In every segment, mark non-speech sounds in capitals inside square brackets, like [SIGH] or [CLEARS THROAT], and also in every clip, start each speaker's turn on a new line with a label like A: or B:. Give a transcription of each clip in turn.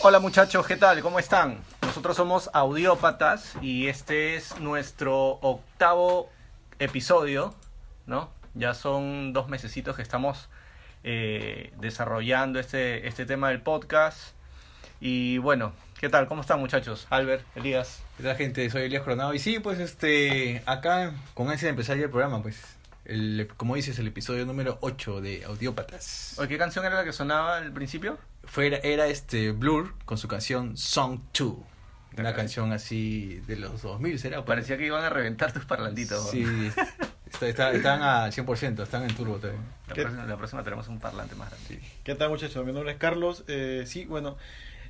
A: Hola muchachos, ¿qué tal? ¿Cómo están? Nosotros somos Audiópatas y este es nuestro octavo episodio, ¿no? Ya son dos mesecitos que estamos eh, desarrollando este, este tema del podcast. Y bueno, ¿qué tal? ¿Cómo están muchachos? Albert, Elías.
B: ¿Qué tal, gente? Soy Elías Coronado. Y sí, pues este, acá con ansia de empezar ya el programa, pues. El, como dices, el episodio número 8 de Audiópatas.
A: Oye, ¿Qué canción era la que sonaba al principio?
B: Fue, era, era este Blur con su canción Song 2. Una
A: Ajá.
B: canción así de los 2000, ¿será?
A: Parecía que iban a reventar tus parlantitos. ¿no?
B: Sí, está- está- están al 100%, están en turbo todavía.
A: La
C: ¿Qué?
A: próxima, la próxima tenemos un parlante más grande.
C: ¿Qué tal muchachos? Mi nombre es Carlos. Eh, sí, bueno,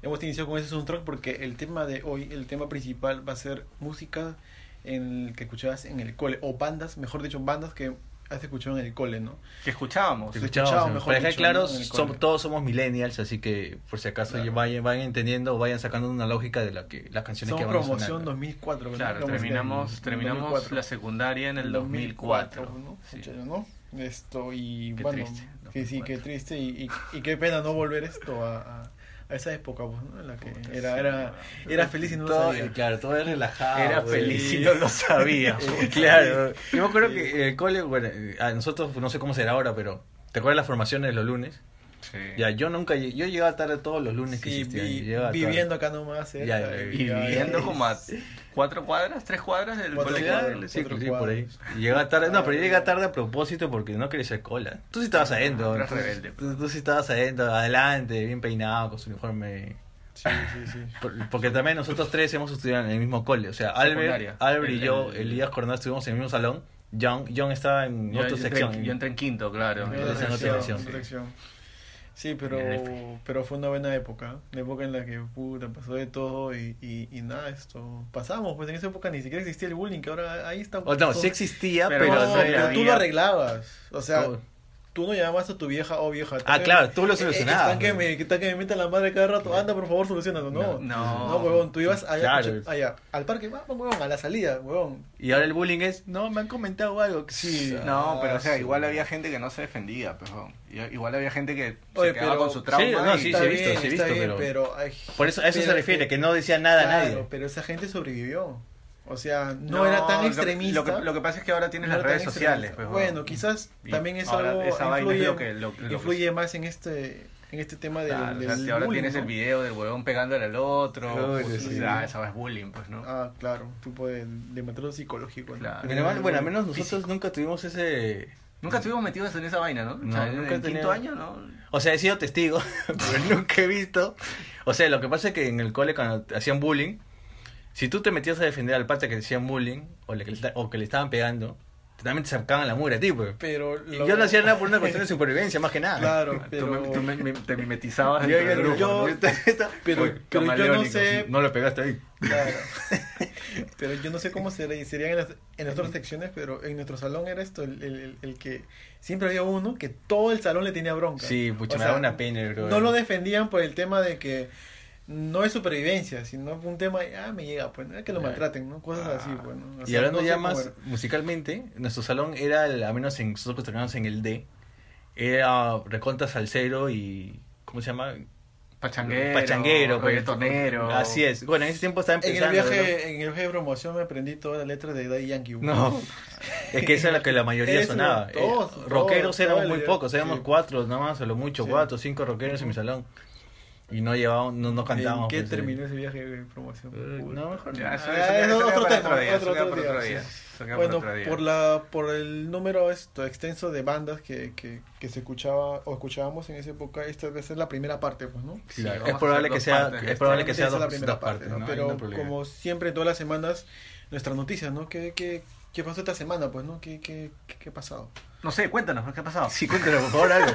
C: hemos iniciado con ese soundtrack porque el tema de hoy, el tema principal va a ser música en el que escuchabas en el cole, o bandas, mejor dicho, bandas que has escuchado en el cole, ¿no?
A: ¿Qué escuchábamos?
C: Sí. escuchamos, mejor
B: Para dejar
C: dicho,
B: claros,
C: ¿no? En el
B: somos-
C: cole.
B: todos somos millennials, así que por si acaso
C: Claro.
B: vayan, vayan entendiendo o vayan sacando una lógica de la que, las canciones
C: Somos
B: que van a sonar.
C: promoción 2004, ¿verdad?
A: Claro,
C: Vamos a decir,
A: terminamos,
C: en
A: terminamos
C: 2004.
A: la secundaria en el 2004.
C: 2004, ¿no?
A: Sí.
C: Muchachos, ¿no? Esto, y
A: Qué
C: bueno,
A: triste,
C: que sí,
A: 2004.
C: qué triste y, y, y qué pena no volver esto a, a, a esa época, pues, ¿no? En la que
A: Puta,
C: era,
A: sí,
C: era, era feliz y no lo
B: Todo-
C: sabía.
B: Claro, todo es relajado.
A: Era
B: güey.
A: feliz y no [LAUGHS] lo sabía.
B: Eh, Claro. Yo me acuerdo que el cole, bueno, eh, a nosotros no sé cómo será ahora, pero ¿te acuerdas las formaciones los lunes?
A: Sí.
B: Ya, yo nunca llegué, yo llegaba tarde todos los lunes que
C: Sí,
B: existían.
C: vi-
B: llegaba tarde.
C: viviendo acá nomás.
B: Ya,
C: eh,
B: ya,
C: eh,
A: Y viviendo como a cuatro cuadras, tres cuadras del
B: Sí,
C: Cuatro
A: colegio.
B: claro,
C: cuadros,
B: sí,
C: cuatro
B: sí, por ahí.
C: cuadros.
B: Llegaba tarde, no, pero yo llegaba tarde a propósito porque no quería hacer cola. Tú sí estabas adentro.
A: Eras
B: tú-
A: rebelde,
B: Tú, tú sí estabas adentro, adelante, bien peinado, con su uniforme.
C: Sí, sí,
B: [LAUGHS]
C: sí.
B: Por- Porque también nosotros tres hemos estudiado en el mismo cole. O sea, Albert,
A: Secundaria.
B: Albert y
A: El-
B: yo,
A: el-
B: Elías Coronado, estuvimos en el mismo salón. John, John estaba en
A: Yo,
B: otra
A: yo entré,
B: sección.
A: en- yo entré en quinto, claro.
B: En
C: Otra
B: otra
C: sección,
B: sección,
C: otra
B: sí.
C: sección. Sí,
A: En el
C: pero,
A: F.
C: pero fue una buena época. ¿eh? Una época en la que puta, pasó de todo y, y, y nada, esto. Pasamos, pues en esa época ni siquiera existía el bullying, que ahora ahí está.
B: O Oh, no,
C: todo-
B: sí existía,
A: Pero
B: pero,
C: No,
A: no
B: no
C: pero
B: era-
C: tú lo
A: había-
C: arreglabas. O sea,
B: Todo.
C: tú no llamabas a tu vieja o vieja.
B: Ah,
C: que-
B: claro, tú lo
C: eh, eh,
B: solucionabas,
C: Están que
B: ¿no?
C: me, que están que me meten la madre cada rato. Anda, por favor, solucionalo. No,
B: No,
A: no.
C: no huevón, tú ibas allá,
B: Claro.
C: escucha, allá al parque, vamos, huevón, a la salida, huevón.
B: Y ahora el bullying es, no, me han comentado algo.
C: Sí.
A: No, pero o sea,
B: Ah, sí.
A: igual había gente que no se defendía, pues, ¿no? Y- Igual había gente que se
C: Oye,
A: quedaba
C: pero-
A: con su trauma.
B: Sí, no,
A: y-
B: sí,
C: Está
B: sí he visto,
C: bien,
B: sí he
C: está
B: visto,
C: bien,
B: pero-
C: pero ay,
B: Por eso a eso
C: pero
B: se refiere, que no decía nada
C: claro,
B: a nadie.
C: Pero esa gente sobrevivió. O sea, no, era tan
A: lo que-
C: extremista.
A: Lo que, lo que pasa es que ahora tienes
C: no
A: las
C: era tan
A: redes sociales,
C: extremista.
A: pues, ¿no?
C: Bueno, quizás
A: Y
C: también es
A: ahora
C: algo
A: esa vaina es
C: influye,
A: lo que- lo- lo que-
C: influye más en este en este tema del,
A: Claro, o
C: del
A: sea, si ahora
C: bullying,
A: tienes el
C: ¿no?
A: video del huevón pegándole al otro.
B: Claro,
A: pues,
C: sí.
A: o sea, esa es bullying, pues, ¿no?
C: Ah, claro, un tipo de, de material psicológico. ¿no?
A: Claro.
B: Menos mal, bueno, al menos nosotros nunca tuvimos ese...
A: Nunca estuvimos metidos en esa vaina, ¿no?
B: No,
A: o sea, en
B: nunca
A: el
B: he tenido-
A: quinto año, ¿no?
B: O sea, he sido testigo, [LAUGHS] pero nunca he visto. O sea, lo que pasa es que en el cole cuando te hacían bullying, si tú te metías a defender al pata que te hacían bullying o, le- que le esta- o que le estaban pegando, también te sacaban la mugre a ti, pues.
C: Pero
B: Y
C: lo-
B: Yo no hacía nada por una cuestión de supervivencia, más que nada.
C: [LAUGHS] Claro,
A: [LAUGHS]
C: pero,
A: Tú, me- tú me- me- te mimetizabas
B: Yo,
A: dentro del
B: yo,
A: grupo,
B: yo-
A: ¿no?
C: este. [LAUGHS] pero-
A: Oye,
C: pero yo no
A: camaleónico.
C: sé,
B: no lo pegaste ahí.
C: claro. [LAUGHS] pero yo no sé cómo sería- serían en las, en las otras secciones, pero en nuestro salón era esto, el, el- el- el que siempre había uno que todo el salón le tenía bronca.
B: Sí, pucha,
C: O
B: me
C: sea,
B: daba una pena, bro.
C: No lo defendían por el tema de que no es supervivencia, sino un tema, ah, me llega, pues, es que lo
B: Ya.
C: maltraten, ¿no? Cosas
A: Ah.
C: así, pues, ¿no? O
B: Y
C: sea,
B: hablando
C: no
B: ya
C: sé cómo
B: más
C: era.
B: musicalmente, nuestro salón era, el- al menos en nosotros terminamos en el D, era recontra salsero y. ¿Cómo se llama?
A: Pachanguero.
B: Pachanguero, pues.
A: reggaetonero.
B: Así es. Bueno, en ese tiempo estaba
C: En el,
B: empezando.
C: viaje, en el viaje de promoción me aprendí toda la letra de Daddy Yankee.
B: No, No, [LAUGHS] es que eso era lo que la mayoría
C: Eso,
B: sonaba. Eh,
C: todos, todos,
B: rockeros éramos
C: todos,
B: muy
C: ya.
B: pocos, éramos
C: Sí.
B: cuatro nada más, a lo mucho,
C: Sí.
B: cuatro, cinco rockeros en mi salón. Y no llevábamos, no, no cantábamos.
C: [LAUGHS] ¿En qué
B: pues, eh.
C: terminó ese viaje de promoción?
B: Eh,
C: Puta.
B: no, mejor
A: Ya,
B: no.
A: eso,
C: Ah,
A: eso
C: es
A: queda- eso
C: otro
A: queda para
C: tema, otro-
A: eso queda
C: otro
A: para
C: día, sí.
A: Eso queda para
C: Bueno,
A: otro día.
C: por la por el número esto extenso de bandas que, que, que se escuchaba o escuchábamos en esa época, esta debe ser la primera parte, pues, ¿no?
B: Sí,
A: vamos a
B: es
A: hacer
B: probable que
A: dos
B: sea,
A: partes de
B: es probable que
C: Esa
B: sea
C: es
B: dos,
C: la primera
B: dos partes,
C: parte,
B: ¿no? Hay
C: Pero
B: una probabilidad.
C: como siempre, todas las semanas, nuestras noticias, ¿no? ¿Qué, qué, qué pasó esta semana, pues, no? ¿Qué, qué, qué, qué ha pasado?
A: No sé, cuéntanos, ¿qué ha pasado?
B: Sí, cuéntanos, por favor, algo.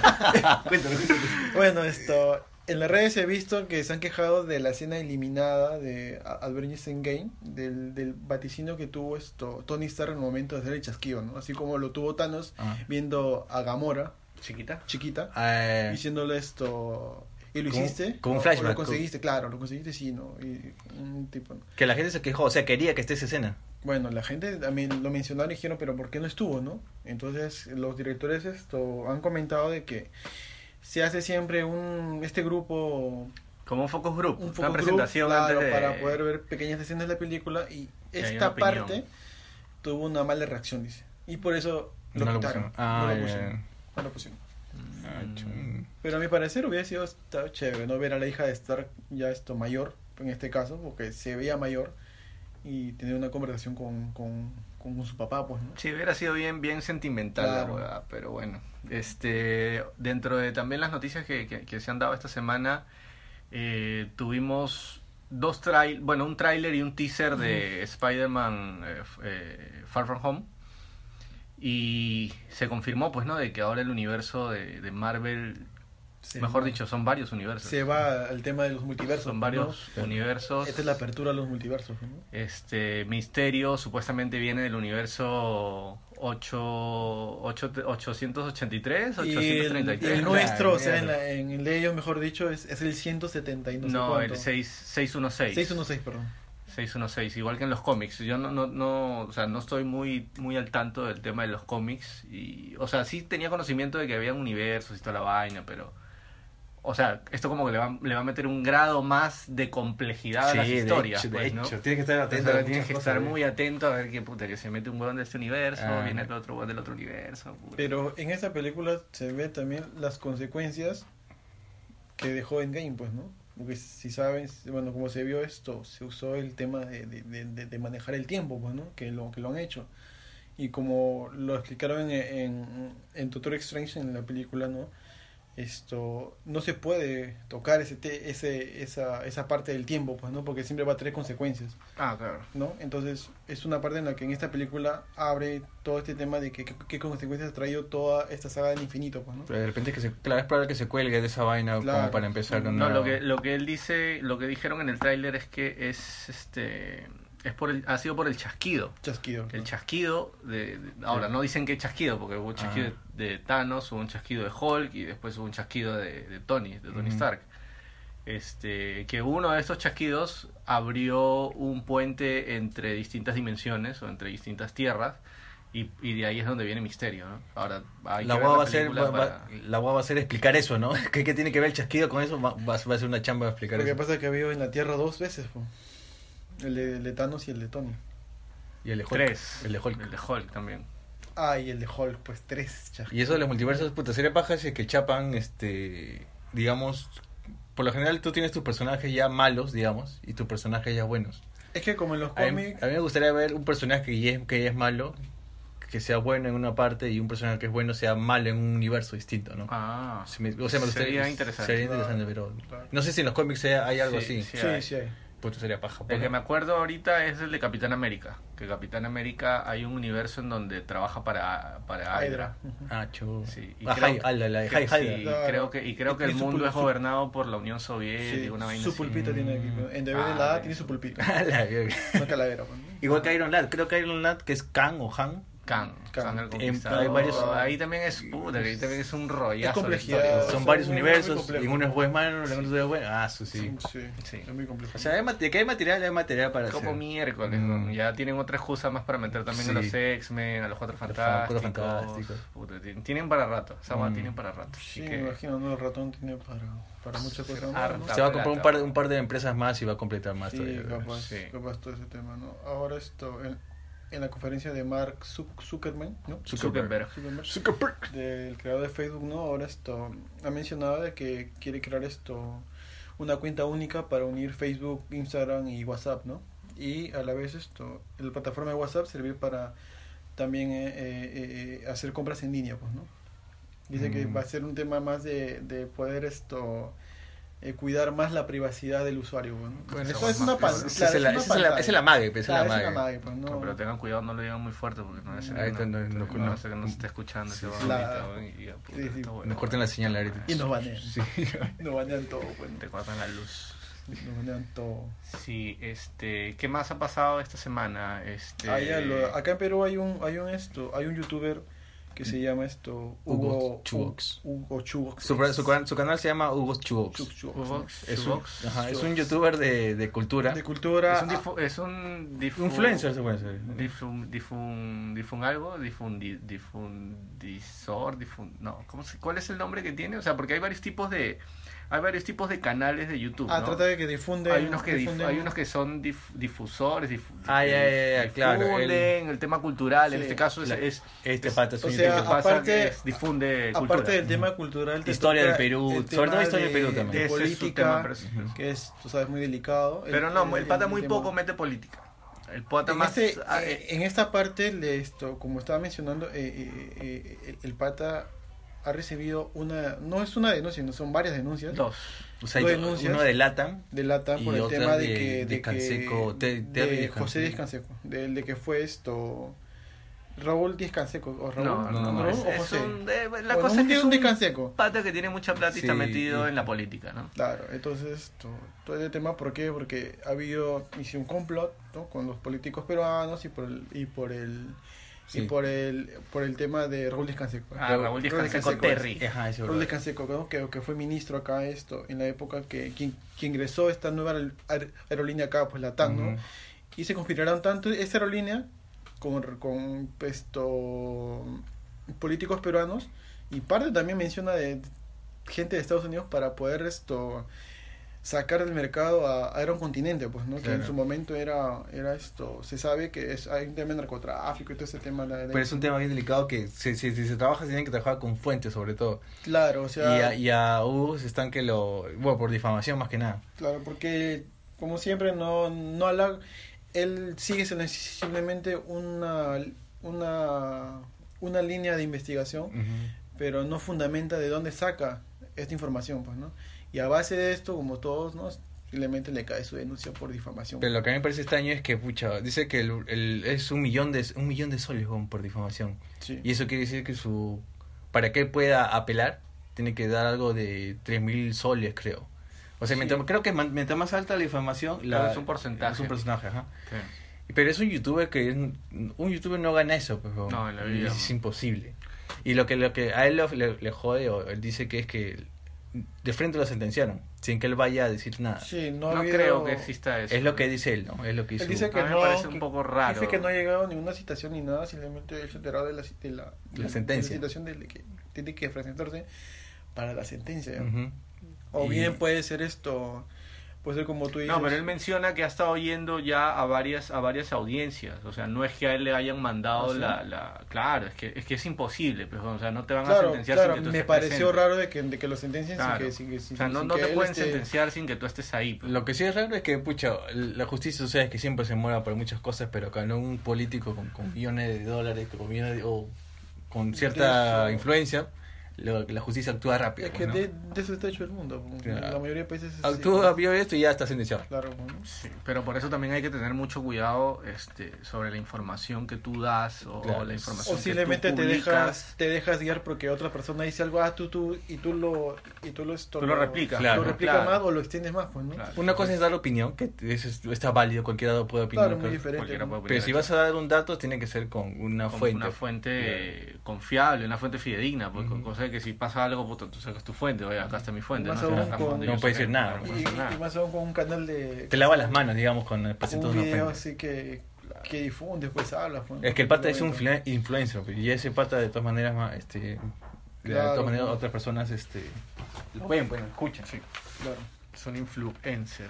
B: cuéntanos, cuéntanos.
C: Bueno, esto. En las redes he visto que se han quejado de la escena eliminada de A- Albert Einstein Game, del, del vaticino que tuvo esto Tony Stark en el momento de hacer el chasquido, ¿no? Así como lo tuvo Thanos
B: [LAUGHS] Ah.
C: viendo a Gamora,
A: Chiquita.
C: chiquita,
B: Eh,
C: diciéndole esto. ¿Y lo
B: Como-
C: hiciste?
B: como un
C: ¿O- o
B: flashback,
C: lo conseguiste, claro, lo conseguiste, sí, ¿no? Y un tipo, ¿no?
B: que la gente se quejó, o sea, quería que esté esa escena.
C: Bueno, la gente también lo mencionaron y dijeron, pero ¿por qué no estuvo, no? Entonces, los directores esto han comentado de que se hace siempre un este grupo
A: Como un focus group,
C: un
A: una
C: poco
A: presentación antes de...
C: para poder ver pequeñas escenas de la película y
A: Que haya
C: esta
A: una opinión.
C: parte tuvo una mala reacción, dice. Y por eso lo
B: No lo
C: quitaron.
B: pusieron. Ah,
C: no lo
B: ya,
C: pusieron. Mm.
B: ya.
C: No lo pusieron.
A: Mm.
B: Ah, chun.
C: Pero a mi parecer hubiera sido hasta chévere, ¿no? Ver a la hija de Stark ya esto mayor, en este caso, porque se veía mayor y tener una conversación con, con, con su papá, pues, ¿no?
A: Sí, hubiera sido bien, bien sentimental
C: Claro.
A: la huevada, pero bueno. Este, dentro de también las noticias que, que- que se han dado esta semana, eh, tuvimos dos trail, bueno, un tráiler y un teaser de Spider-Man eh, f- eh, Far From Home. Y se confirmó, pues, ¿no? De que ahora el universo de, de Marvel,
C: Se
A: mejor
C: va-
A: dicho, son varios universos.
C: Se va al tema de los multiversos.
A: son
C: ¿no?
A: varios universos.
C: Esta es la apertura a los multiversos, ¿no?
A: Este misterio supuestamente viene del universo 8, 8, 883,
C: Y el, y el
A: 833.
C: nuestro, o sea, en,
B: Claro.
C: la- en el de ellos, mejor dicho, es, es el 170 y no, sé
A: No,
C: cuánto.
A: el 6, 616.
C: 616, perdón.
A: 616, igual que en los cómics. Yo no, no, no, o sea, no estoy muy, muy al tanto del tema de los cómics. Y, o sea, sí tenía conocimiento de que había universos y toda la vaina, pero... O sea, esto como que le va, le va a meter un grado más de complejidad a las
B: Sí, de
A: historias.
B: hecho, de
A: pues, ¿no?
B: hecho. Tienes que estar atento.
A: Entonces,
B: a
A: tienes
B: muchas
A: que
B: cosas,
A: estar
B: ¿eh?
A: muy atento a ver que puta que se mete un huevón de este universo,
B: Ah.
A: viene el otro huevón del otro universo. puta.
C: Pero en esta película se ve también las consecuencias que dejó Endgame, pues, ¿no? Porque si saben, bueno, como se vio esto, se usó el tema de, de- de- de- de manejar el tiempo, pues, ¿no? Que lo, que lo han hecho. Y como lo explicaron en, en, en Doctor Strange, en la película, ¿no? Esto, no se puede tocar ese, te- ese, esa, esa parte del tiempo, pues, ¿no? Porque siempre va a tener consecuencias.
A: Ah, claro.
C: ¿no? Entonces es una parte en la que en esta película abre todo este tema de que que- qué consecuencias ha traído toda esta saga del infinito, pues, ¿no?
B: Pero de repente es que se, claro, es probable que se cuelgue de esa vaina
C: Claro.
B: como para empezar un
A: No,
B: nuevo-
A: lo que, lo que él dice, lo que dijeron en el tráiler es que es este es por el, ha sido por el chasquido.
C: Chasquido.
A: El chasquido de, de- ahora no dicen qué chasquido, porque hubo un chasquido
B: Ah.
A: de, de Thanos, hubo un chasquido de Hulk y después hubo un chasquido de, de Tony, de Tony
B: Ujú.
A: Stark. Este, que uno de estos chasquidos abrió un puente entre distintas dimensiones o entre distintas tierras y, y de ahí es donde viene misterio, ¿no? Ahora hay
B: la
A: que ver
B: guava
A: la
B: va a ser
A: película
B: va-
A: para-
B: va- la guava va a ser explicar eso, ¿no? [LAUGHS] ¿Qué, qué tiene que ver el chasquido con eso? Va, va- va a ser una chamba de explicar
C: Lo que
B: eso.
C: pasa es que ha habido en la Tierra dos veces, pues. El de, el de Thanos y el de Tony.
B: Y el de Hulk.
A: Tres.
B: El de Hulk.
A: El de Hulk también.
C: Ah, y el de Hulk, pues tres chasquidos.
B: Y eso de los multiversos, puta, sería paja si es que chapan, este, digamos, por lo general tú tienes tus personajes ya malos, digamos, y tus personajes ya buenos.
C: Es que como en los
B: A mí,
C: cómics,
B: a mí me gustaría ver un personaje que ya es, que ya es malo, que sea bueno en una parte y un personaje que es bueno sea malo en un universo distinto, ¿no?
A: Ah.
B: Se me- o sea, me gustaría-
A: Sería interesante.
B: Sería interesante, pero no sé si en los cómics sea- hay algo
A: Sí,
B: así.
A: sí.
C: sí,
A: hay.
C: sí hay.
B: Puta, sería paja.
A: El que
B: porque-
A: me acuerdo ahorita es el de Capitán América. Que Capitán América hay un universo en donde trabaja para, para Hydra.
C: Hydra. Ujú.
B: Ah, chu.
A: Sí,
B: Ah,
A: creo-
B: Hy- ah, la, la de
A: creo-
B: Hy-
A: sí,
B: [LAUGHS] Hydra.
C: Hydra.
A: creo que, y creo
C: Y
A: que el
C: tiene su
A: mundo es
C: pulpito.
A: gobernado por la Unión
C: Sí,
A: Soviética, una vaina
C: su
A: así.
C: pulpito tiene aquí. ¿no? En vez de
A: Ah,
C: la A
A: bien.
C: tiene
A: [LAUGHS]
C: su pulpito.
B: Ah, la verga.
C: Una calavera, pues, ¿no?
B: Igual que Iron Lad, creo que Iron Lad que es Kang o Han.
A: Khan,
C: Khan.
A: Khan el
B: En-
A: Conquistador.
B: Em, hay varios-
A: ahí también es puta, ahí también es un rollazo.
C: Es complejidad.
A: de historia.
C: Son
B: Son
C: muy-
B: varios
C: muy
B: universos,
C: complejo.
B: en uno es buen malo, en otro es bueno. Ah, su sí.
C: Sí. sí.
A: Sí.
C: Es muy complejo.
B: O sea, hay mate- que hay material, hay material para
A: Como
B: hacer.
A: miércoles,
B: Mm.
A: weón. ya tienen otra excusa más para meter también a
B: Sí.
A: los X-Men, a los Cuatro
B: Los fa-
A: Fantásticos.
B: Cuatro Fantásticos.
A: Puta, ti- tienen para rato, esa weá
B: Mm.
A: tienen para rato. Así
C: Sí,
A: que- Pues,
C: me imagino, ¿no? El ratón tiene para, para muchas cosas. más,
A: harta.
C: ¿no?
B: Se va a comprar un par, de- un par de empresas más y va a completar más
C: Sí,
B: todavía.
C: capaz,
A: sí.
C: capaz todo ese tema, ¿no? Ahora esto, en, en la conferencia de Mark Zuc- Zuckerman, ¿no?
A: Zuckerberg.
C: Zuckerberg,
B: Zuckerberg.
C: del creador de Facebook, ¿no? Ahora esto, ha mencionado de que quiere crear esto, una cuenta única para unir Facebook, Instagram y WhatsApp, ¿no? Y a la vez esto, la plataforma de WhatsApp servir para también eh, eh, eh, hacer compras en línea, pues, ¿no? Dice que
B: Mm.
C: va a ser un tema más de, de poder esto eh, cuidar más la privacidad del usuario, pues, ¿no?
A: Bueno,
C: Eso
A: eso
C: es una
A: más-
C: pan-
A: eso-
C: claro,
B: Esa es la- esa
C: una
B: es la- esa
C: pantalla.
B: es la mague, pues, esa es
C: Claro,
B: la
C: es una
B: mague.
C: mague, pues,
A: No,
C: no.
A: pero tengan cuidado, no lo digan muy fuerte porque no es
B: Ahí está, no- no-
A: no,
B: no.
A: sé que no se está escuchando ese
B: Sí,
A: weón
C: sí.
A: ahorita,
C: La-
A: weón, y diga, puta,
C: sí, sí.
A: esta weá.
B: Nos cortan la señal ahorita. [LAUGHS]
C: Y nos banean.
B: Sí.
C: [LAUGHS] Nos banean todo, pues.
A: Te cortan la luz.
C: Nos banean todo.
A: Sí, este, ¿qué más ha pasado esta semana? Este,
B: Eh,
C: Ah, ya, lo- acá en Perú hay un, hay un esto, hay un youtuber que se llama esto
B: Hugo
C: Hugo
B: Chubox.
C: Hugo Chubox.
B: Su, su can- su canal se llama Hugo Chubox.
C: Chubox, Chubox,
A: Chubox.
B: Es un,
A: Chubox.
B: ajá, es un
C: Chubox.
B: youtuber de, de
C: ¿no?
B: cultura.
C: De cultura.
A: Es un, difu- es un difu-
B: Influencer se puede decir.
A: Difun, difun, difun algo, difundi, difundisor, difun, no, ¿cómo se- ¿cuál es el nombre que tiene? O sea, porque hay varios tipos de, hay varios tipos de canales de YouTube,
C: ah,
A: ¿no?
C: trata de que difunde.
A: hay unos que dif-
C: difunden-
A: hay unos que son dif- difusores, dif-
B: Ah, ya, ya, ya,
A: dif-
B: claro,
A: difunden el, tema cultural, en
C: Sí,
A: este caso es,
B: claro.
A: es
B: Este pato es
C: o
B: un
C: sea,
A: lo que
B: youtuber.
A: pasa
C: aparte-
A: que es difunde cultura.
C: Aparte del tema cultural. te
B: Historia
C: toca
B: del Perú,
C: el
B: sobre
C: tema
B: todo historia del
C: de-
B: Perú también.
C: de
A: Ese es su
C: política,
A: tema, pero es-
C: que es, tú sabes, muy delicado.
A: Pero no, el, pata muy
C: tema-
A: poco mete política. El pata
C: en,
A: más
C: este-
A: ah,
C: eh,
A: eh,
C: en esta parte, de esto, como estaba mencionando, eh, eh, eh, el, el pata ha recibido una, no es una denuncia, sino son varias denuncias.
A: dos.
B: O sea,
C: ah, Lo
B: yo-
C: denuncias.
B: uno de Latam.
C: Delata por
B: Y
C: el
B: otra
C: tema de,
B: de-
C: que.
B: de
C: que-
B: Canseco, Te-
C: de
B: Terry
C: José Díaz
B: Canseco.
C: Canseco. De, de que fue esto. Raúl Díaz Canseco. O Raúl,
A: No, no, no,
C: Raúl
A: es,
C: o
A: es
C: José.
A: un- eh, la
C: Bueno,
A: cosa es que es
C: Díaz-
A: un
C: Díaz Canseco.
A: pata que tiene mucha plata y está
B: Sí.
A: metido en la política, ¿no?
C: Claro, entonces to- todo este tema, ¿por qué? Porque ha habido hice un complot ¿no? con los políticos peruanos y por el y por el
B: Sí.
C: y por el por el tema de Raúl Descanseco.
A: Ah, Raúl Díaz Canseco Terry.
B: Ajá, ese
C: Raúl
B: brother.
C: Descanseco, ¿no? que, que fue ministro acá esto en la época que que, que ingresó esta nueva aer- aer- aerolínea acá, pues la TAN, ¿no?
B: Ujú.
C: Y se conspiraron tanto esta aerolínea con, con esto, políticos peruanos y parte también menciona de gente de Estados Unidos para poder esto sacar del mercado a, a era un continente pues no que en
B: Claro.
C: su momento era era esto se sabe que es hay un tema de narcotráfico y todo ese tema la, la-
B: Pero es un tema bien delicado que si, si, si se trabaja, se tiene que trabajar con fuentes, sobre todo.
C: claro o sea
B: y, a, y a Hugo se están que lo. Bueno, por difamación más que nada.
C: Claro, porque como siempre no, no halaga- él sigue siendo simplemente una, una, una línea de investigación, pero no fundamenta de dónde saca esta información, pues, ¿no? Y a base de esto, como todos, ¿no? Simplemente le cae su denuncia por difamación.
B: Pero lo que a mí me parece extraño es que, pucha, dice que el, el- es un millón de un millón de soles weón, por difamación.
C: Sí.
B: Y eso quiere decir que su. Para que él pueda apelar, tiene que dar algo de 3.000 soles, creo. O sea,
C: Sí.
B: mientras, creo que man- mientras más alta la difamación. la-
A: Claro, es un porcentaje.
B: Es un porcentaje, ajá.
A: Sí.
B: Pero es un youtuber que es- un youtuber no gana eso, pues, weón.
A: No, en la vida,
B: Es
A: no.
B: imposible. Y lo que lo que a él lo- le, le jode o él dice que es que de frente lo sentenciaron sin que él vaya a decir nada.
C: Sí, no, ha
A: No
C: habido-
A: creo que exista eso.
B: es lo que dice él, ¿no? Es lo que
C: Él
B: hizo.
C: dice que
A: A mí me
C: no,
A: parece
C: que-
A: un poco raro.
C: Dice que no ha llegado ninguna citación ni nada, simplemente él se ha enterado de la, de la, de
B: La sentencia.
C: de la citación de que tiene que presentarse para la sentencia. ¿ya?
B: Ujú.
C: O
B: Y-
C: bien puede ser esto, puede ser como tú dices.
A: No, pero él menciona que ha estado yendo ya a varias a varias audiencias, o sea, no es que a él le hayan mandado
C: ¿Ah, sí?
A: la, la claro, es que es que es imposible, pues, o sea, no te van a
C: Claro,
A: sentenciar
C: claro,
A: sin que tú
C: me
A: estés
C: pareció
A: presente.
C: raro de que, de que lo sentencien
A: Claro.
C: sin que, sin que- sin-
A: o sea, no,
C: sin
A: no
C: que
A: te
C: él
A: pueden
C: esté-
A: sentenciar sin que tú estés ahí. pues.
B: Lo que sí es raro es que, pucha, la justicia, tú sabes que siempre se muera por muchas cosas, pero cuando un político con, con millones de dólares, con millones de- o con cierta
C: De eso.
B: influencia, lo- la justicia actúa rápido.
C: Es que
B: ¿no?
C: de, de eso está hecho el mundo. como que
B: Claro.
C: La mayoría de países. es así.
B: Actúa, vio esto y ya está sentenciado.
C: Claro, bueno.
A: Sí, pero por eso también hay que tener mucho cuidado este, sobre la información que tú das o
B: Claro.
A: la información
C: O
A: que
C: simplemente
A: tú
C: te
A: publicas.
C: dejas, te dejas guiar porque otra persona dice algo, ah, tú, tú, y tú lo, y tú lo, esto-
A: Tú lo replicas.
B: Claro,
C: lo replicas
A: claro.
C: más o lo extiendes más, pues, ¿no?
A: Claro.
B: Una cosa es dar opinión, que eso es- está válido, cualquiera puede opinar.
C: Claro, muy
B: pero-
C: diferente.
A: Cualquiera
C: ¿no?
A: puede opinar
B: pero si
A: eso.
B: vas a dar un dato, tiene que ser con una
A: Como
B: fuente.
A: Una fuente eh, confiable, una fuente fidedigna, porque
B: Ujú.
A: cosa de que si pasa algo, puta, tú sacas tu fuente, oye, acá está mi fuente.
C: Más
A: ¿no?
C: aún
A: Acá está
C: con-
A: donde
B: No
A: yo
B: puede
A: saqué,
B: decir nada.
A: claro, no
C: Y,
A: puede decir
C: y- y
A: nada.
C: más aún con un canal de.
B: Te lava las manos, digamos, con el
C: Un
B: presentando una
C: video
B: fuente.
C: así que, que difundes, pues hablas. pues, ¿no?
B: Es que el pata
C: Lo
B: es un
C: ves, ¿no?
B: influen- influencer, pues, y ese pata de todas maneras, ma- este, de
C: Claro.
B: todas maneras otras personas, este, lo ven, bueno, escuchan.
C: Claro.
A: Son influencer.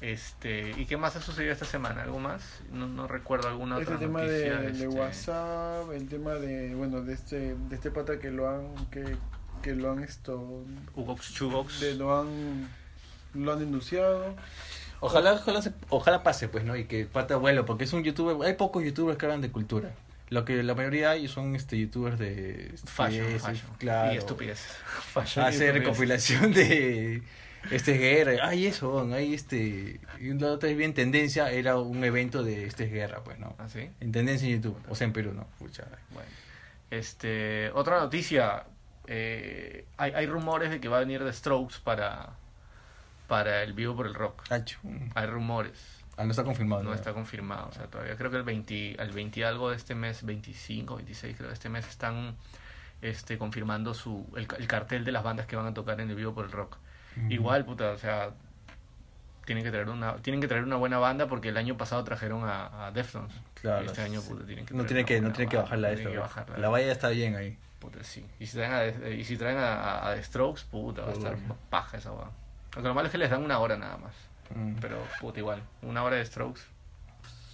A: Este, ¿Y qué más ha sucedido esta semana? ¿Algo más? No, no recuerdo alguna
C: Este
A: otra
C: tema de,
A: noticia.
C: de
A: este,
C: WhatsApp, el tema de, bueno, de este, de este pata que lo han, que, que lo han esto,
A: Ugox, Chugox.
C: de, lo han, lo han denunciado.
B: Ojalá, ojalá, se- ojalá pase, pues, ¿no? Y que pata vuelo, porque es un youtuber, hay pocos youtubers que hablan de cultura. Lo que la mayoría hay son este youtubers de
A: Fashion,
B: estupideces,
A: fashion.
B: claro.
A: Y estupidez.
B: hace recopilación de este es guerra ay eso bon, ay este y la otra es bien tendencia era un evento de este es guerra pues no
A: ¿Así?
B: en tendencia en YouTube o sea en Perú no Pucha.
A: Bueno, este, otra noticia. eh, hay, hay rumores de que va a venir The Strokes para, para el vivo por el rock.
B: Achú.
A: Hay rumores.
B: mm. Ah, no está confirmado.
A: No
B: ya.
A: está confirmado, o sea, todavía creo que el 20, al 20 algo de este mes, 25, 26 creo de este mes están este, confirmando su, el, ca- el cartel de las bandas que van a tocar en el vivo por el rock.
B: Ujú.
A: Igual, puta, o sea, tienen que traer una, tienen que traer una buena banda porque el año pasado trajeron a, a Deftones.
B: Claro.
A: Y este año, puta, tienen que
B: No
A: traer
B: tiene
A: una
B: que, no
A: buena
B: tiene que
A: banda,
B: bajarla
A: tienen
B: esto.
A: que
B: bro.
A: bajarla.
B: La valla está bien ahí.
A: Puta, sí. Y si traen a, eh, y si traen a, a- a The Strokes, puta, va a estar
B: Puta.
A: paja esa weá. Aunque lo malo es que les dan una hora nada más.
B: Mm,
A: Pero, puta, igual, una hora de Strokes.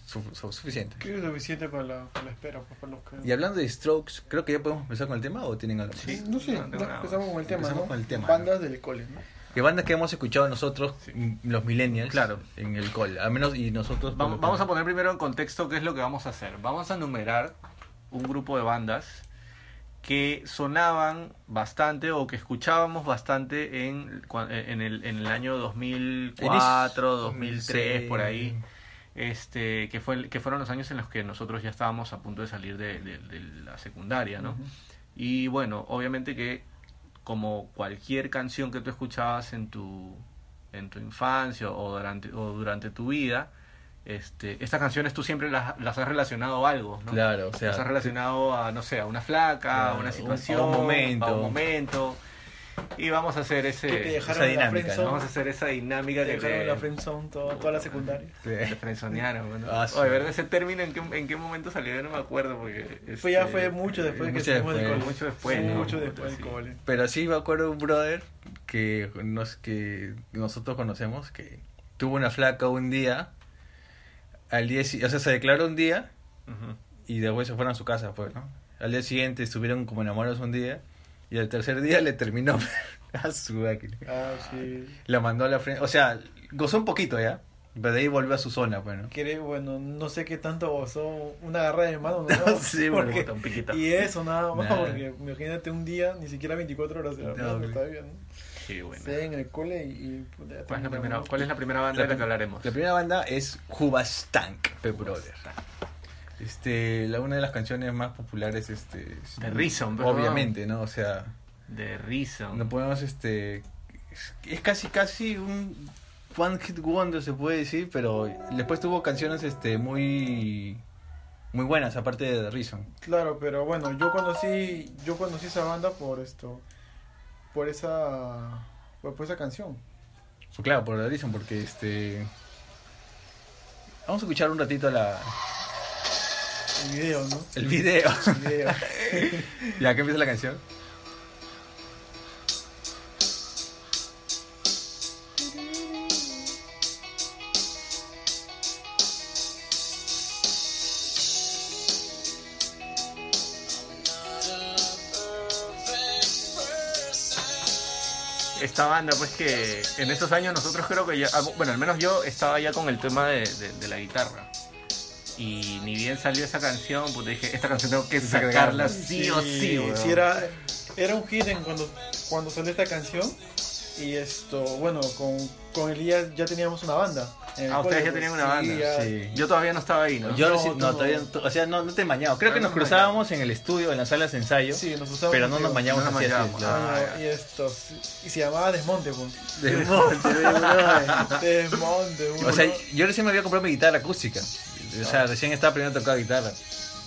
B: su- su- suficiente.
C: Creo que es suficiente para la, para la espera, pues, para los que...
B: Y hablando de Strokes, creo que ya podemos empezar con el tema o tienen algo. más?
A: Sí.
C: No sé,
A: No, no,
C: ya
A: no.
C: empezamos con el tema,
B: Empezamos
C: ¿no?
B: con el tema.
C: Bandas del cole, ¿no?
B: ¿Qué bandas que hemos escuchado nosotros,
A: Sí.
B: m- los millennials,
A: Claro.
B: en el call? Al menos, y nosotros...
A: Vamos,
B: por lo
A: vamos a
B: que-
A: poner primero en contexto qué es lo que vamos a hacer. Vamos a numerar un grupo de bandas que sonaban bastante o que escuchábamos bastante en, cua- en, el, en el año 2004, 2003, por ahí. Este, que, fue, el- que fueron los años en los que nosotros ya estábamos a punto de salir de, de- de la secundaria, ¿no? Y bueno, obviamente que como cualquier canción que tú escuchabas en tu, en tu infancia o durante, o durante tu vida, este, estas canciones tú siempre las, las has relacionado a algo, ¿no?
B: Claro, o sea,
A: las has relacionado a, no sé, a una flaca, a
B: Claro,
A: una
B: un-
A: situación,
B: a un momento.
A: a un momento. Y vamos a hacer ese...
C: Que te dejaron
B: esa
C: en la
B: dinámica,
C: friendzone,
A: Vamos a hacer esa dinámica
C: te
A: que
C: dejaron
A: te-
C: en la friendzone toda, toda la
B: este,
C: secundaria.
A: te [LAUGHS]
B: Sí.
A: frenzonearon, bueno.
B: Ah, sí.
A: Oye, ¿verdad? Ese término en qué, en qué momento salió, Yo no me acuerdo. Porque, este,
C: Fue Pues ya fue mucho después de que
B: mucho
C: salimos del
B: después.
C: cole.
A: Mucho después,
C: Sí,
A: ¿no?
C: Mucho después
A: Sí.
C: del cole.
B: Pero sí me acuerdo un brother que, nos, que nosotros conocemos que tuvo una flaca un día, al día, si- o sea, se declaró un día
A: Ujú.
B: y después se fueron a su casa, pues, ¿no? Al día siguiente estuvieron como enamorados un día y al tercer día le terminó [LAUGHS] a su máquina.
C: Ah, sí.
B: La mandó a la frente, o sea, gozó un poquito ya, pero de ahí volvió a su zona, pues, ¿no?
C: Quiere, bueno, no sé qué tanto gozó una agarra de mano,
B: No [LAUGHS]
C: ¿no?
B: sé,
A: Como
C: porque...
A: tan piquita.
C: Y eso nada más,
B: Nada.
C: porque imagínate un día, ni siquiera 24 horas de la
B: No,
C: tarde,
B: güey.
C: está bien.
A: Sí, bueno.
C: Sí, en el cole y... y puta, ya
A: ¿Cuál es, la
C: terminamos.
A: primera, ¿Cuál es la primera banda de la que hablaremos?
B: La primera banda es Hubas Tank, Pep Brother. Este, la, una de las canciones más populares, este... es-
A: De Reason, pero
B: Obviamente, ¿no? O sea,
A: De Reason.
B: no podemos, este... Es, es casi, casi un one hit wonder, se puede decir, pero después tuvo canciones, este, muy... Muy buenas, aparte de The Reason.
C: Claro, pero bueno, yo conocí, yo conocí esa banda por esto, por esa, por, por esa canción.
B: Pues claro, por The Reason, porque, este... Vamos a escuchar un ratito la,
C: El video, ¿no?
B: el video.
C: El video.
B: [LAUGHS] ya que empieza la canción.
A: Esta banda, pues que en esos años nosotros creo que ya. ah, Bueno, al menos yo estaba ya con el tema de, de- de la guitarra. Y ni bien salió esa canción, pues dije, esta canción tengo que sacarla [LAUGHS]
B: Sacarla.
A: sí, o sí, weón.
C: si era, era un hit en cuando, cuando salió esta canción y esto, bueno, con, con Elías ya teníamos una banda. en el
A: Ah, ustedes
C: cole,
A: ya
C: pues,
A: tenían una banda,
C: ya-
B: sí.
A: Yo todavía no estaba ahí, ¿no?
B: Yo
C: No,
B: reci- no,
C: tú no.
B: todavía, no- o sea, no, no te mañado. Creo
A: No,
B: que
A: no
B: nos
A: me
B: cruzábamos en el estudio, en las salas de ensayo,
C: Sí, nos gustaba
B: pero no nos
C: contigo.
B: mañamos
A: No nos
B: así, así,
A: mañábamos,
B: claro.
A: ah, ya.
C: Y esto, y se llamaba
B: [LAUGHS]
C: Desmonte, pues.
B: Ah, De monte, de monte.
C: Desmonte,
B: O sea,
C: uno.
B: yo recién me había comprado mi guitarra acústica. O sea, recién estaba aprendiendo a tocar guitarra.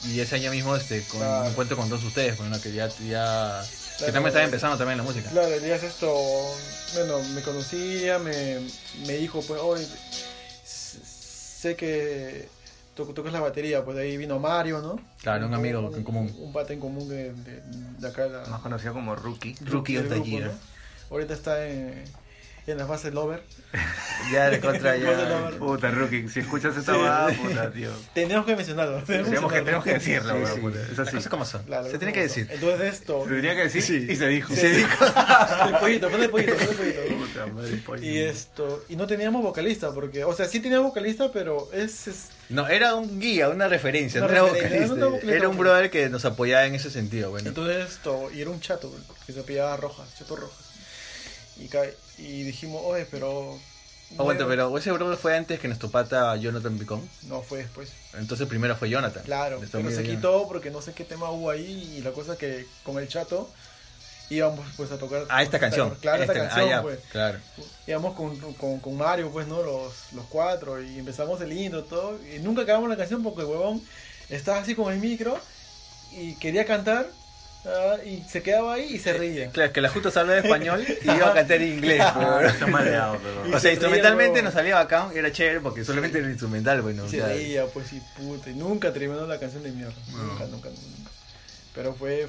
B: Y ese año mismo este, con
C: Claro.
B: un encuentro con todos ustedes, bueno, que ya, ya que
C: Claro.
B: también estaba empezando también la música.
C: Claro, Elías esto, bueno, me conocía, me, me dijo, pues, hoy sé que to- tocas la batería, pues de ahí vino Mario, ¿no?
B: Claro, un amigo en común.
C: Un pata en común de, de, de acá. La,
A: Más conocido como Rookie.
B: Rookie of
C: del
B: the
C: grupo,
B: Year.
C: ¿no? Ahorita está en, en las bases Lover.
B: Ya de contra
C: Bueno,
B: ya.
C: no, no.
A: Puta, Rookie, si escuchas esa
C: Sí.
A: va, puta, tío.
C: Tenemos que mencionarlo.
A: Tenemos que, tenemos que decirlo,
B: Sí,
A: weón,
B: sí.
A: puta. Es
B: Las
A: así.
B: cosas como son.
C: Claro,
B: Se tiene que decir.
C: Entonces esto.
B: [LAUGHS]
A: Lo tenía que decir
B: Sí.
A: y se dijo.
C: Sí. Ponle pollito, ponle pollito, ponle pollito.
A: [LAUGHS] Puta madre, pues, pollo.
C: Y esto, y no teníamos vocalista, porque, o sea, sí teníamos vocalista, pero es, es-
B: No, era un guía, una referencia,
C: Una
B: no era
C: referencia,
B: vocalista.
C: no, no, no,
B: Era un pues.
C: no.
B: brother que nos apoyaba en ese sentido, bueno.
C: entonces esto, y era un chato, bro, que se pillaba rojas, chato rojas. Y, ca- y dijimos, oye, pero.
B: Aguanta,
C: no-
B: pero ese brother fue antes que nuestro pata Jonathan Picón.
C: No, fue después.
B: Entonces primero fue Jonathan.
C: Claro,
B: Nuestro
C: pero
B: amigo
C: se
B: Jonathan.
C: quitó porque no sé qué tema hubo ahí, y la cosa que con el chato íbamos pues a tocar
B: Ah, esta canción.
C: claro esta,
B: Esta- ah,
C: canción
B: ya,
C: pues
B: Claro.
C: íbamos con, con, con Mario, pues, ¿no? Los, los cuatro, y empezamos el intro, todo, y nunca acabamos la canción porque el huevón estaba así con el micro y quería cantar, ah, y se quedaba ahí y se reía.
B: Claro, que la justo se hablaba español
A: [LAUGHS]
B: y iba a cantar en inglés. pero-
A: Está maleado, pero.
B: O sea,
C: se
B: instrumentalmente
A: pues.
C: ríe,
B: nos salía bacán, era chévere porque solamente era instrumental, bueno.
C: Y
B: ya.
C: se reía, pues, y puta, y nunca terminó la canción de mierda, nunca, nunca, nunca. Pero fue,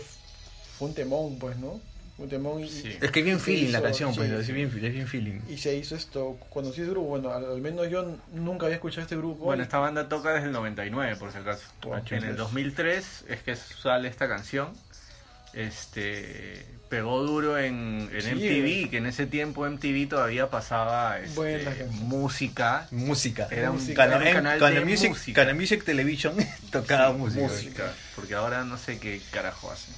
C: fue un temón, pues, ¿no? Un temón y...
A: Sí.
B: Es que es bien
C: Sí,
B: feeling la
C: hizo,
B: canción,
C: sí.
B: pues, es bien, es bien feeling.
C: y se hizo esto, conocí ese grupo, bueno, al, al menos yo n- nunca había escuchado este grupo.
A: Bueno,
C: y-
A: esta banda toca desde el 99, por si acaso.
C: Wow.
A: en el 2003 es que sale esta canción. Este pegó duro en, en
C: Sí,
A: MTV, que en ese tiempo MTV todavía pasaba este,
C: Buena canción.
A: música.
B: Música.
A: Era un,
C: Música.
A: era
B: Cana,
A: un
B: en-
A: canal
B: Cana
A: de
B: Music,
A: música.
B: Cana Music Television [LAUGHS] tocaba música.
A: música, Porque ahora no sé qué carajo hacen.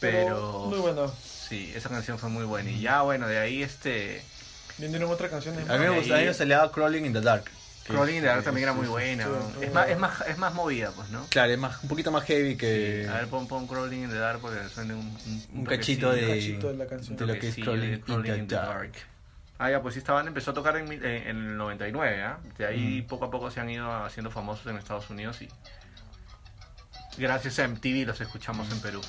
C: pero...
A: Pero
C: Muy bueno,
A: sí, esa canción fue muy buena. Y ya bueno, de ahí este
C: vinieron otras canciones.
B: A mí me
A: Ahí-
B: gustaba, a mí me salía Crawling in the Dark. que
A: Crawling in the Dark
B: es-
A: también era muy
B: es-
A: buena.
C: sí,
A: ¿no?
C: muy
A: Es más, es
C: buena.
A: más, es más movida, pues, ¿no?
B: Claro, es más, un poquito más heavy que
A: A ver, pon, pon Crawling in the Dark porque suene un, un,
B: un cachito
A: toquecillo.
B: de,
C: cachito de la canción.
B: de lo que es
A: Toquecillo de
B: Crawling,
A: Crawling
B: in the Dark.
A: Ah, ya, pues sí, esta banda empezó a tocar en, mil- eh, en- en el 99, ¿ah? De ahí
B: Mm.
A: poco a poco se han ido haciendo famosos en Estados Unidos y gracias a MTV los escuchamos en Perú.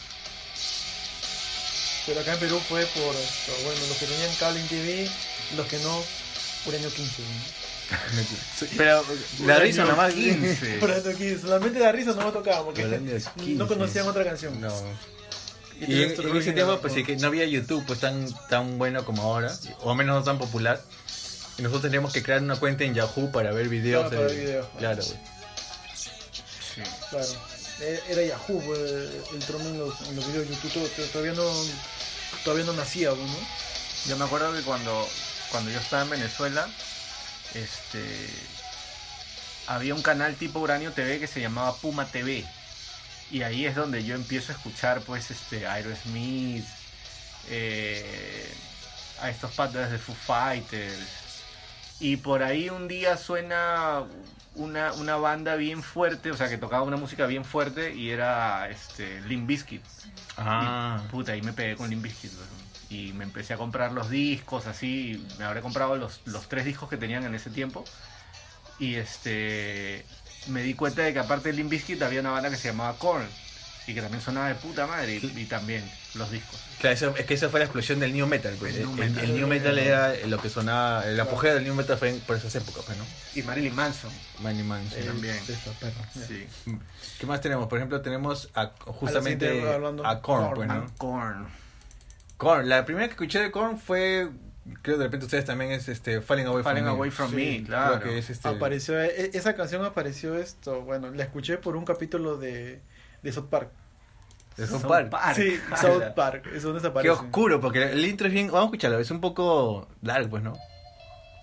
C: Pero acá en Perú fue por esto, bueno, los que tenían cable en TV, los que no, por año 15. ¿no?
B: Pero la
A: Un
B: risa
A: año
B: nomás.
A: 15.
C: Por año 15, solamente la risa no me tocaba porque
B: Por año 15.
C: no conocían otra canción. [LAUGHS]
B: No.
C: Y
B: Y en,
C: esto
B: en
C: creo
B: ese
C: que
B: tiempo,
C: era
B: pues
C: por-
B: sí que no había YouTube pues tan, tan bueno como ahora, o al menos no tan popular. Y nosotros teníamos que crear una cuenta en Yahoo para ver videos.
C: Claro, Ah, para
B: eh,
C: ver videos. pues.
B: Claro, güey.
A: Sí.
C: Claro, Eh, era Yahoo, pues, el trono en los, en los videos de YouTube to- to- todavía no, todavía no nacía, pues, ¿no?
A: Yo me acuerdo que cuando, cuando yo estaba en Venezuela, este había un canal tipo Uranio TV que se llamaba Puma TV. Y ahí es donde yo empiezo a escuchar pues este Aerosmith, eh, a estos patas de Foo Fighters. Y por ahí un día suena una, una banda bien fuerte, o sea que tocaba una música bien fuerte y era este Limp Bizkit.
B: Ah,
A: Y, puta, ahí me pegué con Limp Bizkit, weón. Y me empecé a comprar los discos, así. Me habré comprado los, los tres discos que tenían en ese tiempo. Y este. Me di cuenta de que aparte de Limp Bizkit había una banda que se llamaba Korn. Y que también sonaba de puta madre. Y, y también los discos.
B: claro, eso- es que esa fue la explosión del New Metal. pues.
A: El
B: El,
A: new
B: el
A: metal.
B: New Metal era lo que sonaba, el apogeo del New Metal fue en- por esas épocas, pues, ¿no?
A: Y Marilyn Manson.
B: Manny Man.
A: Eh, también.
C: De esos perros.
B: eh,
A: Sí.
B: ¿Qué más tenemos? Por ejemplo, tenemos a, justamente
C: siguiente, hablando-
B: a Korn, pues,
A: Ah,
B: ¿no?
A: Korn.
B: Korn, la primera que escuché de Korn fue, creo de repente ustedes también, es este, Falling Away
A: Falling
B: From Me.
A: Away From
C: Sí,
A: Me,
B: Creo
A: claro.
B: que es este...
C: Apareció, e- esa canción apareció esto, bueno, la escuché por un capítulo de, de South Park.
B: de South
A: South
B: Park.
A: Park. [LAUGHS]
C: Sí,
A: Ah,
C: South Park, es donde se
B: Qué
C: aparece.
B: oscuro, porque el intro es bien. Vamos a escucharlo, es un poco dark, pues, ¿no?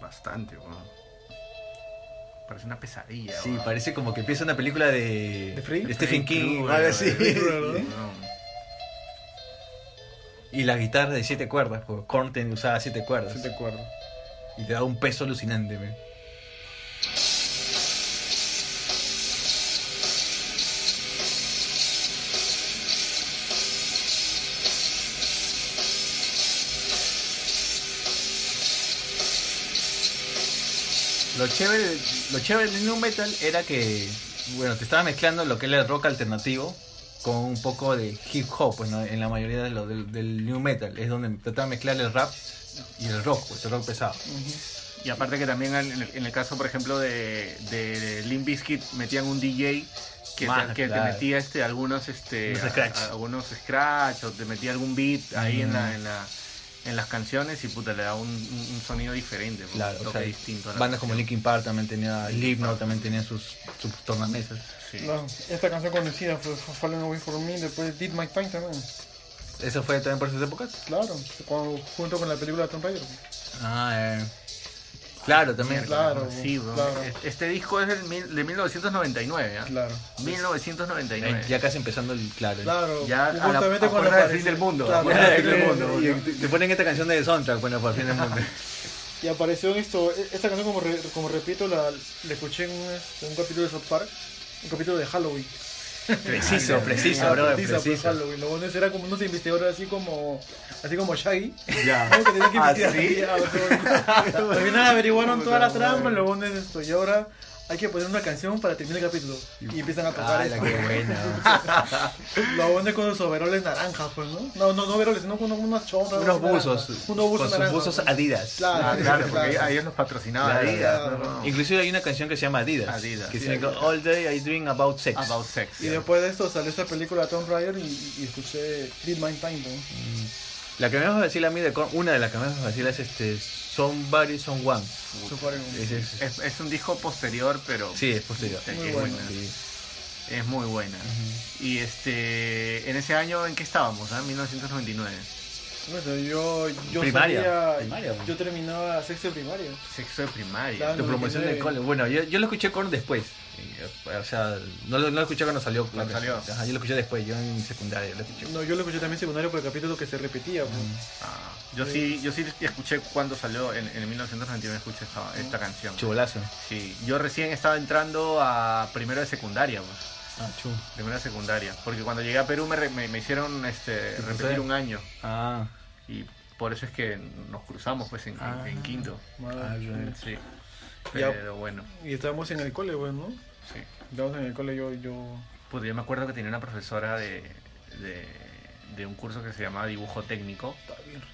A: Bastante, weón. Parece una pesadilla.
B: Sí,
A: weón.
B: parece como que empieza una película de,
C: ¿De Freddy?
B: Stephen King eh. o
A: Krueger,
B: algo así.
A: weón.
C: Krueger,
A: Weón.
B: [LAUGHS] Y la guitarra de siete cuerdas, porque Korn ten- usaba siete cuerdas.
C: Sí, te acuerdo.
B: Y te da un peso alucinante, men. Lo chévere, lo chévere del New Metal era que, bueno, te estaba mezclando lo que era el rock alternativo con un poco de hip hop, pues, ¿no? en la mayoría de lo, del, del New Metal. Es donde trataba de mezclar el rap y el rock, pues, el rock pesado.
A: Y aparte que también en el, en el caso, por ejemplo, de, de, Limp Bizkit metían un DJ que,
B: Más,
A: te, que te
B: claro.
A: metía este, algunos, este,
B: Unos
A: a-
B: scratch.
A: a- algunos scratch o te metía algún beat ahí en,
B: Mm.
A: la, en, la, en las canciones y puta, le da un, un- un sonido diferente, pues,
B: Claro,
A: un
B: o
A: toque
B: sea,
A: distinto. a la
B: bandas como
A: canción.
B: Linkin Park también tenía, Slipknot también tenía sus, sus tornamesas.
A: Sí.
C: No, esta canción conocida fue, fue Falling Away From Me, después Did My Time también.
B: ¿Eso fue también por esas épocas?
C: Claro, cuando- junto con la película de Tomb Raider.
B: Ah, eh. Claro, también.
C: Claro,
A: Sí, bro.
C: claro,
A: Este disco es del mil- de 1999, ¿ah?
C: claro.
A: 1999.
B: Eh, Ya casi empezando el. Claro.
C: Claro,
A: Ya a la-
C: justamente
A: a
C: cuando
A: puerta del
C: apareció-
A: fin del mundo, a
C: [LAUGHS] claro,
A: puerta del
B: Y-
A: fin del mundo,
B: y- te- Te ponen esta canción de soundtrack, bueno, por fin del mundo.
C: Y apareció en esto, e- esta canción como, re- como repito, la, la escuché en un, en un capítulo de South Park, un capítulo de Halloween.
A: [LAUGHS] Preciso, preciso,
C: Ah,
A: bro,
C: putiza, pues,
A: preciso.
C: Halloween. Lo bueno es era como unos investigadores así como así
B: [LAUGHS]
C: como Shaggy.
B: Ya.
C: ¿no? Que tenían que
B: ¿Ah,
C: investigar.
B: sí?
C: Ya, o
B: [LAUGHS]
C: sea, Al final averiguaron
B: Puta
C: toda la trampa,
B: madre.
C: lo bueno es esto. Y ahora hay que poner una canción para terminar el capítulo. Y empiezan a tocar
B: Ah, la
C: esto.
B: que buena.
C: [LAUGHS] Lo bueno es con los overoles naranjas, pues, ¿no? No, no, no overoles, sino con unas chompas.
B: Unos
C: naranjas.
B: buzos.
C: Unos
B: Con
C: buzos
B: sus
C: naranjas,
B: buzos
C: pues.
B: Adidas.
C: Claro,
A: Ah, claro, porque
C: claro.
A: ellos nos patrocinaban
B: Claro,
A: Adidas.
C: claro.
A: ¿no?
B: Inclusive hay una canción que se llama Adidas.
A: Adidas.
B: Que
A: Sí,
B: se llama All Day I Dream About Sex.
A: About sex.
C: Y después de esto salió esta película Tomb Raider y, y escuché Clean Mind Time, ¿no?
B: La que más me vacila a mí, de Korn- una de las que más me vacila es este, Somebody, Someone.
C: Super-
B: Es, es-
A: Es, es un disco posterior, pero
B: sí, es posterior.
A: Sí,
C: Muy
A: es,
C: bueno.
A: buena.
B: Sí.
A: es muy buena. Y este, en ese año, ¿en qué estábamos? ah? 1999.
C: No sé, yo, yo
B: Primaria.
C: salía-
B: Primaria, bueno.
C: yo terminaba sexto de primaria.
A: Sexto de primaria.
C: Claro.
B: Tu promoción del
C: 99.
B: cole. Bueno, yo, yo lo escuché con después. Eh, O sea, no lo, no lo escuché cuando salió.
A: Cuando salió.
B: Ajá, yo lo escuché después, yo en secundaria lo escuché.
C: No, yo lo escuché también secundario por el capítulo que se repetía. pues.
A: Ah, yo sí, yo sí escuché cuando salió en, en 1999 escuché esta, esta canción.
B: Chubolazo.
A: Sí, yo recién estaba entrando a primero de secundaria, pues.
B: Ah, chu.
A: primero de secundaria, porque cuando llegué a Perú me, re- me- me hicieron este
B: Sí, pues,
A: repetir
B: eh.
A: un año
B: Ah,
A: y por eso es que nos cruzamos pues en, en-
B: Ah.
A: en quinto.
B: Ah,
C: Madre.
B: bueno.
A: Sí.
C: Ya.
A: Pero bueno,
C: Y estábamos en el cole, güey, ¿no?
A: sí.
C: Estábamos en el cole, yo, yo...
A: Puta, pues yo me acuerdo que tenía una profesora de, de, de un curso que se llamaba dibujo técnico.
C: Está bien rico.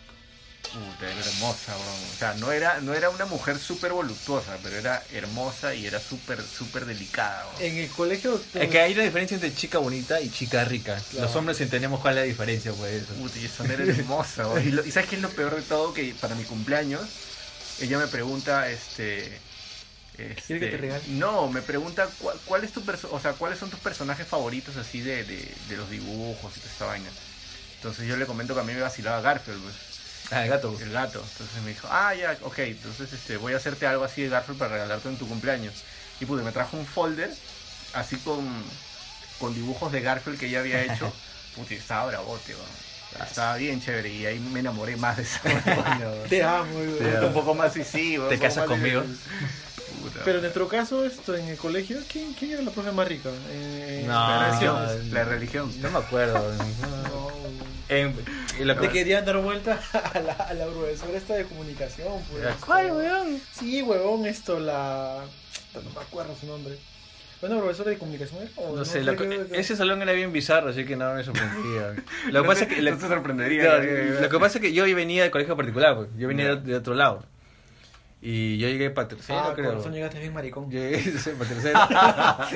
A: Puta, era hermosa, weón. O sea, no era, no era una mujer súper voluptuosa, pero era hermosa y era súper, súper delicada, weón.
C: En el colegio...
A: Pues
C: pues,
B: Es que hay una diferencia entre chica bonita y chica rica.
C: Claro.
B: Los hombres entendemos cuál es la diferencia, pues. eso.
A: Puta, y esa nena era hermosa, weón. Y, lo- y sabes qué es lo peor de todo, que para mi cumpleaños, ella me pregunta, este. este,
C: que te regale?
A: No, me pregunta cuál, cuál es tu perso- o sea, cuáles son tus personajes favoritos así de, de, de los dibujos y toda esta vaina. Entonces yo le comento que a mí me vacilaba Garfield, pues.
B: Ah, el gato.
A: El gato. Entonces me dijo, ah, ya, ok, entonces este, voy a hacerte algo así de Garfield para regalarte en tu cumpleaños. Y pude, me trajo un folder así con, con dibujos de Garfield que ya había
B: [LAUGHS]
A: hecho. Puta, y estaba bravote, weón. Estaba bien chévere y ahí me enamoré más de
B: [LAUGHS]
A: esa vaina, weón.
C: Te amo, güey. pues.
B: Te amo.
A: Un poco más y sí, weón,
B: ¿Te
A: un poco
B: casas
A: más y-
B: conmigo?
A: Puta.
C: Pero en nuestro caso, esto, en el colegio, ¿quién, quién era la profe más rica? Eh,
A: la
B: No.
C: generaciones.
A: religión, la religión.
B: No me
A: [LAUGHS]
B: acuerdo.
C: No, güey.
B: En- en la-
C: Le querían dar vuelta [LAUGHS] a la, a la profesora esta de comunicación, pues.
B: Era,
C: esto. Sí, huevón, esto, la... No me acuerdo su nombre. ¿Una profesora de comunicación era? ¿O
B: No sé, la- eh,
C: Creo que-
B: ese salón era bien bizarro, así que no
A: [LAUGHS]
B: me sorprendía. Lo que
A: No
B: pasa es
A: te-
B: que, la-
A: no te sorprendería. eh.
B: claro,
A: ¿no?
B: lo que pasa es que yo venía de colegio particular, pues, yo venía
A: Ya.
B: de, de otro lado. Y yo llegué para tercero,
C: Ah,
B: creo.
C: con razón llegaste bien maricón.
B: [LAUGHS]
C: [LAUGHS]
B: Llegué sí, para tercero.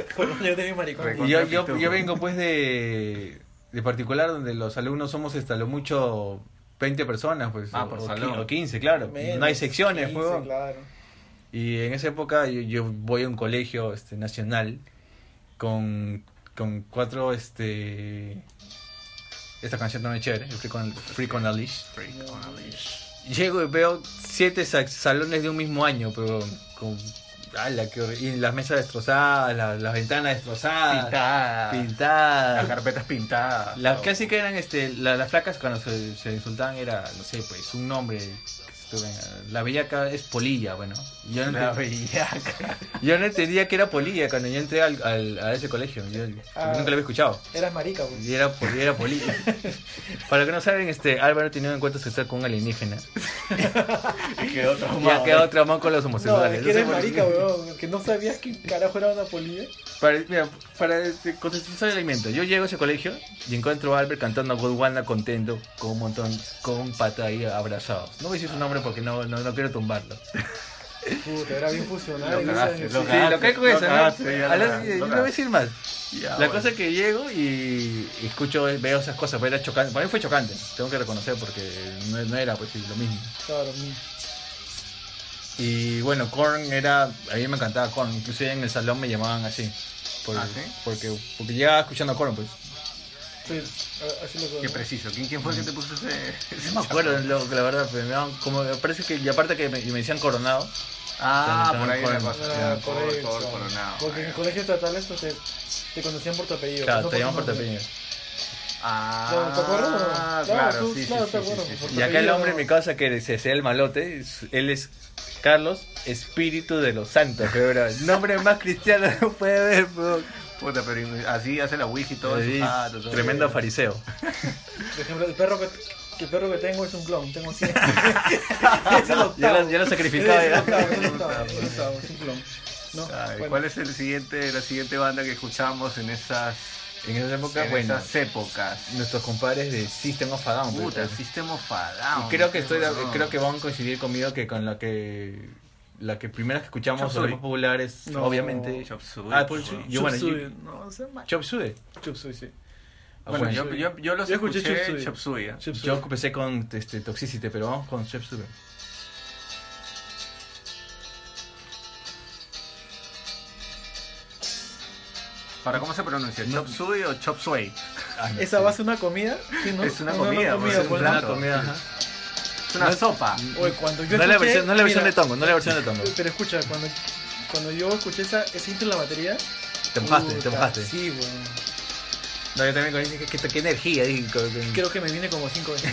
A: [LAUGHS]
C: Con razón llegaste bien
B: y yo,
C: maricón.
B: yo-
A: Recontra
B: yo
A: pituco.
B: vengo pues de, de particular, donde los alumnos somos hasta lo mucho 20 personas, pues.
A: Ah,
B: o-
A: por
B: o
A: salón.
B: qui- O 15, claro.
C: Menos,
B: no hay secciones, pues,
C: 15,
B: huevón.
C: claro.
B: Y en esa época yo, yo voy a un colegio este, nacional con, con cuatro, este... Esta canción no es chévere, el Free con, Free con a Leash.
A: Freak on a leash.
B: Llego y veo siete sa- salones de un mismo año, pero con... ala, qué horri- y las mesas destrozadas, la- las ventanas destrozadas,
A: Pintada. Las
B: pintadas.
A: carpetas pintadas.
B: Las
A: casi
B: casi que eran este, la- las flacas cuando se, se insultaban era, no sé, pues un nombre. que se tuve- La bellaca es polilla, bueno. Yo no [LAUGHS]
A: La
B: entendí-
A: bellaca.
B: Yo no entendía que era polilla cuando yo entré al, al- a ese colegio. Yo
C: Ah.
B: nunca lo había escuchado.
C: Eras marica, pues.
B: Y era, poli- era polilla. Para los que no saben, este Álvaro tenía un encuentro sexual con un alienígena.
A: Quedó
B: Y ha
A: traumado.
B: quedado traumado con los
C: No,
B: homosexuales.
C: es que eres
B: Entonces,
C: marica, weón. Que no sabías que carajo era
B: [LAUGHS]
C: una polilla.
B: para, mira, para este, contextualizar el alimento, yo llego a ese colegio y encuentro a Albert cantando Godwana contento con un montón, con un pata ahí abrazado. No voy a decir su nombre porque no, no, no quiero tumbarlo.
C: Puta, era bien fusionado.
A: Lo
C: en esa-
A: cagaste, lo
C: sí.
B: Sí,
A: cagaste.
B: lo que hay con
A: no
B: eso, ¿no?
A: cagaste, ya
B: A
A: lo
B: la-
A: cagaste,
B: yo
A: lo
B: no voy a decir más.
A: Ya,
B: La
A: bueno.
B: cosa es que llego y escucho, veo esas cosas, pero era chocante. Para mí fue chocante, tengo que reconocer, porque no, no era pues, lo mismo.
C: Claro, mm.
B: Y bueno, Korn era. A mí me encantaba Korn, inclusive en el salón me llamaban así. por-
A: ¿Ah, sí?
B: porque, porque llegaba escuchando Korn, pues.
C: sí, a- así lo
A: Qué
C: conozco.
A: preciso. ¿Quién, quién fue que te puso ese.? ese
B: No
A: chapado?
B: me acuerdo, lo- la verdad, pues, me daban como, me parece que. Y aparte que me, y me decían coronado.
A: Ah,
B: Tan, tan,
A: por ahí
B: cual.
A: la cosa.
C: Ah,
A: Ya,
C: por
A: por-
C: ahí,
A: por
C: claro.
A: coronado. eh.
C: Porque en el colegio estatal esto te, te conocían por tu apellido.
B: Claro,
C: no
B: te llaman por tu
C: nombre.
B: apellido.
A: Ah,
C: Claro, ¿te acuerdas o no? Claro,
A: Claro,
C: tú-
A: sí, sí,
C: claro,
A: sí,
C: te
A: sí,
C: acuerdas,
A: sí,
C: por
A: sí.
B: Y acá el hombre en mi casa que se sea el malote, es- él es Carlos Espíritu de los Santos, pero nombre más cristiano no [LAUGHS] puede haber, bro.
A: [LAUGHS] Puta, pero así hace la wiki y todo.
B: Sí,
A: eso. Ah, todo-
B: tremendo fariseo.
C: Por ejemplo, el perro que, el perro que tengo es un clon, tengo
B: [LAUGHS]
C: 100. es el octavo.
B: Ya lo, ya lo
C: Es
B: sacrificaba.
C: el
B: ya.
C: octavo, es el octavo, es el octavo, es un clon. No,
A: Ay,
C: bueno,
A: ¿Cuál es el siguiente, la siguiente banda que escuchamos en esas,
B: En esa época,
A: en
B: bueno,
A: esas épocas?
B: nuestros compadres de System of a Down.
A: Puta,
B: pues,
A: System of a Down.
B: Y creo que estoy de-
A: No.
B: creo que van a coincidir conmigo que con la que la que primera que escuchamos o
A: Chop
B: la
A: Suey.
B: más popular es
C: No,
B: obviamente
A: Chop Suey,
B: Ah, Paul
A: pues,
B: Suey.
A: ¿no?
B: Yo, bueno,
C: Chupsuy,
B: yo-
C: no, ese es mal.
B: Chop Suey.
C: Chupsuy, sí.
B: Ah,
A: Bueno, yo,
C: Chop
A: yo, yo los
C: Yo escuché
A: escuché,
C: Chop Suey.
A: Chop Suey, ¿eh?
C: Chupsuy.
B: Yo empecé con este Toxicity, pero vamos con Chop Suey.
A: Ahora, ¿cómo se pronuncia?
B: No.
A: ¿Chop Suey o Chop Suey?
B: Ah, no
C: ¿Esa
B: sé.
C: va a ser una comida? Sí, ¿no?
A: Es una
C: No, no, no,
A: comida, o
B: Es
A: sea,
C: pues,
A: un
B: una
A: plato.
B: comida, ajá.
A: Es Mm. una
B: No es-
A: sopa.
C: Oye, cuando yo
B: No es la
C: escuché-
B: versión, no es la versión de
C: mira,
B: Tongo, no es la versión de Tongo.
C: Pero escucha, cuando, cuando yo escuché esa, ese intro de la batería.
B: Te mojaste, te
C: puta,
B: mojaste.
C: Sí, weón.
B: No, yo también con dije que qué energía ahí, con- con-
C: Creo que me viene como cinco veces.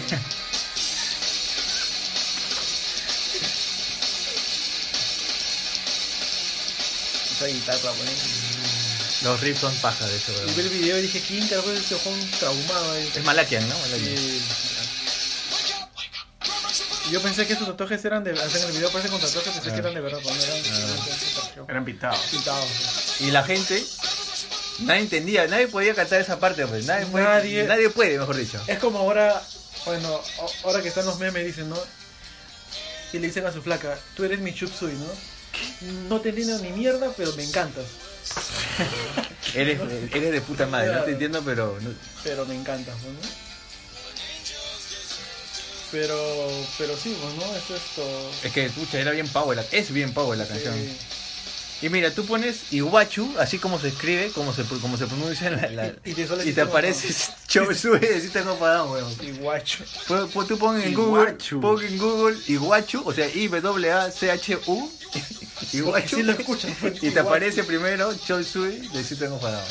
C: Esa guitarra, weón.
B: los riffs son paja de hecho.
C: Y vi el video y dije, ¿quién carajo es ese ojón traumado ahí?
B: Es Malakian, ¿no? Malakian.
C: Y Yo pensé que esos tatuajes eran de. hasta En el video parece con tatuajes, pensé
B: Ah.
C: que eran de verdad, cuando eran
A: Eran pintados.
C: pintados.
B: Y la gente nadie entendía, nadie podía cantar esa parte, pues. Nadie, puede-
C: Nadie-
B: nadie puede, mejor dicho.
C: Es como ahora, bueno, a- ahora que están los memes, dicen, ¿no? Y le dicen a su flaca, tú eres mi chup suey, ¿no? No te entiendo ni mierda, pero me encantas.
B: Eres, eh, eres de puta madre, no te entiendo, pero. no-
C: Pero me encantas, pues, ¿no? Pero, pero sí, pues, ¿no? Eso es todo.
B: Es que, pucha, era bien power, la- es bien power la canción.
C: Sí.
B: Y mira, tú pones Iguachu, así como se escribe, como se, como se pronuncia en la. la-
C: [LAUGHS] Y- y te sale
B: y te
C: System of a
B: aparece [LAUGHS] Chop Suey de System of a Down, weón.
C: Y guacho.
B: Pon- pon- Tú pon en Google,
A: Iguachu.
B: pon en Google Iguachu, o sea, I-W-A-C-H-U, [LAUGHS] Iguachu,
C: Sí lo escuchan, pues,
B: y te
C: Iguachu.
B: aparece primero Chop Suey de System of a Down.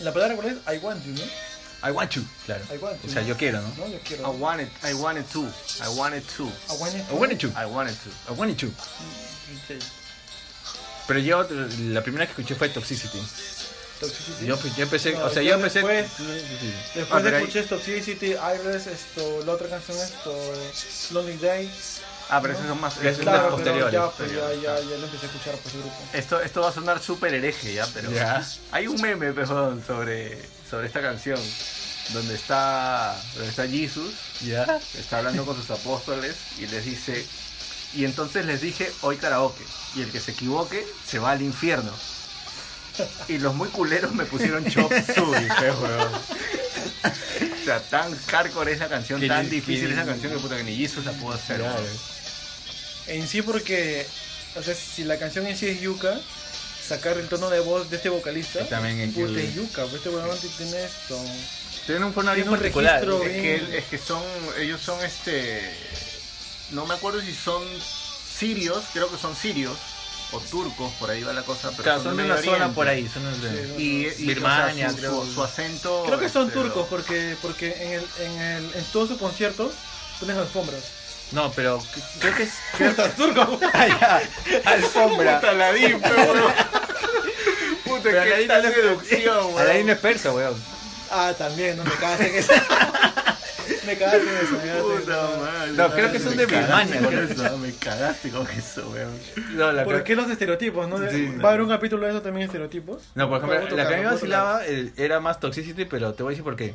C: La palabra cuál es I want you, ¿no?
B: I want you, claro.
C: I want you.
B: O sea, yo quiero, ¿no?
C: No, yo quiero.
A: I wanted, I wanted to. I wanted to.
C: I want it.
B: I want you.
A: I wanted to.
B: I want you.
C: Sí.
B: Pero yo, la primera que escuché fue Toxicity.
C: Toxicity.
B: Yo, pues, yo empecé,
C: No,
B: o sea, yo
C: después-
B: empecé...
C: después- Después
A: Ah, pero ahí-
C: escuché Toxicity, Iris, esto, la otra canción esto, Lonely Day.
A: Ah, pero esos son más.
B: Claro,
A: esos son
B: una
C: Claro,
A: más
C: pero
B: posterior,
C: ya, pues,
A: posterior.
C: ya, ya, ya lo empecé a escuchar por el grupo.
A: Esto, esto va a sonar súper hereje ya, pero.
B: Ya.
A: Hay un meme, perdón, sobre, sobre esta canción. Donde está, donde está Jesus,
B: Ya.
A: está hablando con sus apóstoles y les dice. Y entonces les dije, hoy karaoke. Y el que se equivoque se va al infierno. Y los muy culeros me pusieron Chop [LAUGHS] Suey, pe, huevón. O sea, tan hardcore es la canción,
B: Que
A: tan
B: ni-
A: difícil
B: que-
A: es la canción que puta que ni Jesus la pudo hacer.
B: Claro.
A: huevón.
C: En sí porque, o sea, si la canción en sí es yuca, sacar el tono de voz de este vocalista,
B: Y también en
C: puta,
B: que-
C: es yuca, pues este weón tiene esto.
B: Tienen un fono bien
C: Tiene un
B: particular.
C: registro.
A: Es que, es que son, ellos son este, no me acuerdo si son sirios, creo que son sirios o turcos, por ahí va la cosa, pero
B: Claro, son de
A: Medio
B: una zona
A: Oriente.
B: por ahí. Son de...
C: Sí.
A: Y, y,
B: Birmania,
A: o sea, su-
B: creo.
A: su, su acento.
C: Creo que son
A: este,
C: turcos porque porque en el en el en todos sus conciertos ponen alfombras.
B: No,
C: [LAUGHS]
B: pero creo que es...
C: ¿Estás [LAUGHS] turco?
B: Ah, ya. Alfombra.
A: Puta, la di, pe,
B: [LAUGHS]
A: weón. Puta,
B: Pero
A: qué
B: Alain
A: tal
B: no es- [LAUGHS]
A: seducción, weón.
B: Alain no es persa, weón.
C: Ah, también, no me cagaste en eso. [LAUGHS] me cagaste en eso, me cagaste en
A: Puta
C: eso.
A: madre.
B: No, creo que son de
A: Me cagaste
B: Birmania,
A: con
B: creo.
A: eso, Me cagaste con eso, weón.
B: No, la
C: ¿Por
B: que-
C: qué los estereotipos? ¿no?
B: Sí.
C: ¿Va a haber un capítulo de eso también, estereotipos?
B: No, por
C: Vamos a
B: ejemplo, la que a mí me
C: tocarlo, vamos
B: vacilaba el- era más Toxicity, pero te voy a decir por qué.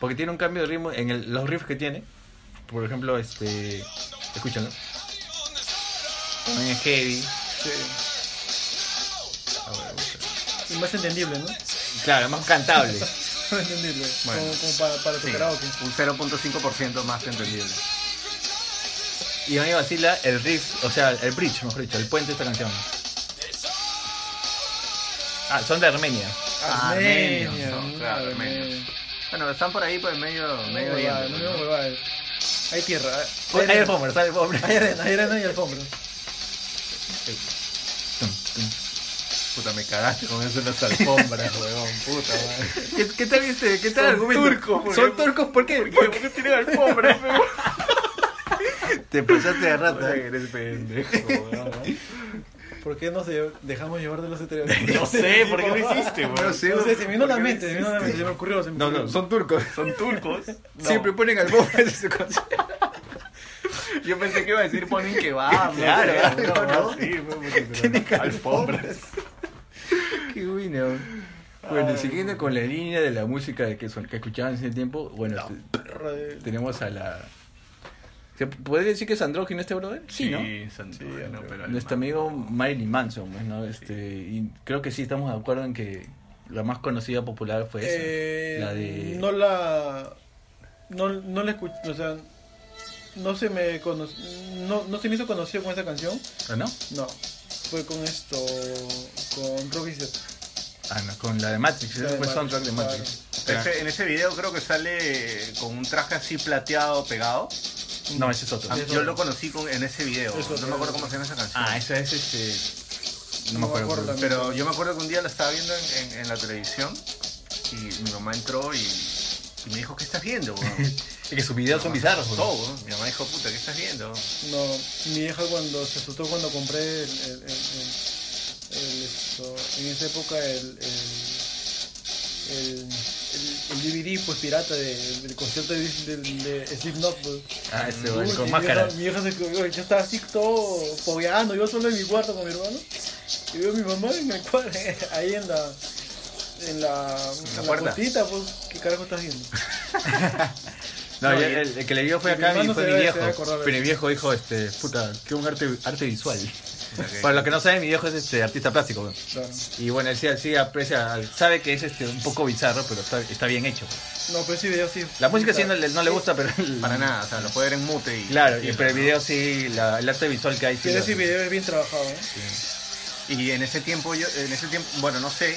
B: Porque tiene un cambio de ritmo en el- los riffs que tiene. Por ejemplo, este... Escúchalo. También es heavy.
C: a tocarlo. Sí. Y más entendible, ¿no? [LAUGHS]
B: Claro, más cantable.
C: Más entendible.
A: Bueno.
C: Como, como para, para tu
A: Sí,
C: karaoke.
A: un 0.5% más que entendible.
B: Y a mí me vacila el riff, o sea, el bridge, mejor dicho, el puente de esta canción. Ah, son de Armenia. Ah,
A: Armenios, son,
C: ¿no?
A: claro, armenios. Bueno, están por ahí, pues medio, medio
C: Medio
A: oriente,
C: huevada,
A: pues,
C: medio
A: ¿no?
C: huevada. Hay tierra. hay-
B: Oh, Hay
C: Hay
B: alfombra, sale alfombra.
C: hay arena, hay arena y alfombra.
B: Tum, tum.
A: Puta, me cagaste con eso en las [LAUGHS] alfombras, weón. Puta, madre.
B: ¿Qué, qué tal este? ¿Qué tal
A: Son
B: el argumento?
A: turcos, ¿por
B: ¿Son
A: qué?
B: turcos? ¿Por qué?
A: ¿Por qué tienen [LAUGHS] alfombras,
B: Te pasaste de ¿eh?
A: Puta, que eres pendejo, weón.
C: ¿Por qué nos de- dejamos llevar
B: [LAUGHS]
C: de los estereotipos?
B: No sé, ¿por
A: [LAUGHS]
B: qué lo hiciste,
A: No
B: weón?
A: sé,
C: [LAUGHS] No sé, se me vino a la
A: ¿por qué
C: mente, se me vino a la mente, se me ocurrió. se me
B: No,
C: ocurrió.
B: no, son turcos.
A: Son turcos. No.
B: Siempre ponen al pobre en su cosa.
A: Yo pensé que iba a decir ponen que va.
B: Claro,
A: no,
B: claro,
A: Sí, [LAUGHS] Tiene alfombras.
B: [LAUGHS] Qué bueno. Bueno, siguiendo con la línea de la música de que, son, que escuchaban en ese tiempo, bueno, te-
C: Perra de-
B: tenemos a la... ¿Se podría decir que es andrógino este brother? Sí, ¿no?
A: Sí, son turcos, no, pero
B: Nuestro
A: alemán.
B: amigo Marilyn Manson, pues, ¿no? Este, y creo que sí estamos de acuerdo en que la más conocida popular fue esa.
C: Eh,
B: la de...
C: No la. No, no la escuché, o sea. No se me cono- no, no se me hizo conocido con esta canción.
B: ¿Ah, no?
C: No. Fue con esto. Con Rocky Set.
B: Ah, no, con la de Matrix.
C: La
B: esa
C: de
B: fue
C: Matrix,
B: soundtrack de
C: claro.
B: Matrix.
A: Ese- Este, en ese video creo que sale con un traje así plateado pegado.
B: No, ese es otro.
A: Ah,
C: Sí, eso.
A: Yo lo conocí con, en ese video.
C: Eso,
A: no me acuerdo cómo se llama esa canción.
B: Ah, esa es este... No me
C: No me
B: acuerdo.
C: acuerdo.
A: Pero yo me acuerdo que un día la estaba viendo en, en- en la televisión y mi mamá entró y, y me dijo, ¿qué estás viendo?
B: [LAUGHS]
A: weón?"
B: Es que sus videos son
A: Mi mamá
B: bizarros.
A: se
B: pues.
A: asustó, weón. Mi mamá dijo, puta, ¿qué estás viendo?
C: No, mi hija cuando se asustó cuando compré el, el, el- el- el esto, en esa época el, el, el, el- el DVD pues pirata de- del concierto de, de, de Slipknot, pues.
B: Ah, ese
C: Uy,
B: bueno, con
C: mi
B: máscara.
C: Hija, mi hija se yo, yo estaba así todo fogueando, yo solo en mi cuarto con mi hermano. Y veo a mi mamá en el cuadro, [LAUGHS] ahí en la en la, en la
A: puerta.
C: puertita, pues, ¿qué carajo
B: [LAUGHS]
C: estás viendo?
B: No,
A: No,
B: yo-
A: y-
B: el, el que le vio fue
C: y mi
B: acá y
C: hermano
B: fue
C: se
B: mi
C: va- se va a
B: viejo.
C: acordar de
B: Pero mi
C: eso.
B: viejo dijo, este, puta, que un arte, arte visual.
A: Ok.
B: Para los que no saben, mi viejo es este artista plástico. weón.
C: Claro.
B: Y bueno, él sí, sí aprecia, sabe que es este un poco bizarro, pero está, está bien hecho.
C: No, pero ese video sí.
B: La música sí no le, no le gusta, pero [LAUGHS] el-
A: Para nada, o sea, lo puede ver en mute y...
B: Claro,
A: y,
B: y, pero el video sí, la- el arte visual que hay sí.
C: Sí,
B: lo-
C: ese video es bien trabajado, ¿eh?
A: Y en ese tiempo, yo, en ese tiempo, bueno, no sé,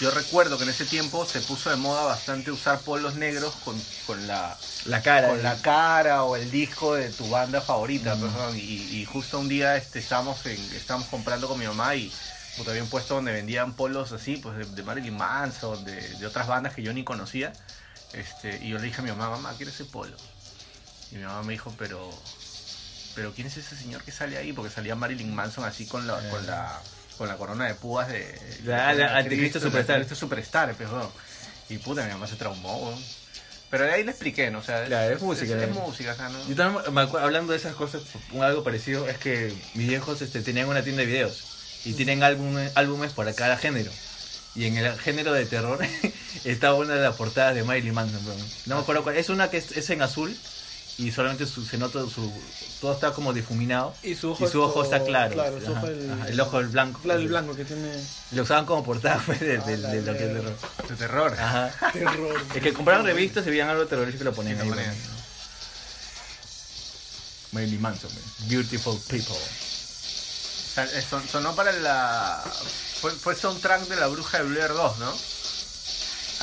A: yo recuerdo que en ese tiempo se puso de moda bastante usar polos negros con, con la...
B: La cara. Mm.
A: con la cara o el disco de tu banda favorita. pues, ¿no? y, y justo un día este, estábamos, en, estábamos comprando con mi mamá y puta, había un puesto donde vendían polos así, pues de, de Marilyn Manson, de, de otras bandas que yo ni conocía. Este, y yo le dije a mi mamá, mamá, quiero ese polo. Y mi mamá me dijo, pero... Pero ¿quién es ese señor que sale ahí? Porque salía Marilyn Manson así con la,
B: Eh.
A: con la, con la corona de púas de...
B: La- la- Anticristo Superstar.
A: Anticristo Superstar, pues, weón. Y puta, mi mamá se traumó, weón. Pero de ahí le expliqué, ¿no? O sea,
B: Claro, es música,
A: Es,
B: ¿no?
A: música, o sea, ¿no?
B: Yo también me acuerdo, hablando de esas cosas, un- algo parecido es que mis viejos este, tenían una tienda de videos y tienen álbumes, álbumes para cada género. Y en el género de terror [LAUGHS] estaba una de las portadas de Marilyn Manson. weón. No me acuerdo cuál. Es una que es, es en azul y solamente su, se nota su. Todo está como difuminado.
C: Y su ojo,
B: Y su ojo
C: esto-
B: está claro.
C: Claro, su
B: Ajá,
C: ojo el,
B: ajá, el ojo el blanco.
C: Claro, el blanco que tiene
B: Lo usaban como portada [LAUGHS] pues, de, de-
C: Ah, la
B: de lo que es
C: mierda.
B: terror.
A: De terror.
B: Ajá.
C: terror.
B: Es que compraron revistas y veían algo terrorífico y lo ponían
A: Sí, lo
B: ahí.
A: ponían.
B: weón. Marilyn Manson, weón. Beautiful People.
A: O sea, eh, son- sonó para la. Fue, fue soundtrack de la bruja de Blair 2, ¿no?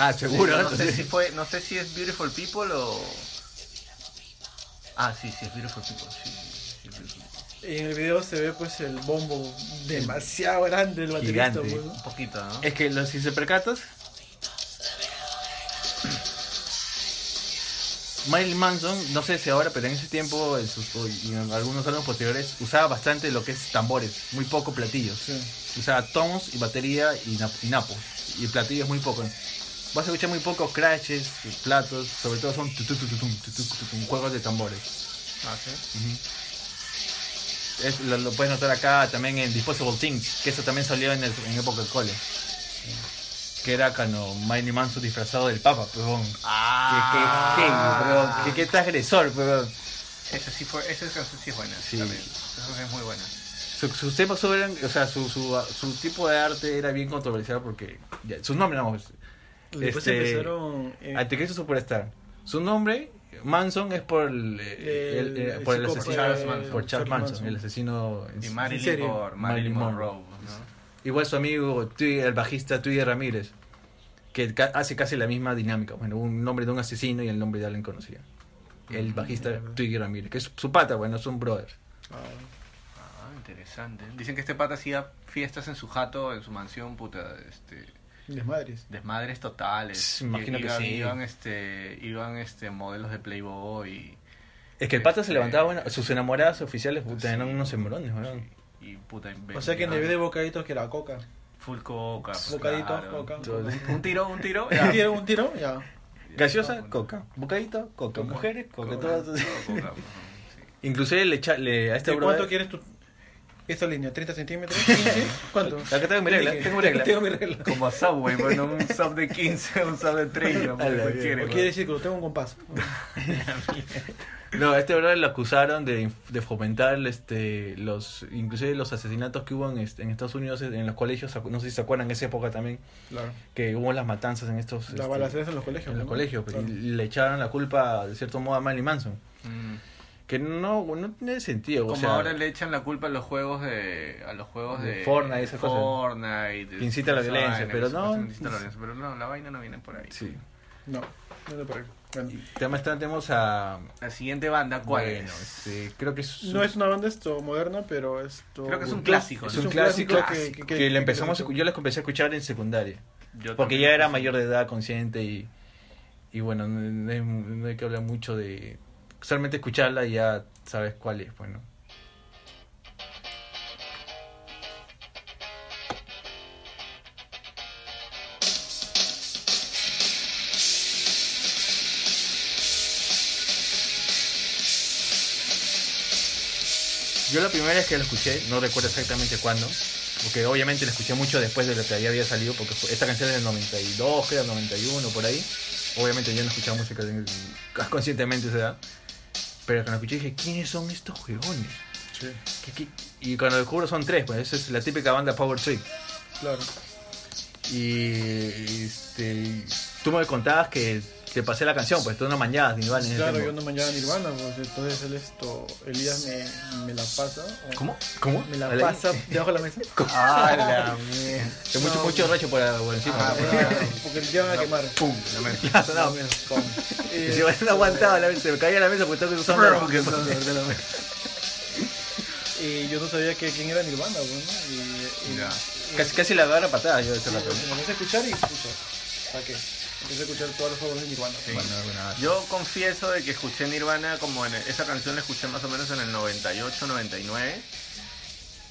B: Ah, seguro.
A: No, sé
B: entonces-
A: si fue, no sé si es Beautiful People o. Ah, sí, sí, es Beautiful People. Sí, sí, es Beautiful People.
C: Y en el video se ve pues el bombo demasiado grande el baterista,
B: Gigante.
C: pues.
A: Un poquito, ¿no?
B: Es que lo- si se percatas. Marilyn Manson, no sé si ahora, pero en ese tiempo en sus- y en algunos años posteriores usaba bastante lo que es tambores, muy poco platillos.
C: Sí.
B: Usaba tomos y batería y, nap- y napos. Y platillos muy poco. Vas a escuchar muy pocos crashes, platos, sobre todo son tu- tu- tu- tu- tum, tu- tu- tu- tum, juegos de tambores.
A: Ah, sí.
B: Ujú. Es- lo, lo puedes notar acá también en Disposable Things, que eso también salió en, el- en época del cole. Que era cuando Miley Manson disfrazado del Papa, perdón.
A: Ah,
B: que, que, heavy, perdón. Que, que está agresor, perdón.
A: Esa sí fue, esa canción sí es buena.
B: Sí.
A: También. Esa canción es muy buena.
B: Su- sus temas eran, o sea, su, su, su tipo de arte era bien controversial porque ya, su nombre no
C: Después
B: Este,
C: empezaron. eh,
B: Anticristo Superstar. Su nombre, Manson, es por el, eh, el- el-
C: el
B: por el
C: psicópata,
B: asesino.
A: Charles
C: eh,
A: Manson.
B: Por Charles Manson, el asesino. en-
A: Y
C: ¿En
A: Marilyn
C: serio?
A: por Marilyn
B: Marilyn
A: Monroe,
B: Monroe.
A: ¿no?
B: Igual su amigo, Tui- el bajista Tweedy Ramírez, que ca- hace casi la misma dinámica. Bueno, un nombre de un asesino y el nombre de alguien conocido. El bajista Tweedy Ramírez, que es su pata, bueno, es un brother.
C: ah,
A: Ah, interesante. Dicen que este pata hacía fiestas en su jato, en su mansión, puta, este.
C: Desmadres.
A: desmadres totales.
B: Sí, imagino
A: I-
B: que
A: iban,
B: sí.
A: Iban este, iban este modelos de Playboy.
B: Es que el pata se levantaba, bueno, sus enamoradas oficiales puta, eran unos hembrones, ¿verdad?
A: Y puta,
C: O sea que en
A: vendía
C: vez de bocaditos que era coca.
A: Full coca. pues,
C: Bocaditos,
A: claro.
C: coca.
B: Entonces-
A: Un tiro, un tiro.
C: Un [LAUGHS]
A: ya.
C: tiro, un tiro, ya.
B: Gaseosa,
A: Bueno.
B: coca. Bocadito, coca.
C: Coca.
B: Mujeres, coca.
C: Coca.
B: Todas. [LAUGHS]
A: Coca,
C: [LAUGHS]
A: pues, sí.
B: Inclusive le echa, le, a este
C: ¿De cuánto
B: brother...
C: quieres tu... esta línea? ¿30
B: [LAUGHS]
C: centímetros? ¿15? ¿Cuánto?
B: Acá tengo mi regla, tengo mi regla.
C: [LAUGHS] Tengo mi regla.
A: Como a Subway, bueno, un sub de 15, un sub de pues. 30,
B: A
A: porque
B: la mierda.
A: quiere.
C: O
A: ¿no?
C: quiere decir que lo tengo un compás.
B: No, a este brother lo acusaron de, de fomentar este los inclusive los asesinatos que hubo en, este- en Estados Unidos en los colegios, no sé si se acuerdan en esa época también
C: Claro.
B: que hubo las matanzas en estos este,
C: Las balaceras en los colegios.
B: en los
C: ¿no?
B: colegios pues,
C: Claro.
B: y le echaron la culpa de cierto modo a Marilyn Manson,
A: Mm.
B: que no no tiene sentido,
A: Como
B: o sea,
A: ahora le echan la culpa a los juegos de. a los juegos
B: De
A: de.
B: Fortnite, esas cosas.
A: Fortnite,
B: Que incita a la
A: esa
B: violencia,
A: vaina,
B: pero
A: esa
B: no. pues.
A: cosa que incita a la violencia, pero no, la vaina no viene por ahí.
B: sí.
C: No, no lo paré. Bueno.
B: Y además tenemos a
A: La siguiente banda, ¿cuál
B: bueno,
A: es?
B: este, creo que es
C: No es una banda esto moderna, pero esto.
A: Creo que es un clásico,
B: es
A: ¿no?
B: un clásico,
C: que-
B: que,
C: que-
B: lo
C: que-
B: empezamos a
C: que-
B: escu- yo lo empecé a escuchar en secundaria.
A: Yo
B: Porque
A: también
B: ya era
A: pensé. [LAUGHS]
B: mayor de edad, consciente y, y bueno, no, no hay, no hay que hablar mucho de... Solamente escucharla y ya sabes cuál es, bueno. Yo la primera vez que la escuché, no recuerdo exactamente cuándo, porque obviamente la escuché mucho después de lo que ya había salido, porque fue- esta canción es del 92, creo, 91, por ahí. Obviamente yo no escuchaba música de- conscientemente a esa edad. Pero cuando la escuché dije, ¿quiénes son estos juegones?
C: Sí,
B: ¿Qué- qué? Y cuando lo descubro son tres, pues esa es la típica banda Power Trip.
C: claro.
B: Y este, tú me contabas que te pasé la canción, pues tú no mañabas ni vale. en ese
C: Claro, yo
B: tiempo.
C: no mañana Nirvana, pues entonces él esto. Elías me, me la pasa. o-
B: ¿Cómo? ¿Cómo?
C: Me la
B: ¿Ale? [LAUGHS]
C: pasa debajo de la mesa.
A: ¡Ah, la mierda!
B: Es mucho,
C: No.
B: mucho racho por, por encima. [LAUGHS]
A: Ah,
B: ¿no?
A: bueno.
C: Porque ya van a quemar.
A: ¡Pum! La mierda.
B: Ya, sonaba.
A: pues,
C: Con-
B: Y
C: eh,
B: se me- no aguantaba la mesa, se me caía la mesa porque tengo que usar
A: Bro,
B: la-
C: [LAUGHS]
A: que son-
C: Y yo no sabía que quién era Nirvana, pues, ¿no? Y, y-
A: Ya.
C: y-
B: Casi, casi la agarra patada yo de ese
C: y-
B: rato.
C: y Comencé a escuchar y pucha, ¿Para qué? Empecé a escuchar todos los favores de Nirvana.
B: Bueno, bueno, yo-
A: Yo confieso de que escuché Nirvana como en esa canción la escuché más o menos en el 98, 99,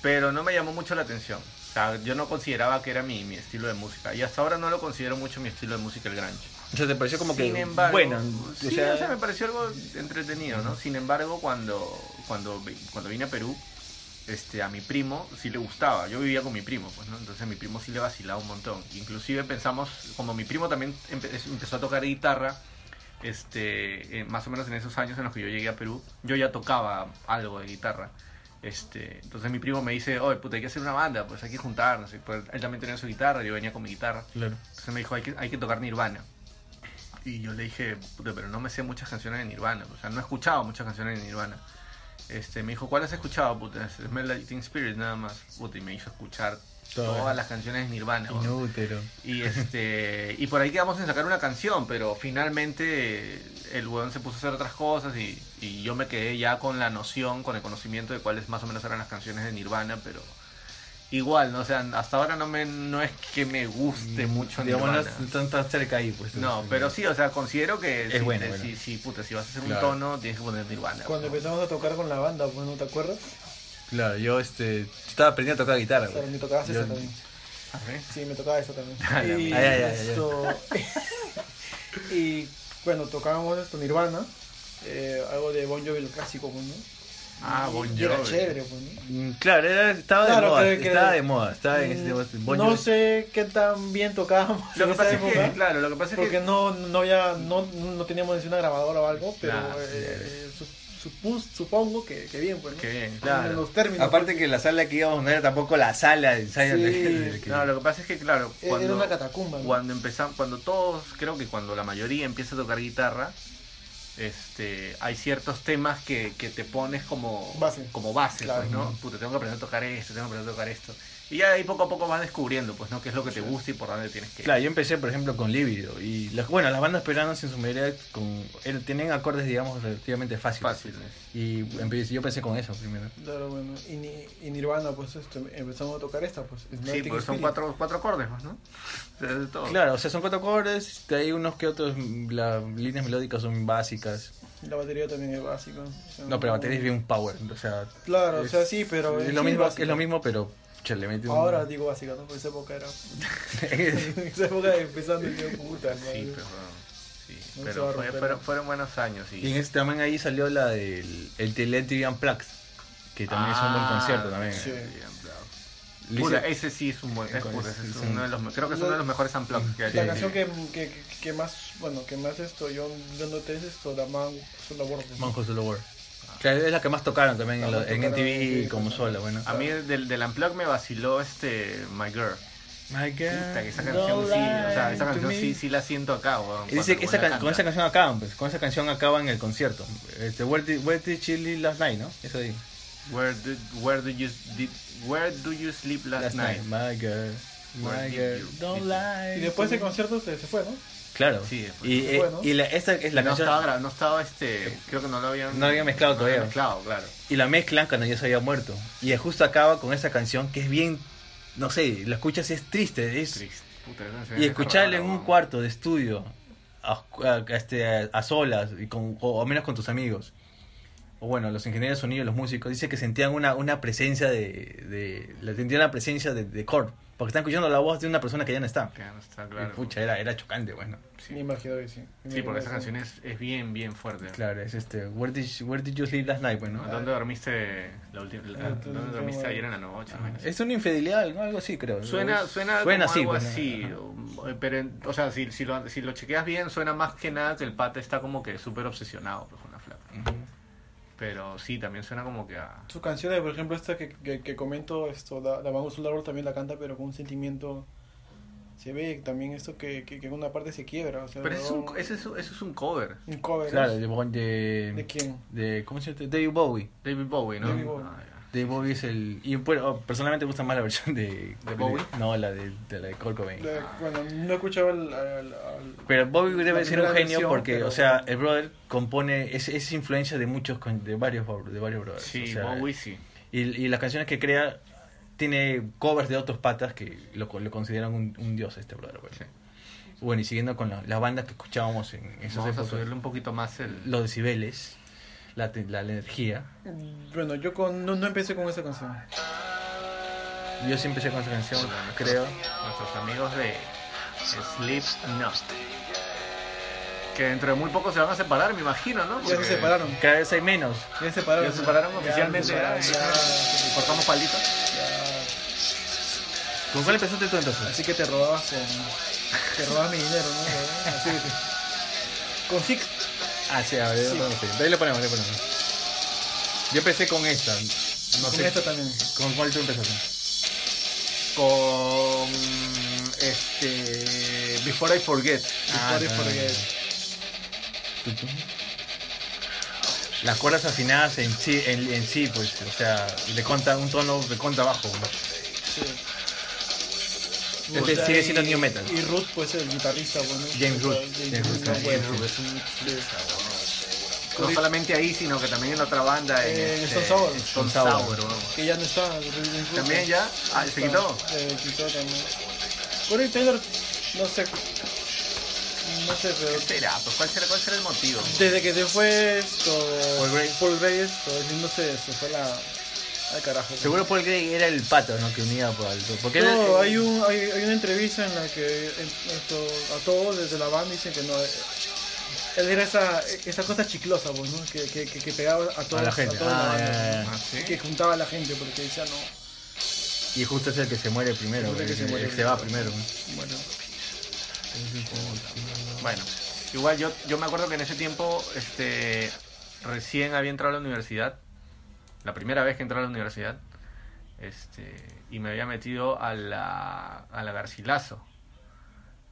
A: pero no me llamó mucho la atención. O sea, yo no consideraba que era mi, mi estilo de música y hasta ahora no lo considero mucho mi estilo de música el grunge.
B: O sea, te pareció como que
A: Sin embargo,
B: bueno,
A: sí,
B: o sea,
A: o sea, me pareció algo entretenido, ¿no? Sin embargo, cuando cuando vi- cuando vine a Perú, este a mi primo sí le gustaba. Yo vivía con mi primo, pues, ¿no? Entonces a mi primo sí le vacilaba un montón. Inclusive pensamos, como mi primo también empe- es- empezó a tocar guitarra, este eh, más o menos en esos años en los que yo llegué a Perú, yo ya tocaba algo de guitarra. Este, entonces mi primo me dice, oye, puta, hay que hacer una banda, pues hay que juntarnos. Y, pues, él también tenía su guitarra, yo venía con mi guitarra.
B: claro.
A: Entonces me dijo, hay que, hay que tocar Nirvana. Y yo le dije, "Puta, pero no me sé muchas canciones de Nirvana. O sea, no he escuchado muchas canciones de Nirvana. Este, me dijo, ¿cuál has escuchado? Puta, Smell Like Teen Spirit, nada más. Puta, y me hizo escuchar
B: Todas.
A: todas las canciones de Nirvana. weón.
B: Inútero.
A: Y este y por ahí quedamos en sacar una canción, pero finalmente el weón se puso a hacer otras cosas y, y yo me quedé ya con la noción, con el conocimiento de cuáles más o menos eran las canciones de Nirvana, pero igual, ¿no? O sea, hasta ahora no me no es que me guste mucho
B: Mm, Digamos, no
A: Nirvana.
B: es tan, tan cerca ahí, pues.
A: No, pero sí, o sea, considero que
B: Es
A: si,
B: bueno,
A: te-
B: bueno.
A: Si, si, puta, si vas a hacer
B: Claro.
A: un tono, tienes que poner Nirvana.
C: Cuando
A: weón.
C: empezamos a tocar con la banda, pues, ¿no te acuerdas?
B: Claro, yo este estaba aprendiendo a tocar guitarra.
C: Claro,
B: güey.
C: me tocabas
B: Yo-
C: esa también.
A: Ah, ¿sí?
C: Sí, me tocaba eso también.
A: [LAUGHS] Ah, la
C: y,
B: mierda. Ay, ay, ay, ay.
C: esto... [LAUGHS] y bueno, tocábamos esto Nirvana, eh, algo de Bon Jovi, el clásico, pues, ¿no?
A: Ah, Bon
C: Y era
A: Jovi.
C: chévere, pues, ¿no?
B: Mm, Claro, era, estaba de
C: Claro,
B: moda,
C: creo que-
B: estaba de moda, estaba en
A: este
C: Mm,
B: ese
C: no sé qué tan bien tocábamos
A: Lo
C: en
A: que
C: esa
A: pasa es
C: época,
A: que, claro, lo que pasa es
C: porque
A: que
C: no, no, había, no, no teníamos ni una grabadora o algo, pero
A: Claro,
C: eh, su- supus- supongo que, que bien, pues, ¿no?
A: que bien,
B: claro.
C: En los términos. pues,
B: Aparte que la sala que íbamos no era tampoco la sala [LAUGHS] de ensayo
C: Sí.
B: del- del- que-
A: No, lo que pasa es que claro,
C: Eh,
A: cuando
C: era una catacumba. ¿no?
A: cuando empezamos, cuando todos, creo que cuando la mayoría empieza a tocar guitarra, este, hay ciertos temas que, que te pones como
C: Base.
A: como base,
C: Claro.
A: pues, ¿no? Puta, tengo que aprender a tocar esto, tengo que aprender a tocar esto. Y ya ahí poco a poco vas descubriendo, pues, ¿no? Qué es lo que te gusta y por dónde tienes que ir.
B: Claro, yo empecé, por ejemplo, con Líbido. Y las, bueno, las bandas peruanas en su mayoría con, er- tienen acordes, digamos, relativamente fáciles.
A: Fácil. ¿eh?
B: Y empecé, yo empecé con eso primero.
C: Claro, bueno, y, ni- y Nirvana, pues esto, empezamos a tocar esta, pues.
A: Sí,
C: Smelting
A: porque son
C: Spirit.
A: cuatro, cuatro acordes, pues, ¿no? O sea, de todo.
B: Claro, o sea, son cuatro acordes, hay unos que otros, mm, las líneas melódicas son básicas, básicas.
C: La batería también es básica. o sea,
B: No, pero la batería es bien power. O sea,
C: Claro,
B: es-
C: o sea, sí, pero
B: es lo,
C: sí
B: mismo,
C: básica.
B: es lo mismo, pero che, le metes un- [LAUGHS]
C: Ahora digo básica, ¿no? Por esa
A: [LAUGHS]
C: época era. [LAUGHS] en esa época empezando y yo, puta,
A: Sí,
C: madre.
A: pero, sí,
C: No se va
A: pero
C: a
A: fue-
C: romper.
A: fueron, fueron buenos años.
B: Y en este también ahí salió la del el Teletrian Unplugged, que también es un
A: Ah,
B: buen concierto también.
C: sí.
B: Le
A: Puta,
B: hice-
A: ese sí es un buen. es
B: Con
A: puta,
B: ese
A: ese es
B: sí.
A: uno de los me- creo que es uno de los mejores unplugged que ha
C: La
A: hecho.
C: canción que, que, que más, bueno, que más esto, yo, yo noté es esto, la man, solo bordo.
B: Manjo Solo World. Claro, es la que más tocaron también en,
C: La
B: la-
C: más
B: en
C: tocaron,
B: MTV
C: sí,
B: como
C: pues,
B: sola, bueno.
A: A mí del, del unplugged me vaciló este My Girl.
B: My God,
A: Puta, que esa
B: no
A: canción sí, o sea,
B: lie
A: esa
B: to
A: canción
B: me.
A: sí, sí la siento acá, weón.
B: Y
A: cuando
B: Dice que esa
A: buena
B: can- con
A: canta.
B: esa canción acaban, pues, con esa canción acaban el concierto. Este, Where did, where did she live last night, ¿no? Eso digo.
A: Where do, where do you did, where do you sleep last, night?
B: My girl,
A: Where
B: my
A: did
B: girl,
A: you-
B: don't
A: did you-
B: lie.
C: Y después
B: to
C: del
B: me.
C: concierto se, se fue, ¿no?
B: Claro.
A: Sí, después.
B: y eh,
C: Bueno.
B: y la, esta es la
A: no
B: canción.
A: estaba gra- no estaba este, creo que no lo habían
B: No habían mezclado
A: no lo habían
B: todavía.
A: mezclado, claro.
B: Y la mezclan cuando ya se había muerto. Y justo acaba con esa canción que es bien. No sé, la escuchas y es triste. Es,
A: Triste. Puta, esa canción
B: y
A: es
B: escucharla
A: rara,
B: en un
A: weón.
B: cuarto de estudio, a, a- este, a- a solas, y con, o, al menos con tus amigos. O bueno, los ingenieros de sonido, los músicos, dice que sentían una, una presencia de, de- la- Sentían la presencia de, de Korn, porque están escuchando la voz de una persona que ya no está.
A: Que no está
B: Y
A: claro.
B: pucha, era, era chocante, bueno.
A: Sí.
C: Me imagino que sí. Me
A: Sí,
C: imagino
A: porque
C: que
A: esa
C: sí.
A: canción es, es bien, bien fuerte.
B: Claro, es este. Where did, where did you sleep last night? Bueno,
A: ¿No? ¿Dónde dormiste la última la-
C: Ah, tú-
A: ¿Dónde
C: tú-
A: dormiste ayer en la noche?
B: Ah,
A: Bueno, sí.
B: es una infidelidad, ¿no? Algo así, creo.
A: Suena,
B: Es-
A: suena,
B: suena
A: como
B: así,
A: algo
B: bueno,
A: así,
B: ajá.
A: o- pero, en- o sea, si, si, lo, si lo chequeas bien, suena más que nada que el pata está como que súper obsesionado pues, con la flaca.
B: Ujú.
A: Pero sí, también suena como que a...
C: Sus canciones, eh, por ejemplo, esta que, que, que comento, esto, la, la Van Solar también la canta, pero con un sentimiento. Se ve también esto que, que, que en una parte se quiebra. O sea,
A: Pero ese es un,
C: no-
A: ese es, un- ese es un cover,
C: un cover.
B: Claro,
C: ¿no?
B: de, Bon- de,
C: ¿De quién?
B: de- ¿Cómo se llama? David Bowie.
A: David Bowie, ¿no?
C: David Bowie.
A: Ah, ya.
B: David Bowie es el. Y bueno, oh, personalmente me gusta más la versión de.
A: ¿De Bowie?
B: no, la de, de la de Kurt Cobain.
C: De- bueno, no escuchaba el. al- al-
B: Pero Bowie
C: la
B: debe ser un
C: primera
B: genio
C: versión,
B: porque,
C: pero-
B: o sea, el brother compone. Es, es influencia de muchos. con- de varios bro- de varios brothers.
A: Sí,
B: Pues, o sea,
A: Bowie sí.
B: Y, y las canciones que crea. Tiene covers de otros patas que lo, lo consideran un, un dios este brother. pues.
A: Sí.
B: Bueno, y siguiendo con la- las bandas que escuchábamos en esas
A: Vamos a
B: épocas.
A: subirle un poquito más el...
B: Los decibeles, la, te- la- la energía.
C: Bueno, yo con, no, no empecé con esa canción.
B: Yo sí empecé con esa canción, creo.
A: Nuestros amigos de Sleep Not. Que dentro de muy poco se van a separar, me imagino, ¿no?
C: Ya se
A: Porque-
C: separaron.
B: Cada vez hay menos.
C: Ya se separaron.
A: Ya se separaron
C: Ya,
A: oficialmente, ah,
C: ya,
A: ya,
C: ya,
A: cortamos palitos.
C: ya.
B: ¿Con cuál empezaste tú entonces?
C: Ah, Así que te robabas con. Te robabas mi dinero, ¿no? Así que te- Con Six.
B: Ah, sí, a ver,
C: Sí.
B: no sé. De ahí le ponemos, le ponemos. Yo empecé con esta. No
C: con
B: sé.
C: esta también.
B: ¿Con cuál tú empezaste?
A: Con este Before I Forget.
B: Ah,
C: Before I
B: no.
C: Forget.
B: ¿Tú, tú? Las cuerdas afinadas en sí, en, en sí, pues, o sea, le conta un tono de conta bajo.
C: Sí.
B: Este
C: Puta,
B: sigue
C: y-
B: siendo new metal.
C: Y Ruth, pues el guitarrista, bueno.
B: James Root. James Root,
C: no,
B: sí,
C: bueno.
B: James Root.
A: Es un- No solamente ahí, sino que también en otra banda. En
C: Eh, en
A: este,
C: Stone Sour.
A: en Stone
B: Stone
A: Sour,
B: Sour.
A: weón.
C: Que ya no está. James Root.
A: También ya. Ah, se
C: Está,
A: quitó.
C: Se quitó también. Corey Taylor, no sé. No sé, pero.
A: ¿Qué será? Pues, ¿Cuál será, cuál será el motivo?
C: Desde que se fue esto.
B: Paul Gray.
C: Paul Gray, esto. No sé, se fue la. Al carajo.
B: Seguro Paul Gray era el pato, ¿no? Que unía pues, al... Porque era-
C: No, hay, un, hay, hay una entrevista en la que eh, esto, a todos desde la banda dicen que no. eh, Él era esa, esa cosa chiclosa, pues, ¿no? Que, que, que, que pegaba a todos
B: A la gente.
C: toda la
B: Ah,
C: banda,
B: ya, ya,
C: ¿no?
A: ya. Ah, ¿sí?
C: Que juntaba a la gente porque decía no.
B: Y justo es el que se muere primero,
C: Seguro
B: el
C: que
B: que
C: se muere
B: el que se va primero.
C: Bueno,
A: Bueno, igual yo, yo me acuerdo que en ese tiempo este, recién había entrado a la universidad, la primera vez que entré a la universidad, este, y me había metido a la, a la Garcilaso.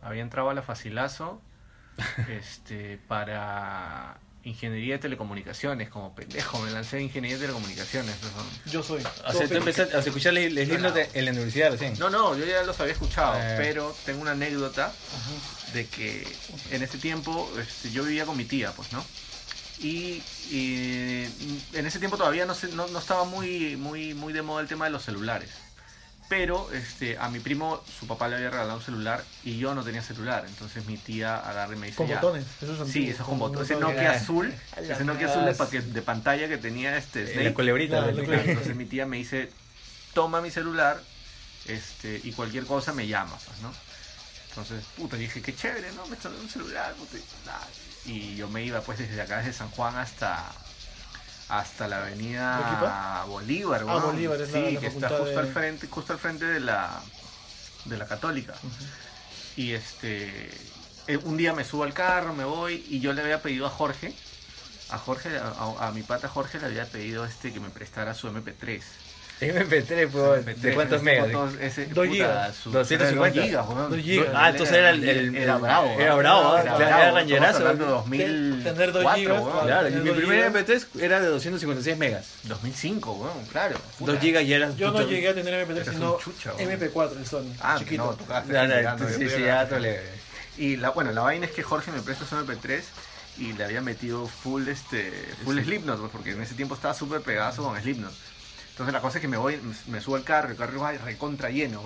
A: Había entrado a la Facilazo este, para ingeniería de telecomunicaciones, como pendejo, me lancé a ingeniería de telecomunicaciones. pues, ¿no?
C: yo soy.
B: O sea, tú
C: Soy
B: empezaste a escuchar el el himno de- en la universidad recién.
A: No, no, yo ya los había escuchado,
B: Ah, ya.
A: pero tengo una anécdota de que en ese tiempo este, yo vivía con mi tía, pues, ¿no? Y, y en ese tiempo todavía no, se- no, no estaba muy, muy, muy de moda el tema de los celulares. Pero este, a mi primo, su papá le había regalado un celular y yo no tenía celular. Entonces mi tía agarra y me dice.
C: Con
A: ya.
C: botones, esos son
A: Sí, esos con botones. Ese
B: botones.
A: Nokia azul,
B: Ala,
A: ese Nokia azul de,
B: vas.
A: paquet- de pantalla que tenía este
B: En Eh, la
A: Snake.
B: culebrita.
C: Claro,
B: la-
C: claro.
A: Entonces mi tía me dice, toma mi celular este, y cualquier cosa me llamas, pues, ¿no? Entonces, puta, dije, qué chévere, ¿no? Me está dando un celular, puta, y nada. Y yo me iba, pues, desde acá, desde San Juan hasta hasta la avenida
C: ¿Arequipa?
A: Bolívar,
C: Ah,
A: weón.
C: Bolívar, es la-
A: Sí,
C: la
A: que está
C: facultad
A: justo,
C: de-
A: al frente, justo al frente de la, de la Católica. Y este. eh, Un día me subo al carro, me voy, y yo le había pedido a Jorge, a Jorge, a, a- a mi pata Jorge le había pedido este que me prestara su MP3.
B: [LAUGHS] MP3, pues,
A: MP3,
B: ¿de cuántos
A: este,
B: megas?
A: botón, ese,
C: Dos
A: puta,
C: gigas.
A: su-
B: 250.
A: dos gigas, weón.
C: Dos gigas.
B: Ah, entonces era el- el-
A: Era bravo.
B: era bravo, ah, claro, era
A: bravo,
B: rancherazo.
A: estamos hablando de 2004,
C: Tener dos gigas,
A: weón.
C: claro.
B: Claro, y mi
C: Dos
B: primer
C: gigas.
B: MP3 era de 256 megas.
A: 2005, weón, claro. puta.
B: 2 gigas y era.
C: Yo no llegué a tener MP3,
A: Eres
C: sino
A: un chucha, weón.
C: MP4, el Sony.
A: Ah,
C: chiquito.
A: no, tocaste.
B: Ya, ya,
A: mirando,
B: sí,
A: yo
B: sí,
A: estoy
B: ya,
A: hablando.
B: tole.
A: Y la, bueno, la vaina es que Jorge me presta su MP3 y le había metido full este full Slipknot, pues, porque en ese tiempo estaba súper pegazo con Slipknot. Entonces la cosa es que me voy, me- me subo al carro, el carro va recontra lleno.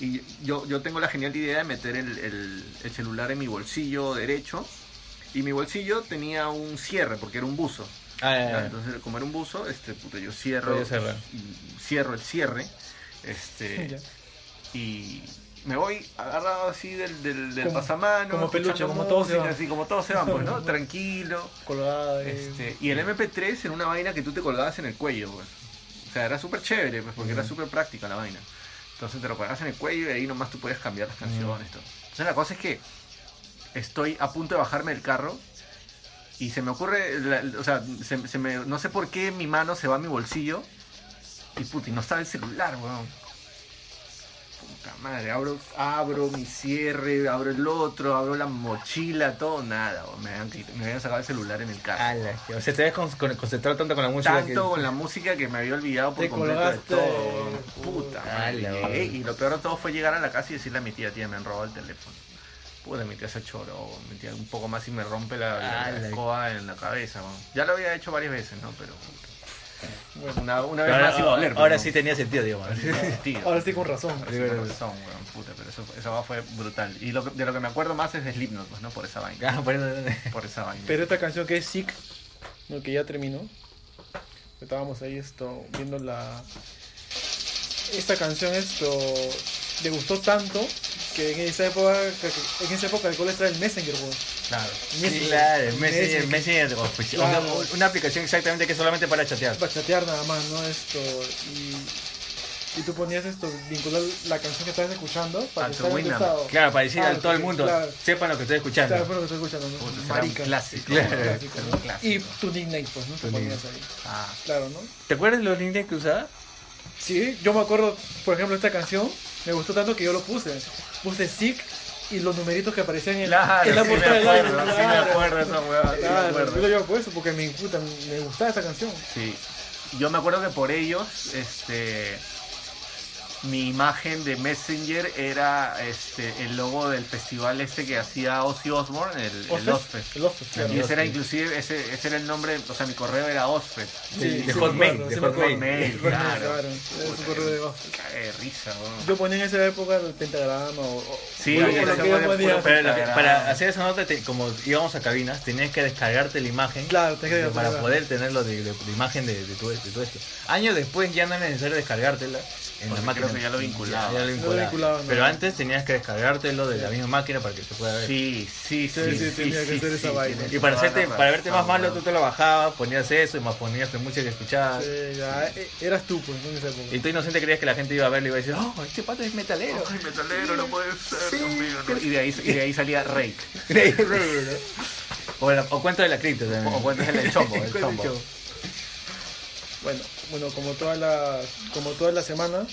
A: Y yo, yo tengo la genial idea de meter el, el- el celular en mi bolsillo derecho. Y mi bolsillo tenía un cierre, porque era un buzo.
B: Ah, ya,
A: Ya,
B: ya.
A: Entonces, como era un buzo, este, puta, yo cierro,
B: Podía cerrar.
A: cierro el cierre.
B: [LAUGHS]
A: Este,
C: [LAUGHS] Ya.
A: y me voy agarrado así del, del, del
C: Como-
A: pasamano.
C: como peluche,
A: escuchando
C: como todos se
A: música,
C: van.
A: Así como todos se van, pues,
C: [LAUGHS]
A: ¿no? Tranquilo.
C: Colgada. eh.
A: Este, y el MP3 era una vaina que tú te colgabas en el cuello, pues. O sea, era súper chévere, pues, porque era súper práctica la vaina. Entonces te lo colgabas en el cuello y ahí nomás tú podías cambiar las canciones. todo. Entonces la cosa es que estoy a punto de bajarme del carro y se me ocurre, la- o sea, se, se me, no sé por qué mi mano se va a mi bolsillo y puta, y no estaba el celular, weón. Puta madre, abro, abro mi cierre, abro el otro, abro la mochila, todo, nada, weón. Me habían, quit- me habían sacado el celular en el carro.
B: Ala, Ah, que- O sea, te habías con- con- concentrado tanto con la música. que-
A: Tanto con la música que me había olvidado por
C: Te
A: completo
C: colgaste.
A: de todo. weón. Puta
B: Ala,
A: madre.
B: weón.
A: Llegué y lo peor de todo fue llegar a la casa y decirle a mi tía, tía, me han robado el teléfono. Puta, mi tía se choró, weón. mi tía un poco más y me rompe la, la- la
B: Ala.
A: escoba en la cabeza. weón. Ya lo había hecho varias veces, ¿no? Pero
C: Bueno,
A: una, una vez
B: Pero
A: más iba a doler.
B: Ahora,
A: pues,
B: ahora
A: ¿no?
B: sí tenía sentido, digamos.
A: [LAUGHS] Tío.
C: ahora sí con razón.
A: Sí, con razón, weón, puta, pero eso, esa va fue brutal. Y lo que- de lo que me acuerdo más es de Slipknot, pues, ¿no? Por esa vaina.
B: Ah, por eso-
A: Por esa vaina.
C: Pero esta canción que es Sick, no, que ya terminó. Estábamos ahí esto, viendo la. Esta canción esto le gustó tanto que en esa época, que- en esa época el cole estaba el Messenger, weón.
A: Claro.
C: Messenger.
B: Claro, Messenger,
C: Messenger.
B: Messenger oficial.
C: Claro.
B: Una- Una, aplicación exactamente que es solamente para chatear.
C: Para chatear nada más, ¿no? Esto. Y, y tú ponías esto, vincular la canción que estabas escuchando para
A: A
C: que
A: tu
C: salga en tu
A: Winamp.
C: estado.
B: Claro, para decir
C: Ah,
B: a todo el mundo,
C: claro.
B: sepan lo que estoy escuchando.
C: Claro, bueno, que estoy escuchando, ¿no?
A: Puta, será un
C: Marica.
A: clásico.
C: Claro,
B: Claro,
C: clásico,
A: será
C: ¿no?
A: un clásico.
C: Y tu nickname, pues, ¿no? Te
B: Tu
C: ponías ahí.
A: Ah,
C: Claro, ¿no?
B: ¿Te acuerdas los links que usaba?
C: Sí, yo me acuerdo, por ejemplo, esta canción me gustó tanto que yo lo puse. Puse Sick y los numeritos que aparecían en,
A: claro,
C: en la
A: sí me
C: portada del álbum.
A: acuerdo, sí me
C: Claro.
A: acuerdo esa huevada, sí me
C: Claro,
A: acuerdo.
C: yo lo llevo por eso porque me, puta, me gustaba esta canción.
A: Sí. Yo me acuerdo que por ellos, este. Mi imagen de Messenger era este el logo del festival este que hacía Ozzy Osbourne, el, el Ozfest.
C: El Ozfest, claro.
A: Y ese era inclusive, ese, ese era el nombre, o sea, mi correo era Ozfest.
B: de
C: me
B: Hotmail,
C: acuerdo,
B: de
C: sí me acuerdo.
A: Hotmail,
C: Hotmail,
A: claro.
C: Era su correo de abajo.
A: Cae de risa, weón.
C: Yo ponía en esa época el pentagrama o... o-
A: Sí,
C: o lo
B: esa
C: que
A: fue
C: yo
A: de
C: ponía.
A: puro pe-
B: Pero lo que-
A: Instagram.
B: para hacer esa nota, te- como íbamos a cabinas, tenías que descargarte la imagen
C: Claro, tenías que
B: de- para
C: descargar.
B: poder tenerlo de, de- de imagen de, de tu, de tu esto. Años después ya no es necesario descargártela en
A: Porque
B: la máquina.
A: creo que ya lo vinculaba.
B: Ya, ya lo
A: Lo
B: vinculaba.
C: vinculaba, ¿no?
B: Pero antes tenías que descargártelo de la misma máquina para que se pueda ver.
A: Sí, sí, sí.
C: Sí, sí, tenía que hacer esa vaina.
A: tienes
B: Y para,
A: toda la
B: hacerte, para verte más
A: razón,
B: malo,
A: weón.
B: tú te lo bajabas, ponías eso y más ponías tu música que escuchabas.
C: Sí, ya, eh, eras tú, pues, ¿no? en esa
B: Y
C: época.
B: tú inocente creías que la gente iba a verlo y iba a decir, oh, este pato es metalero.
A: Ay, metalero, no puede ser, Dios mío, ¿no? Y de ahí, y de ahí salía Rake.
B: o, la- o cuento de la cripta también.
A: O cuando es el, el chombo, [LAUGHS] el
B: Cuento del
A: chombo.
B: chombo.
C: Bueno, bueno, como todas las como todas las semanas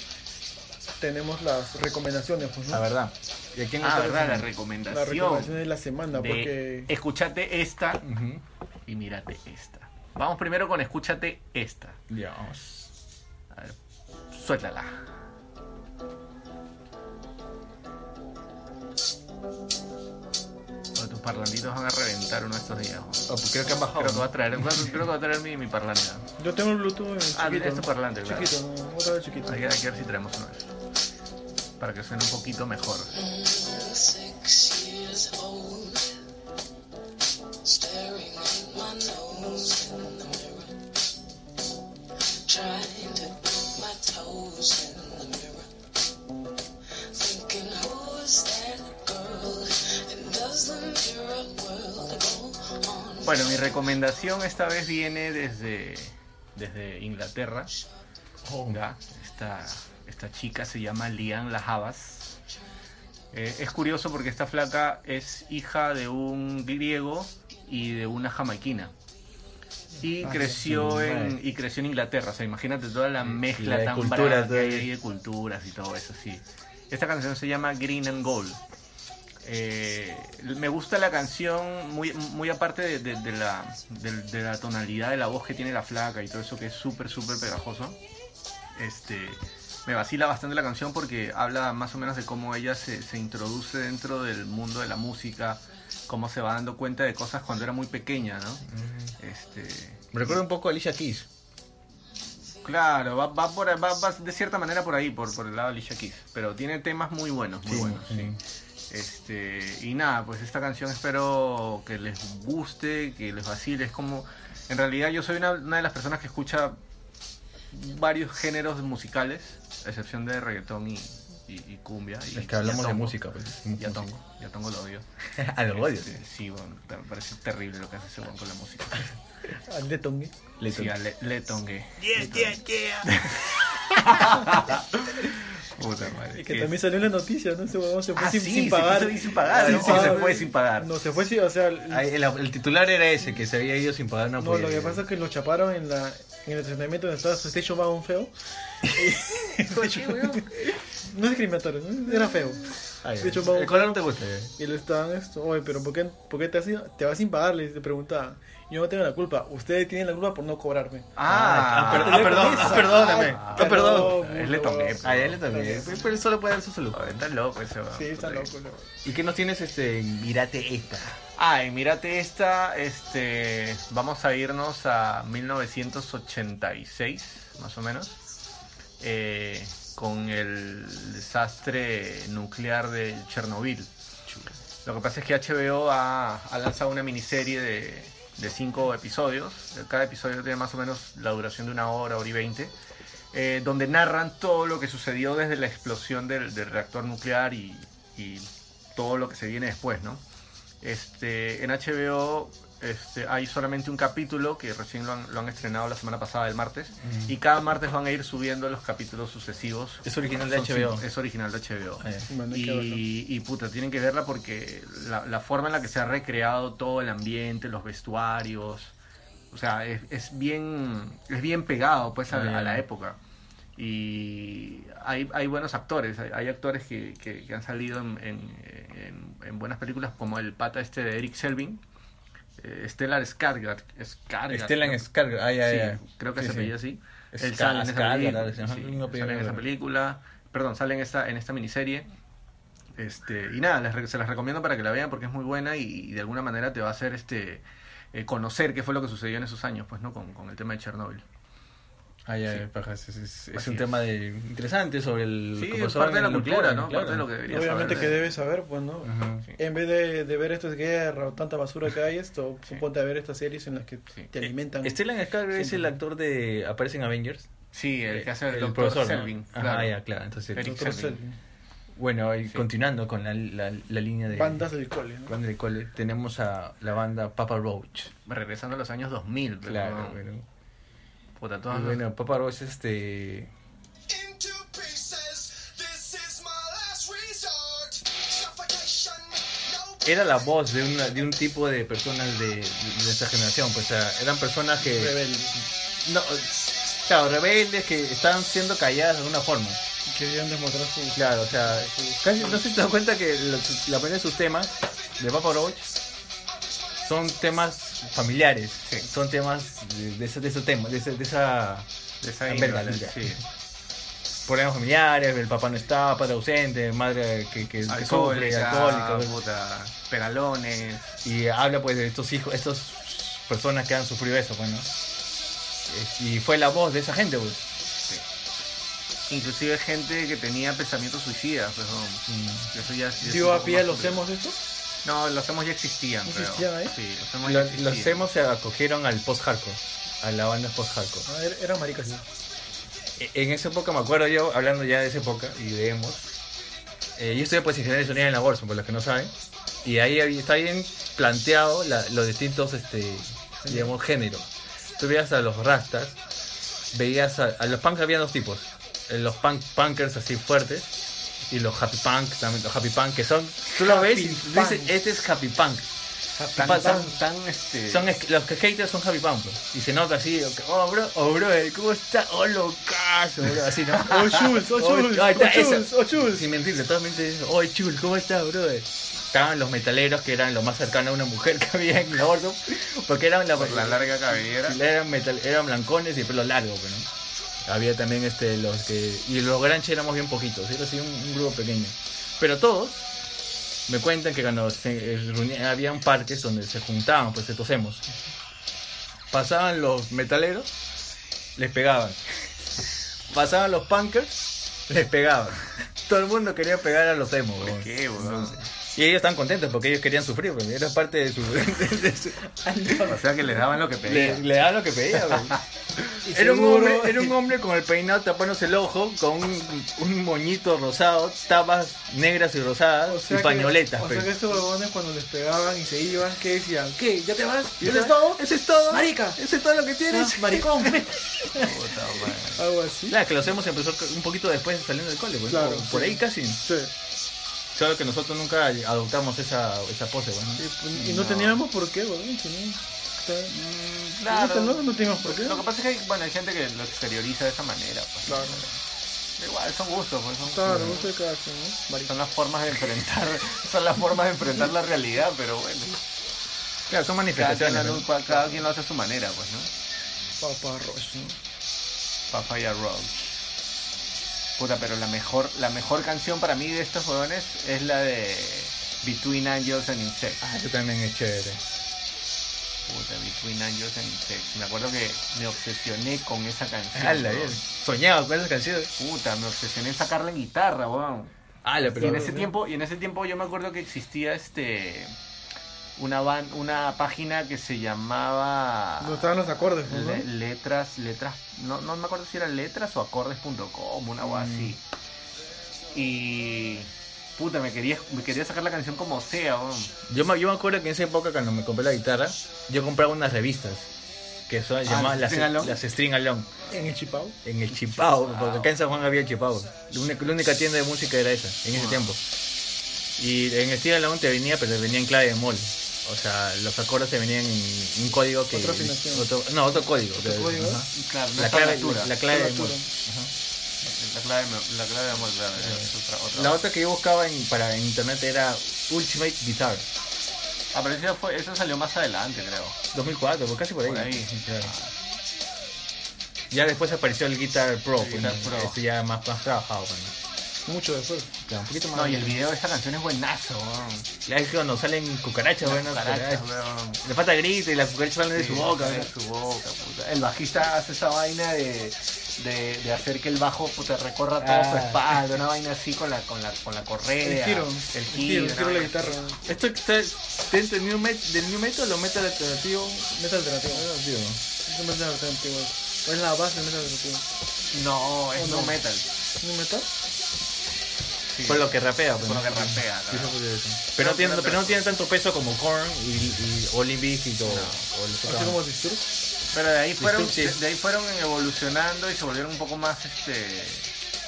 C: tenemos las recomendaciones, pues, ¿no?
B: La verdad. ¿Y a quién
A: Ah,
B: gusta
A: verdad, la
B: el-
C: La recomendación
A: recomendación.
C: de la semana,
A: De, este
C: porque
A: escúchate esta
B: Ujú.
A: y mírate esta. Vamos primero con escúchate esta.
B: Dios.
A: A ver, suéltala. Bueno, tus parlanditos van a reventar uno de estos días.
B: Oh,
A: Juan.
B: pues creo que han bajado.
A: Creo que va a traer, creo que va a traer mi, mi parlante.
C: yo tengo el Bluetooth en
A: Ah,
C: chiquito,
A: tienes tu parlante, claro.
C: chiquito, no, otra vez chiquito.
A: Hay que, hay que ver si traemos una vez. para que suene un poquito mejor.
D: six years old, staring at my nose in the mirror, trying to put my toes in the mirror, thinking who's that girl, and does the mirror world go on?
A: Bueno, mi recomendación esta vez viene desde, desde Inglaterra.
B: Oh.
A: Ya, Esta, esta chica se llama Lian Lajabas. Eh, es curioso porque esta flaca es hija de un griego y de una jamaiquina. Y
C: Ah,
A: creció
B: sí,
A: en
B: madre.
A: y creció en Inglaterra, o sea, imagínate toda la mezcla
B: de
A: tan
B: cultura,
A: brava que
B: todo
A: hay
B: eso.
A: ahí de culturas y todo eso, sí. Esta canción se llama Green and Gold. Eh, me gusta la canción, muy, muy aparte de, de- de la, de- de la tonalidad de la voz que tiene la flaca y todo eso que es súper, súper pegajoso. Este, me vacila bastante la canción porque habla más o menos de cómo ella se, se introduce dentro del mundo de la música, cómo se va dando cuenta de cosas cuando era muy pequeña, ¿no? Este,
B: Me recuerda un poco a Alicia Keys.
A: claro, va, va, por, va, va de cierta manera por ahí, por, por el lado de Alicia Keys, pero tiene temas muy buenos, muy buenos. sí. Este, y nada, pues esta canción espero que les guste, que les vacile. Es como. En realidad, yo soy una, una de las personas que escucha varios géneros musicales, a excepción de reggaetón y, y- y cumbia. Y,
B: Es que
A: y
B: hablamos
A: a
B: de
A: tongo.
B: música, pues.
A: Y a tongo,
B: [LAUGHS]
A: y a tongo lo odio.
B: A los odios.
A: Este, sí, bueno, me parece terrible lo que hace ese weón con la música.
C: Al de Tongue.
B: Le
A: Sí, a le, le tongue. Le tongue. [LAUGHS] Puta madre.
C: Y que
A: qué-
C: también salió en la noticia, ¿no? Ese huevón se fue
A: Ah,
C: sin,
A: sí,
C: sin
A: se
C: pagar.
A: fue sin- sin pagar,
B: ¿no? Sí,
A: se fue sin pagar.
C: No, se fue, sí, o sea. el-
B: Ahí, el, el titular era ese, que se había ido sin pagar una
C: no, lo que pasa es que lo chaparon en, la, en el entrenamiento donde estaba pues, su station wagon feo. No es discriminatorio, ¿no? era feo. de hecho,
B: el color no te gusta. eh.
C: Y le estaban esto, oye, pero ¿por qué, por qué te, has ido? te vas sin pagar? Le preguntaba. Yo no tengo la culpa, ustedes tienen la culpa por no cobrarme. [LAUGHS]
A: Ah,
B: Ah, per-
A: ah,
B: ah, perdón, ah, perdóname.
C: Ah,
B: Ah, perdón.
C: perdón.
A: Es le tongue.
B: A él también. Pero él solo puede dar su saludo.
A: Joder, Oh, Está loco ese weón.
C: Sí, está
A: Puta
C: loco. ¿no?
B: ¿Y qué nos tienes este en Mirate esta?
A: Ay, mírate esta, este, vamos a irnos a 1986, más o menos, eh, con el desastre nuclear de Chernobyl. Lo que pasa es que HBO ha, ha lanzado una miniserie de, de cinco episodios, cada episodio tiene más o menos la duración de una hora, hora y veinte, eh, donde narran todo lo que sucedió desde la explosión del, del reactor nuclear y, y todo lo que se viene después, ¿no? Este, en HBO este, hay solamente un capítulo que recién lo han, lo han estrenado la semana pasada, el martes, y cada martes van a ir subiendo los capítulos sucesivos.
B: Es original de
A: Son
B: HBO.
A: cinco- Es original de HBO.
B: Ah, ya.
C: Bueno, hay que verlo.
A: Y, y, puta, tienen que verla porque la, la forma en la que se ha recreado todo el ambiente, los vestuarios, o sea, es, es bien es bien pegado pues a,
B: Ah, ya.
A: a la época. Y hay, hay buenos actores, hay, hay actores que, que- que han salido en, en- en- en buenas películas como el pata este de Eric Selvin, eh, Stellan Skarsgård. Skarsgård,
B: Stellan
A: creo-
B: Skarsgård. Ah, ya,
A: sí,
B: ya.
A: creo que
B: Sí,
A: se
B: sí.
A: apellida así.
B: Es
A: Él
B: Ca-
A: sale en esa
B: Ascarga,
A: película.
B: tal vez, ajá,
A: sí,
B: una
A: sale en esa
B: película.
A: película. Perdón, sale en esta, en esta miniserie. Este, y nada, las re- se las recomiendo para que la vean porque es muy buena y, y de alguna manera te va a hacer este eh, conocer qué fue lo que sucedió en esos años, pues, ¿no? Con, con el tema de Chernobyl.
B: Ah, ya,
A: Sí.
B: ya, paja, es, es- es
A: Así
B: un
A: es.
B: tema de, interesante sobre el...
A: Sí,
B: como
A: es
B: sobre
A: parte de la
B: el
A: cultura,
B: nuclear,
A: ¿no?
B: claro.
A: Parte de lo que deberías
C: Obviamente
A: saber
C: que
A: de-
C: debes saber, pues, ¿no?
B: Ajá.
A: Sí.
C: En vez de, de ver esto es guerra o tanta basura que hay, esto, suponte a ver estas series en las que
A: Sí.
C: te alimentan.
B: Stellan Skarsgård Este es
C: Siempre.
B: el actor de... Aparece en Avengers.
A: Sí, el que hace el, doctor
B: Eh, profesor, ¿no?
A: Selvin.
B: Ajá,
A: claro.
B: ya, claro. Entonces,
A: Eric
C: Nosotros
A: Selvin.
B: bueno, y
A: Sí.
B: continuando con la, la, la línea
C: el-
B: de...
C: bandas del cole. ¿no?
B: Banda del cole, tenemos a la banda Papa Roach.
A: Regresando a los años 2000, pero
B: Claro,
A: no,
B: bueno.
A: puta, todas
B: Y
A: las-
B: bueno, Papa Roach, este...
D: into pieces. This is my last resort. Suffocation. No
B: Era la voz de, una, de un tipo de personas de, de, de esa generación, pues, o sea, eran personas que...
C: Rebelde.
B: No, claro, rebeldes que estaban siendo calladas de alguna forma.
C: Querían demostrar su.
B: Claro, o sea, casi no se te da cuenta que lo- la mayoría de sus temas de Papa Roach son temas familiares, son temas de, de ese, de ese tema, de, ese- de esa
A: de esa
B: En
A: índole,
B: verdad,
A: sí.
B: problemas familiares, el papá no está, padre ausente, madre que, que, que sufre, pues.
A: Alcohólica,
B: alcohólica,
A: puta, peralones.
B: y habla pues de estos hijos, estas personas que han pues, sufrido eso, bueno. Y fue la voz de esa gente, pues.
A: inclusive gente que tenía pensamientos suicidas, pues, ¿no? Eso ya, ya es un
C: ¿Tío
A: poco
C: a pie
A: más
C: los
A: complejo.
C: hemos esto?
A: No, los hemos ya existían,
C: ¿No
A: creo.
C: existían ahí?
A: Sí, los hemos ya
B: Lo-
A: existían.
B: Los hemos se acogieron al post-hardcore, a la banda post-hardcore.
C: A ver, eran maricas. ¿no?
B: E- En esa época, me acuerdo yo, hablando ya de esa época y de emos, eh, yo estudié pues ingeniería de sonido en la Bolsa, por los que no saben, y ahí había- está bien planteado la- los distintos, este, digamos, géneros. Tú veías a los rastas, veías a, a los punks, había dos tipos, eh, los punk, punkers así fuertes, y los happy punk, también los happy punk, que son, tú los ves y
C: Happy
B: tú dices,
C: punk.
B: este es happy punk.
A: tan,
B: pa-
A: tan,
B: son-
A: tan, este...
B: Son es- los que haters son Happy Pump. pues. Y se nota así, oh bro, oh bro, eh, ¿cómo está? Oh locazo, bro, así, ¿no?
C: [LAUGHS] Oh, Jules, oh, Jules,
B: ahí está,
C: oh, Jules,
B: esa.
C: oh, Jules.
B: Sin mentir, totalmente eso. Oh chul, ¿cómo está, bro? Eh, Estaban los metaleros que eran lo más cercano a una mujer que había en Gordo, porque eran la,
A: por la larga cabellera.
B: eran, metal- eran blancones y pelo largo, pues, ¿no? Había también este, los que. Y los granches éramos bien poquitos, era así un, un grupo pequeño. Pero todos me cuentan que cuando se eh, reunían, habían parques donde se juntaban, pues estos hemos. Pasaban los metaleros, les pegaban. Pasaban los punkers, les pegaban. Todo el mundo quería pegar a los emos,
A: ¿Por
B: weón.
A: qué, weón?
B: Y ellos estaban contentos porque ellos querían sufrir, porque era parte de su. [LAUGHS] de su-
A: O sea que les daban lo que
B: le,
A: pedían.
B: le daban lo que pedía, weón.
C: Y
B: Era un,
C: seguro-
B: hombre, era un hombre con el peinado tapándose el ojo, con un, un moñito rosado, tapas negras y rosadas y
C: O sea
B: pues.
C: que-
B: pañoletas.
C: O
B: pe.
C: sea que estos huevones cuando les pegaban y se iban, ¿qué decían? ¿Qué? ¿Ya te vas?
B: ¿Eso
C: ¿Ya te
B: es
C: vas?
B: todo? ¿Eso es todo?
C: Marica.
B: ¿Eso es todo lo que
C: Ah,
B: tienes?
C: maricón.
A: Puta madre.
C: Algo así.
B: Claro, que los hemos empezó un poquito después de saliendo del cole, pues,
C: Claro,
B: por, por
C: sí.
B: ahí casi.
C: Sí.
B: Solo que nosotros nunca adoptamos esa, esa pose, bueno.
C: Sí, pues, Y no, teníamos por qué, weón. si no, está-
A: Claro.
C: No, no teníamos por qué.
A: Lo que pasa es que hay, bueno, hay gente que lo exterioriza de esa manera. Pues.
C: Claro.
A: Pero Igual, son gustos, pues, son,
C: Claro, no sé cada quien, ¿no? Marica.
A: son las formas de enfrentar, son las formas de enfrentar la realidad, pero bueno.
B: Claro, son
A: Cada quien,
B: manifestaciones.
A: lo-
B: ¿no?
A: cua- cada quien lo hace a su manera, pues, ¿no?
C: Papá Roche, ¿no?
A: Papaya Roach. Puta, pero la mejor, la mejor canción para mí de estos jugadores es la de Between Angels and Insects.
B: Ah, eso también es chévere.
A: Puta, Between Angels and Insects. Me acuerdo que me obsesioné con esa canción.
B: Ala,
A: weón.
B: bien. Soñaba con esas canciones.
A: Puta, me obsesioné en sacarla en guitarra, weón.
B: Ala,
A: y
B: pero.
A: en ese tiempo, y en ese tiempo yo me acuerdo que existía este una ban- una página que se llamaba
C: No estaban los acordes, ¿no?
A: Le- letras, letras, no, no me acuerdo si era letras o acordes.com, una cosa así. Y puta, me quería, me quería sacar la canción como sea, weón.
B: Yo me, yo me acuerdo que en esa época cuando me compré la guitarra, yo compraba unas revistas que son llamadas las,
A: Ah, ¿String Along?
B: las String Along
C: En el Chipao.
B: en el Chipao, porque acá en San Juan había Chipao. La única, la única tienda de música era esa en ese tiempo. Y en el String Along te venía, pero te venía en clave de mol. O sea, los acordes te venían en un código que
C: Otra afinación.
B: otro- no, otro código. pero-
C: código?
B: ajá.
A: Y Claro, no
B: La
A: es
B: clave,
A: tablatura.
B: la clave de mol.
C: Tablatura.
A: La clave, la clave de amor, claro, es otra, otra.
B: Eh, La otra que yo buscaba en- para en internet era Ultimate Guitar
A: Ah, pero eso fue, eso salió más adelante, creo.
B: 2004, pues casi por ahí.
A: Por ahí.
B: Claro. Ya después apareció el Guitar Pro,
A: El Guitar
B: pues,
A: Pro.
B: este ya más, más trabajado. pues, ¿no?
C: Mucho después.
B: Claro, un poquito más.
A: No, y el video de esta canción es buenazo, weón.
B: Ya es cuando salen cucarachas, pues, bueno,
A: Cucarachas,
B: cucarachas.
A: weón.
B: le falta grito y las cucarachas salen de su boca.
A: de
B: ¿verdad?
A: su boca, puta. El bajista hace esa vaina de, de, de hacer que el bajo puta, recorra toda su
B: Ah.
A: espalda, una vaina así con la, con la, con la correa.
C: El giro.
A: El
C: El giro, el
A: una
C: giro de la
A: vaina-
C: guitarra.
B: Esto que está dentro del new, met, del new metal o metal alternativo.
C: Meta alternativo.
B: alternativo.
C: Es un metal alternativo. ¿O es la base del metal alternativo?
A: No, es
C: ¿O
A: no,
C: no?
A: metal.
C: ¿Es un metal?
A: Sí.
B: Por lo que rapea. pues,
A: Por lo
B: ¿no?
A: que rapea,
B: Sí, eso
A: claro.
B: podría ser. Pero, no, tiene, pero no tiene tanto peso como Korn y, y Olin Biscuit o, o los
C: Así
B: otros.
C: como Disturbed.
A: Pero de ahí fueron,
B: Disturb, sí.
A: de ahí fueron evolucionando y se volvieron un poco más este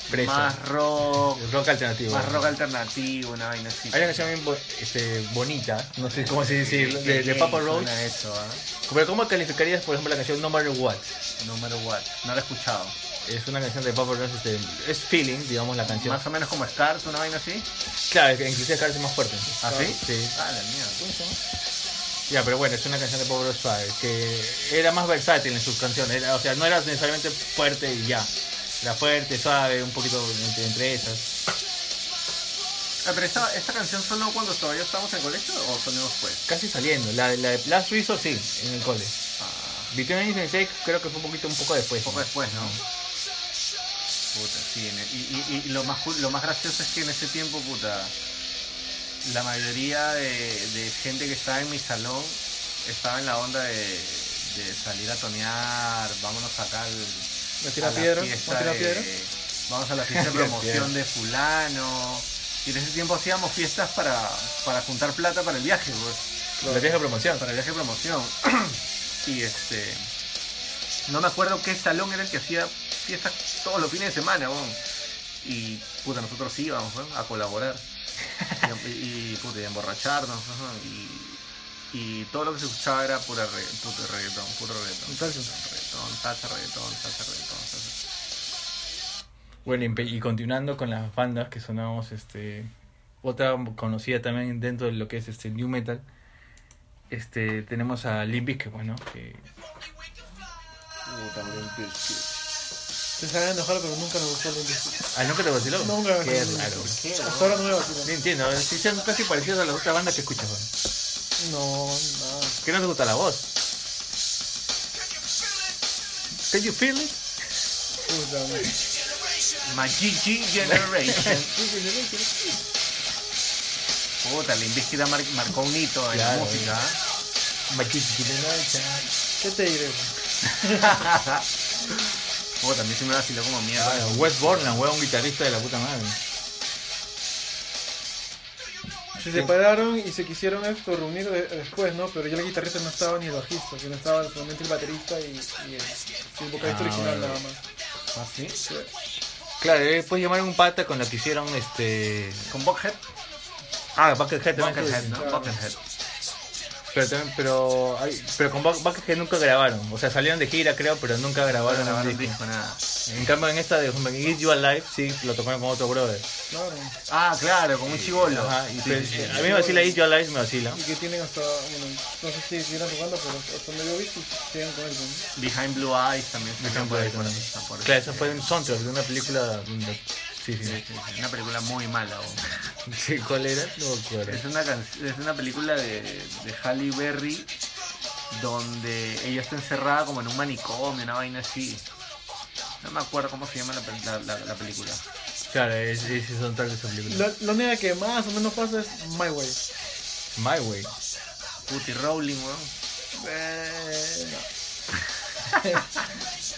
B: Fresa.
A: más rock,
B: El rock alternativo.
A: más rock alternativo, una vaina así.
B: Hay una canción bien bo- este, bonita, no sé cómo se dice,
A: Sí,
B: de, de
A: sí,
B: Papa
A: suena
B: Roach.
A: eso, ¿ah?
B: Pero ¿cómo calificarías, por ejemplo, la canción No Matter What?
A: No matter what. No la he escuchado.
B: Es una canción de Papa Roach, este, es feeling, digamos, la canción.
A: Más o menos como Stars, una vaina así.
B: Claro, que inclusive cada vez es más fuerte.
A: ¿Ah, sí?
B: Sí.
A: Ah, la mierda.
B: Ya, pero bueno, es una canción de Papa Roach suave, que era más versátil en sus canciones. era- o sea, no era necesariamente fuerte y ya. Era fuerte, suave, un poquito entre, entre esas.
A: Ah, pero esta, esta canción sonó cuando todavía estábamos en colegio o sonó después?
B: Casi saliendo. La, la de Last Resort sí, en el cole. Ah, Between Angels and Sex creo que fue un poquito un poco después.
A: Un poco después, ¿no? Puta, sí, en el- y, y- y lo, más, ju- lo más gracioso es que en ese tiempo, puta, la mayoría de, de gente que estaba en mi salón estaba en la onda de, de salir a tonear, vámonos acá al...
C: ¿Me tira
A: a la
C: piedra?
A: fiesta
C: ¿Me tira
A: de-
C: piedra?
A: Vamos a la
C: [LAUGHS]
A: fiesta de promoción de fulano. Y en ese tiempo hacíamos fiestas para, para juntar plata para el viaje, pues,
B: La vieja promoción.
A: para el viaje de promoción. [CLEARS THROAT] y este... No me acuerdo qué salón era el que hacía fiestas todos los fines de semana, weón. Y puta, nosotros íbamos weón, a
C: [LAUGHS]
A: colaborar. Y, y, puta, y a emborracharnos. ajá, y, y todo lo que se escuchaba era pura re, puto reggaetón, puro reggaetón.
C: Salsa.
A: Reggaetón, salsa, reggaetón, salsa, reggaetón, salsa.
B: Bueno, y, pe- y continuando con las bandas que sonamos, este, otra conocida también dentro de lo que es este new metal, este, tenemos a Limp Bizkit, bueno, que
C: Puta, Limp Bizkit. Se saben enojar, pero nunca nos gustó Limp Bizkit.
B: ah, nunca te vaciló.
C: Nunca me
B: Qué
C: gustó Limp
B: raro.
C: Bizkit. Hasta ahora no me
B: No
C: vacilan.
B: entiendo, sí son casi parecidos a las otras bandas que escuchas, bueno.
C: No, nada.
B: ¿Qué no te gusta la voz? Can you feel it?
C: Puta, man.
A: My GG Generation. Puta, la Invisquida marcó un hito en la
B: Claro,
A: música. ¿ah?
B: My kid, you know,
C: ¿Qué te diré? man?
A: Puta, a mí se me vaciló como mierda.
B: Claro, Ah, Wes Borland, weón, un guitarrista de la puta madre.
C: Se separaron y se quisieron esto reunir de- después, ¿no? Pero ya el guitarrista no estaba ni el bajista, que no estaba solamente el baterista y, y el, y el vocalista
B: Ah,
C: original
B: bueno.
C: nada más.
A: ¿Ah, sí?
C: Sí.
B: Claro, eh, y después llamaron un pata con la que hicieron este.
A: Con Buckhead.
B: Ah, Buckethead también.
A: Buckethead, ¿no?
C: claro.
A: Buckethead.
B: Pero, también- pero, ay, pero con Buck- Buckethead nunca grabaron. O sea, salieron de gira, creo, pero nunca
A: Ahora
B: grabaron.
A: no
B: un
A: grabaron
B: disco.
A: disco, nada.
B: En cambio, en esta de Get You Alive, sí, lo tocaron con otro brother.
C: Claro.
A: Ah, claro, con un chivolo.
B: Ajá, y
A: Sí,
B: pues, pero-
A: sí, sí.
B: a mí me vacila Get You Alive, me vacila.
C: Y que tienen hasta, bueno, no sé si siguieron jugando, pero hasta medio visto y siguen con él, ¿no?
A: Behind Blue Eyes también.
B: Behind
A: por ahí,
B: Blue Eyes,
A: por ahí, está por ahí.
B: Claro, eso fue un soundtrack de una película. donde- Sí,
A: Sí,
B: sí.
A: sí, sí, Una película muy mala. weón.
B: sí. ¿Cuál era? No me acuerdo.
A: Es una, can- es una película de, de Halle Berry donde ella está encerrada como en un manicomio, una vaina así. No me acuerdo cómo se llama la, pel- la, la- la película.
B: Claro, es- ese soundtrack de esa película.
C: La, la única que más o menos pasa es My Way.
B: My Way.
A: Puti Rowling, weón.
C: Eh, no.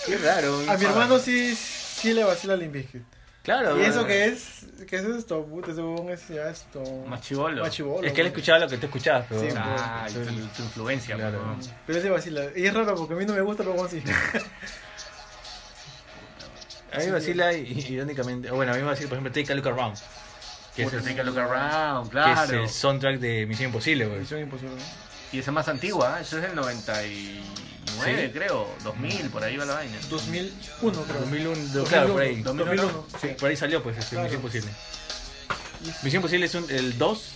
B: Qué raro.
C: A mi hermano sí, sí le vacila Limp Bizkit.
B: Claro.
C: ¿Y eso
B: bueno.
C: qué es? ¿Qué es esto? Puta, ese huevón es ya esto.
A: Machibolo.
C: Machibolo,
B: Es que él
C: güey.
B: escuchaba lo que tú escuchabas, pero.
C: Sí,
A: Ah, y tu, tu influencia,
B: Claro.
A: weón.
C: Pero ese vacila. Y es raro porque a mí no me gusta, pero como así. [LAUGHS]
B: A mí me vacila, i- irónicamente. o Bueno, a mí me vacila, por ejemplo, Take a Look Around. Que es,
A: Puta,
B: el,
A: Take a Look Around,
B: que es
A: claro.
B: el soundtrack de Misión Imposible, güey.
C: Misión imposible. ¿no?
A: Y esa es más antigua, ¿eh? eso es del 99,
B: Sí.
A: creo. 2000, por ahí va la vaina.
C: 2001, creo.
B: 2001, claro, por ahí.
C: 2001.
B: Sí, por ahí salió, pues, este,
C: Claro.
B: Misión Imposible. Misión Imposible es un- el 2.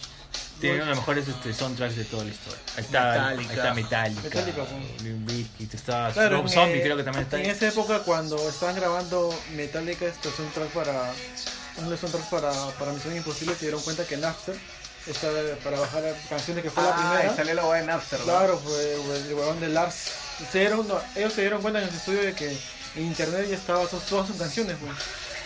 B: Tiene uno de los mejores este, soundtracks de toda la historia. Ahí está
A: Metallica.
B: Ahí está Metallica.
C: Metallica, pues.
B: Limp Bizkit, está
C: Claro,
B: Rob
C: en,
B: Zombie,
C: eh,
B: creo que también está
C: En
B: ahí.
C: esa época, cuando estaban grabando Metallica, esto es un track para. Un de soundtracks para, para Misión Imposible, se dieron cuenta que en Napster, esta, para bajar canciones que fue
A: Ah,
C: Ah, la primera.
A: y salió la weá de Napster, weón.
C: Claro, fue fue el huevón de Lars. Se dieron- no, ellos se dieron cuenta en su estudio de que en internet ya estaban todas, todas sus canciones, pues.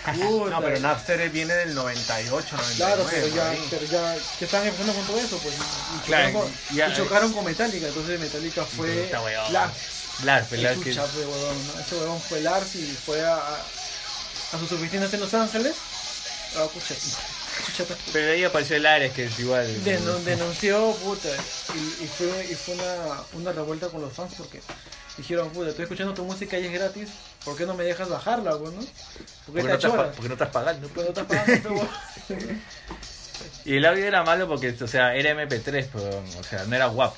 B: [LAUGHS]
A: No, pero Napster viene del 98, 99.
C: Claro, pero ya,
A: ahí.
C: pero ya, ya estaban empezando con todo eso, pues. Y, y
B: Claro,
C: chocaron, con,
B: ya-
C: y chocaron con Metallica, entonces Metallica fue
B: Puta, weón.
C: Lars.
B: Lars, el Lars que-
C: Chucha, fue, huevón, ¿no? Ese huevón fue Lars y fue a, a, a sus oficinas en Los Ángeles. Ah, escucha, escucha, pues.
B: Pero ahí apareció el Ares, que es igual.
C: Denon- denunció, puta, y, y fue, y fue una, una revuelta con los fans porque dijeron, puta, estoy escuchando tu música y es gratis, ¿por qué no me dejas bajarla, weón? no? ¿Por
B: Porque
C: qué te
B: no, estás, pa-
C: achoras?
B: porque no estás pagando. pues.
C: Pero no estás pagando, weón.
B: Y el audio era malo porque, o sea, era MP3, pero, o sea, no era WAP,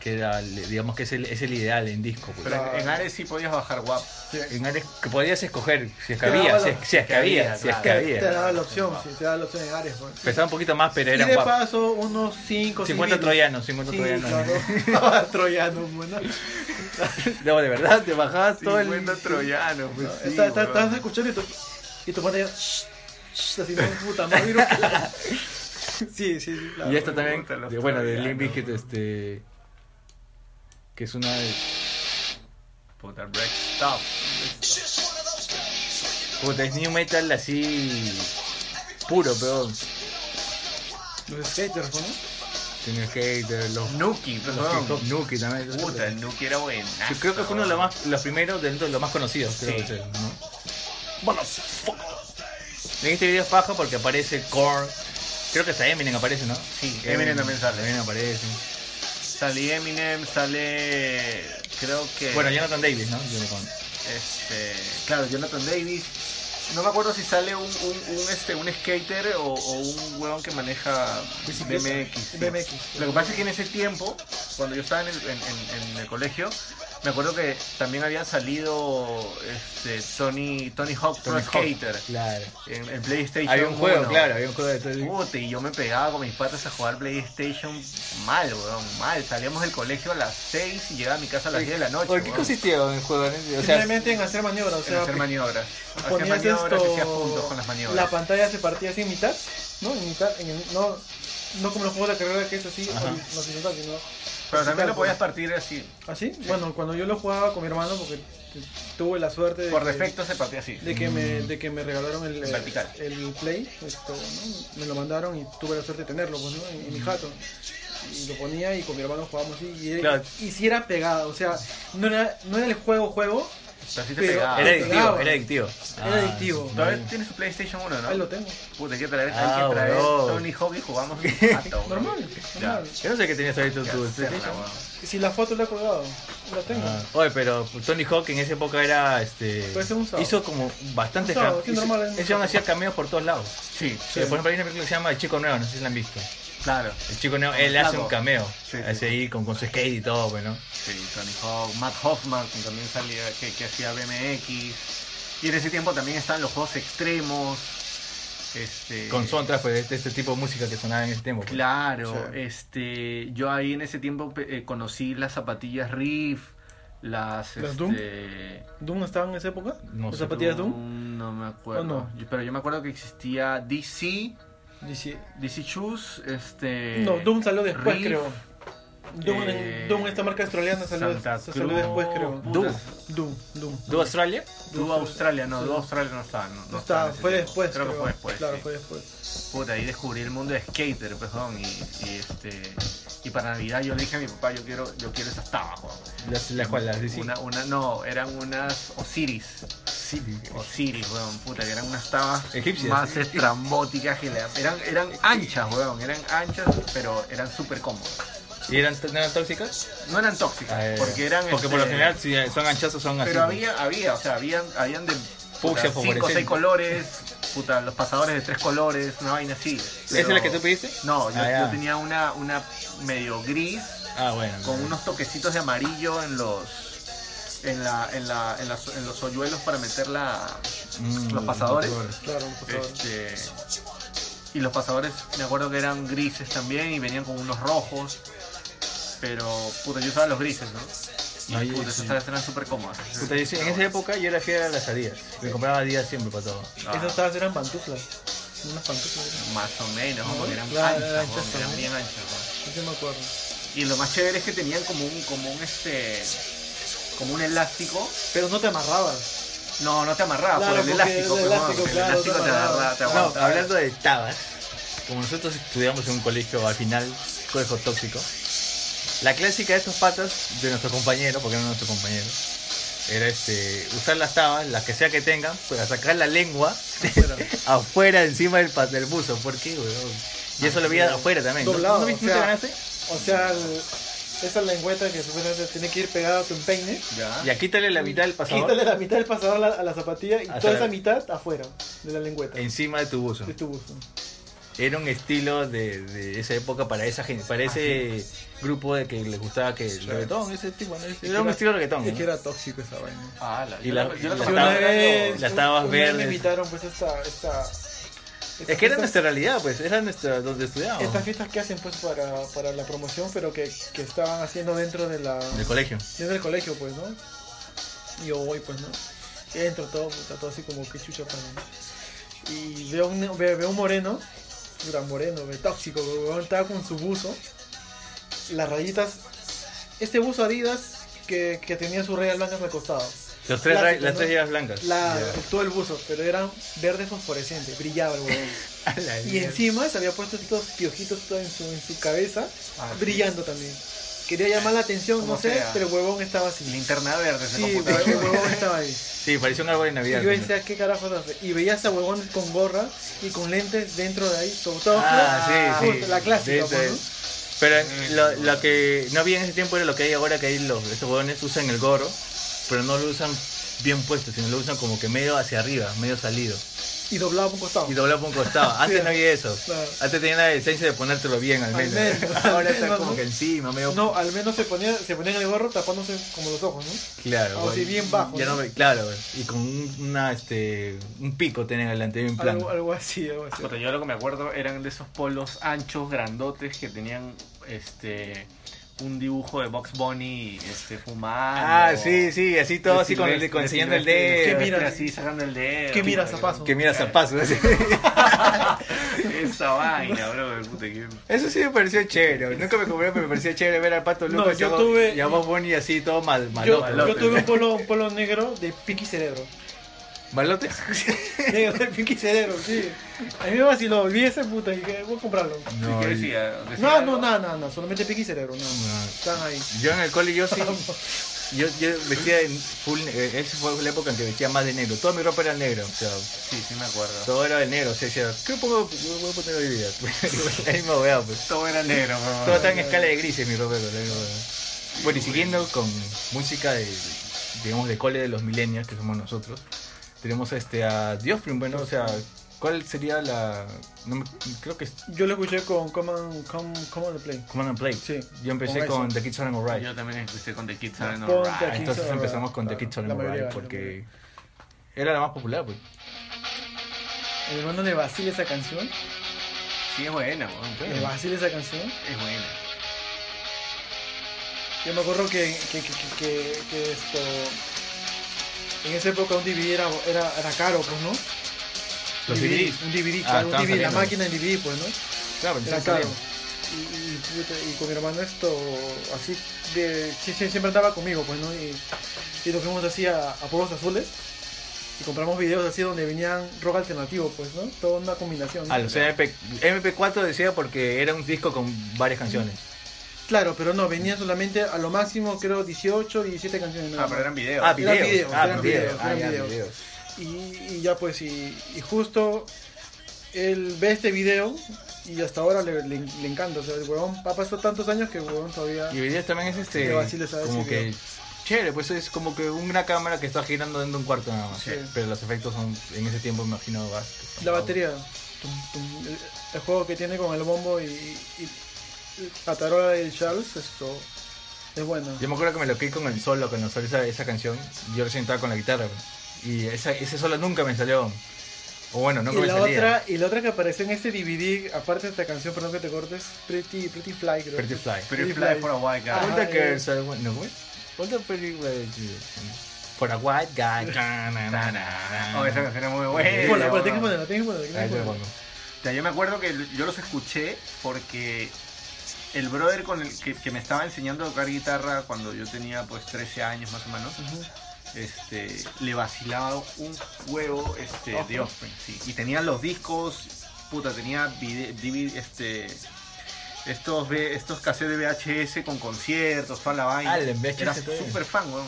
B: que era, le- digamos que es el, es el ideal en disco. pues.
A: Pero en- en Ares sí podías bajar WAP.
C: Sí.
B: En Ares que podías escoger si es que
A: Ah,
C: Te
B: había,
C: daba
B: si
C: la-
B: es, si es que había, si es que
A: claro.
C: Te, te
B: había.
C: daba la opción, sí, te daba la opción en Ares, weón.
B: Pesaba un poquito más, eh. pero
C: Y
B: era
C: de
B: WAP.
C: paso, unos 5
B: 50 troyanos, 50 troyanos.
C: troyanos. troyanos, bueno.
A: Pues
B: No, de verdad, te bajabas todo el... [LAUGHS]
A: mundo troyano, pues sí,
C: Estás estás-
A: weón.
C: estás escuchando y tu, y tu pata ya, shh, shh, así, no, puta, más virus que la- Sí, sí, sí, claro.
B: Y esta también,
A: puta, los
B: de- bueno, de
A: troyanos,
B: Limp Bizkit,
A: weón.
B: este... Que es una de...
A: Puta, break stuff.
B: Puta, es new metal así. puro, pero.
C: Los skaters, pues, ¿no?
B: Tiene hater, los.
A: Nuki, pues,
B: los hip hop,
A: weón.
B: Nuki también.
A: Puta, el Nuki era bueno.
B: Yo creo que fue uno de los más, los primeros dentro de los más conocidos, creo
A: Sí.
B: que sea, ¿no? En este video es paja porque aparece Korn. Creo que hasta Eminem aparece, ¿no?
A: Sí, Eminem también sale.
B: Eminem aparece.
A: Sale Eminem, sale. Creo que.
B: Bueno, Jonathan Davis, ¿no? Jonathan.
A: Este, claro, Jonathan Davis. No me acuerdo si sale un, un, un, este, un skater o, o un huevón que maneja
C: Bicicleta.
A: BMX. sí.
C: BMX.
A: Lo que pasa es que en ese tiempo, cuando yo estaba en el, en, en- en el colegio, me acuerdo que también había salido este, Tony, Tony Hawk Pro
B: Tony Hawk.
A: Skater
B: Claro.
A: en, en PlayStation.
B: Había un juego,
A: 1.
B: claro, había un juego de todo.
A: Puta, y yo me pegaba con mis patas a jugar PlayStation mal, weón, mal. Salíamos del colegio a las 6 y llegaba a mi casa a las 10 de la noche.
B: ¿Por qué
A: weón.
B: consistía el juego? O sea,
C: Simplemente en hacer maniobras, o
A: En
C: sea,
A: hacer maniobras. Hacía
C: ponías
A: maniobras y hacía puntos
C: esto,
A: con las
C: la
A: maniobras.
C: pantalla se partía así en mitad, ¿no? En mitad, en el- no, no como los juegos de carrera que es así,
B: Ajá.
C: hori- no horizontal, sino
A: Pero también
C: vertical,
A: lo podías partir así.
C: ¿Así? ¿Ah, Bueno, cuando yo lo jugaba con mi hermano, porque t- tuve la suerte de
A: Por
C: que-
A: defecto se partía así.
C: de que me, de que me regalaron el, eh,
A: Vertical.
C: el play, esto, ¿no? me lo mandaron y tuve la suerte de tenerlo pues, ¿no? en, en mi jato. Y lo ponía y con mi hermano jugábamos así. Y,
B: Claro.
C: y sí era pegada, o sea, no era, no era el juego juego,
A: Pero así te
C: Pero-
A: pegaba.
B: era
C: te
B: adictivo,
C: pegaba.
B: era adictivo.
C: Era adictivo.
A: Todavía tienes tu PlayStation 1,
C: ahí lo
A: ¿no?
C: tengo.
A: Puta, hay que traer,
B: Ah,
A: hay que traer
B: weón.
A: Tony Hawk y
C: [LAUGHS]
A: jugamos un rato, weón.
C: Normal,
A: Ya.
C: normal.
B: Yo no sé qué tenías ahí tu
A: Ya,
B: tu
A: cerra,
B: PlayStation.
A: weón.
C: Si la foto la he colgado, la tengo.
B: Ah, Oye, pero Tony Hawk en esa época era este.
C: Pero ese es un sábado.
B: Hizo como bastantes
C: Un sábado, sí,
B: hizo-
C: normal, es un
B: Ese
C: sábado.
B: aún hacía cameos por todos lados.
A: Sí,
B: Por ejemplo, hay una película que se llama El Chico Nuevo, no sé si la han visto.
A: claro.
B: El Chico
C: Ah,
B: Nuevo, él
A: Claro.
B: hace un cameo.
A: Sí, sí, sí.
B: Hace ahí con, con su skate y todo, pues, ¿no?
A: Sí, Tony Hawk. Matt Hoffman que también salía, que, que hacía BMX. Y en ese tiempo también estaban los juegos extremos. Este...
B: Con soundtracks pues, de este, este tipo de música que sonaba en ese tiempo. pues.
A: Claro,
C: Sí.
A: este, yo ahí en ese tiempo pe- eh, conocí las zapatillas Riff, las,
C: ¿Las Doom?
A: este,
C: ¿Doom estaba en esa época?
B: No
C: ¿Las
B: sé.
C: zapatillas Doom?
A: No me acuerdo,
C: ¿O no?
A: Yo- pero yo me acuerdo que existía DC,
C: Dice-
A: DC Shoes, este,
C: No, Doom salió después,
A: Riff,
C: creo. Doom,
A: eh,
C: Doom, esta marca australiana salió,
A: Santa
C: se salió
A: Cruz,
C: después, creo.
A: puta,
B: Doom.
C: Doom, Doom.
B: ¿Tú Australia?
A: Doom Australia, no,
C: Sí.
A: Doom Australia no estaba, no, no
C: No
A: estaba
C: estaba,
A: en ese
C: fue
A: tiempo.
C: después.
A: creo, que fue después,
C: Claro,
A: sí.
C: fue después.
A: Puta, ahí descubrí el mundo de skater, perdón, y, y este, y para Navidad yo le dije a mi papá, yo quiero, yo quiero esas tabas, weón.
B: Las, las cuales las decís.
A: Una, una, no, eran unas Osiris.
B: Sí.
A: Osiris, weón, puta, que eran unas tabas
B: Egipcias.
A: más estrambóticas que la- eran, eran anchas, weón, eran anchas, pero eran súper cómodas.
B: ¿Y eran, no eran tóxicas?
A: No eran tóxicas,
B: Ah, eh,
A: porque eran.
B: Porque
A: este,
B: por lo general, si son anchazos, son así. pues.
A: Pero había, había, o sea, habían, habían de.
B: Fucsia,
A: puta, cinco o seis
B: fosforescente.
A: colores, puta, los pasadores de tres colores, una vaina así.
B: ¿Esa es la que tú pediste?
A: No, yo,
B: Ah, ya.
A: yo tenía una, una medio gris
B: Ah, bueno.
A: con unos toquecitos de amarillo en los. En, la, en, la, en, las- en los hoyuelos para meter la,
B: Mm,
A: los pasadores.
C: Claro, por favor.
A: Este, y los pasadores, me acuerdo que eran grises también y venían con unos rojos. Pero, puta, yo usaba los grises, ¿no? Y,
B: Ay,
A: puta,
B: sí.
A: esas eran- eran súper cómodas.
B: Puta, yo sí, en esa época yo era fiel a las adidas. Me compraba adidas siempre para todo.
A: Ah,
C: Esas tabas eran pantuflas. Unas pantuflas.
A: Más o menos, ¿no? porque eran
C: Claro,
A: anchas,
C: eran
A: ¿no?
C: anchas
A: eran
C: también.
A: bien anchas. ¿no?
C: No se me acuerdo.
A: Y lo más chévere es que tenían como un, como un este... Como un elástico.
C: Pero no te amarrabas.
A: No, no te amarraba
C: Claro,
A: por el
C: porque
A: elástico.
C: el
A: pues,
C: elástico,
A: no, el
C: claro,
A: elástico
C: te
A: te
C: amarraba.
A: agarra- te
C: No,
B: No,
A: aguantaba.
B: hablando de tabas, como nosotros estudiamos en un colegio al final, colegio tóxico, la clásica de estos patas de nuestro compañero, porque no nuestro compañero, era este, usar las tabas, las que sea que tengan, para sacar la lengua
C: Afuera.
B: [LAUGHS] afuera encima del, pa- del buzo. ¿Por qué, weón? Y eso lo vi afuera también. ¿No-
C: Doblado,
B: ¿No, viste- no
C: o
B: te
C: sea-
B: ganaste?
C: O sea, el- esa lengüeta que supuestamente tiene que ir pegada a tu empeine.
A: Ya.
B: Ya quítale la mitad del pasador
C: ¿ah?
B: Ah,
C: Quítale la mitad del pasador a la, a la zapatilla y
B: Hacia
C: toda
B: la-
C: esa mitad afuera de la lengüeta.
B: encima de tu buzo.
C: De tu buzo.
B: Era un estilo de, de esa época para esa gente, para ese grupo de que les gustaba que el reggaetón, ese tipo, ¿no? Era un estilo de reggaetón.
C: Es
B: ¿no?
C: que era tóxico esa vaina.
A: Ala,
B: Y
A: yo
B: la-
A: Ah, la- yo la
B: y Las
C: Sí,
A: tocaba
C: una
B: tabas-
C: vez,
B: las
C: un-
B: tabas
C: una vez
B: verdes.
C: me invitaron pues esta, esta, esta-
B: Es que era
C: estas-
B: nuestra realidad, pues, era nuestra, donde estudiábamos.
C: estas fiestas que hacen pues para, para la promoción, pero que, que estaban haciendo dentro de la
B: Del colegio.
C: dentro del colegio pues, ¿no? Y Yo voy pues, ¿no? Entro todo, puta, todo así como que chucha para Y veo un, ve- veo, un moreno, puta moreno, ve, tóxico, weón, estaba con su buzo, las rayitas, este buzo Adidas que, que tenía sus rayas blancas al costado.
B: Los tres, ra-
C: clásicas,
B: las
C: ¿no?
B: tres llaves blancas.
C: La,
B: Ya.
C: Todo el buzo, pero era verde fosforescente, brillaba el huevón.
B: A la
C: [LAUGHS] Y
B: mierda.
C: encima se había puesto estos piojitos todo en su, en su cabeza,
B: Ah,
C: brillando también. Quería llamar la atención,
E: Como
C: no sé,
E: sea.
C: pero el huevón estaba así.
E: Linterna verde, se
C: Sí, el
E: computaba.
C: huevón
B: [LAUGHS]
C: estaba ahí.
B: Sí, parecía un árbol de Navidad. pues,
C: Y yo
B: ¿no?
C: decía, ¿qué carajo hace? Y veías a huevones con gorra y con lentes dentro de ahí, todo todo
B: Ah, sí,
C: justo,
B: sí.
C: la clásica,
B: Sí,
C: pues,
B: sí. Pero lo, lo que no había en ese tiempo era lo que hay ahora, que hay los, estos huevones usan el gorro, pero no lo usan bien puesto, sino lo usan como que medio hacia arriba, medio salido.
C: ¿no? Y doblado por un costado.
B: Y doblado por un
C: [LAUGHS]
B: costado. Antes
C: Sí.
B: no había eso.
C: Claro.
B: Antes tenía la decencia de ponértelo bien al
C: Al
B: menos.
C: menos, al
B: [LAUGHS] Ahora está
C: menos,
B: como
C: ¿no?
B: que encima, medio...
C: No, al menos se ponía, se ponía en el gorro tapándose como los ojos, ¿no?
B: Claro.
C: o
B: güey.
C: si bien bajo,
B: Ya
C: ¿no?
B: no ve- claro, güey. y con un, una, este, un pico tenían adelante, bien plano.
C: Algo, algo así, algo así.
A: Puta, yo lo que me acuerdo eran de esos polos anchos, grandotes, que tenían este un dibujo de Box Bunny este, fumando.
B: Ah, sí, sí, así todo,
A: De
B: así con, el,
A: Silvestre,
B: con
A: de
B: enseñando el
A: Silvestre, de
B: dedo.
A: Silvestre,
C: mira?
A: Así, sacando el dedo.
C: ¿Qué mira,
A: Puta,
C: zapazo?
B: Que mira zapazo. así. [LAUGHS]
A: Esa vaina, bro. Puta, que...
B: Eso sí me pareció chévere. Nunca me compré, pero me parecía chévere ver al pato Lucas.
C: No, yo tuve-
B: Y a Bob Bunny así, todo mal,
C: Yo,
B: malote.
A: Malote.
C: yo tuve un polo, un polo negro de Pinky
B: [LAUGHS]
C: Cerebro.
B: ¿Malote? [LAUGHS]
C: Negro de Pinky Cerebro, sí. A mí me vaciló, vi ese puta y dije, voy a comprarlo.
A: No, ¿Qué decía? ¿Decía
C: No,
A: algo?
C: no, nada, nada, nada, solamente Pinky Cerebro, no.
B: No.
C: Están ahí.
B: Yo en el cole, yo sí. Yo, yo vestía en full. eh, Esa fue la época en que vestía más de negro. Toda mi ropa era negra. O sea,
A: Sí, sí me acuerdo.
B: todo era de negro. O sea, decía, ¿qué pongo, qué voy a poner hoy día? [LAUGHS] Ahí me voy a, pues.
A: Todo era negro, bro.
B: Todo está en escala de grises, mi ropa. pero, eh, Bueno, y siguiendo con música de, digamos, de cole de los millennials, que somos nosotros, tenemos este, a Diosprint, bueno, o sea, ¿cuál sería la...? no me- creo que es
C: Yo lo escuché con Common, Common, Common the Play.
B: Command and Play.
C: Sí,
B: Yo empecé
C: con
B: con,
C: eso.
B: The Kids Aren't Alright. Ah,
A: Yo también empecé con The Kids Are
C: Con The
A: Alright.
C: Kids
B: Entonces
C: Aren't
B: empezamos con The
C: Alright.
B: Kids Aren't
C: La mayoría,
B: Alright
C: la
B: porque
C: mayoría.
B: era la más popular, pues.
C: El hermano le vacila esa canción,
A: Sí, es buena, bro.
C: le vacila esa canción.
A: Es buena.
C: Yo me acuerdo que, que, que, que, que- que esto. En esa época un DVD era, era, era caro, pues, ¿no?
B: Los
C: DVD,
B: DVDs.
C: Un DVD,
B: Ah,
C: claro, un
B: estaban
C: DVD, la
B: saliendo.
C: máquina en DVD, pues, ¿no?
B: Claro,
C: Era caro. Y, y, puta, y con mi hermano esto, así, de, sí, sí, siempre andaba conmigo, pues, ¿no? Y, y nos fuimos así a, a Pueblos Azules y compramos videos así donde venían rock alternativo, pues, ¿no? Toda una combinación.
A: Ah,
C: ¿no?
B: A los MP, MP4 decía porque era un disco con varias canciones.
C: Claro, pero no, venían solamente a lo máximo, creo, 18, 17 canciones. nada
A: Ah, pero
C: más.
A: eran videos.
B: Ah,
C: Eran
B: videos.
C: videos,
B: ah,
C: eran videos,
B: Ah,
C: eran
B: ya,
C: videos. Y, y ya pues, y, y justo él ve este video y hasta ahora le, le- le encanta. O sea, el huevón ha pasado tantos años que el huevón todavía...
B: Y videos también es este.
C: Qué vacilo saber
B: como
C: si
B: que.
C: video.
B: Chévere, pues es como que una cámara que está girando dentro de un cuarto nada más.
C: Sí.
B: Pero los efectos son, en ese tiempo, me imagino, vas.
C: La batería, tum, tum, el, el juego que tiene con el bombo y, y, y la tarola del Charles, esto es bueno.
B: Yo me acuerdo que me lo quedé con el solo, cuando salió esa, esa canción. Yo recién estaba con la guitarra. pues. Y esa- ese solo nunca me salió. O bueno, nunca
C: y,
B: me
C: la
B: salía.
C: otra, y la otra que apareció en este DVD, aparte de esta canción, perdón que te cortes, Pretty, Pretty Fly, creo.
B: Pretty Fly.
A: Pretty Fly for a White Guy.
C: Ajá,
B: Ponte que
C: eh.
B: soy bueno, güey. Ponte Pretty Fly. For a white guy. Na, na, na, na.
A: Oh, esa canción es muy
B: Ponla,
A: buena.
C: Ponla,
A: bro.
C: ponla, tienes que ponerla, tienes que ponerla, tienes
B: Ahí
C: que
B: te lo
C: ponerla.
B: pongo.
A: O sea, yo me acuerdo que yo los escuché porque el brother con el que, que me estaba enseñando a tocar guitarra cuando yo tenía pues 13 años más o menos, este, le vacilaba un huevo este, de
C: Offspring.
A: Offspring, sí. Y tenía los discos, puta, tenía vide- DVD, este, estos, V- estos cassettes de VHS con conciertos, toda la vaina.
B: Ah, el VHS
A: Era
B: todavía.
A: súper fan, weón.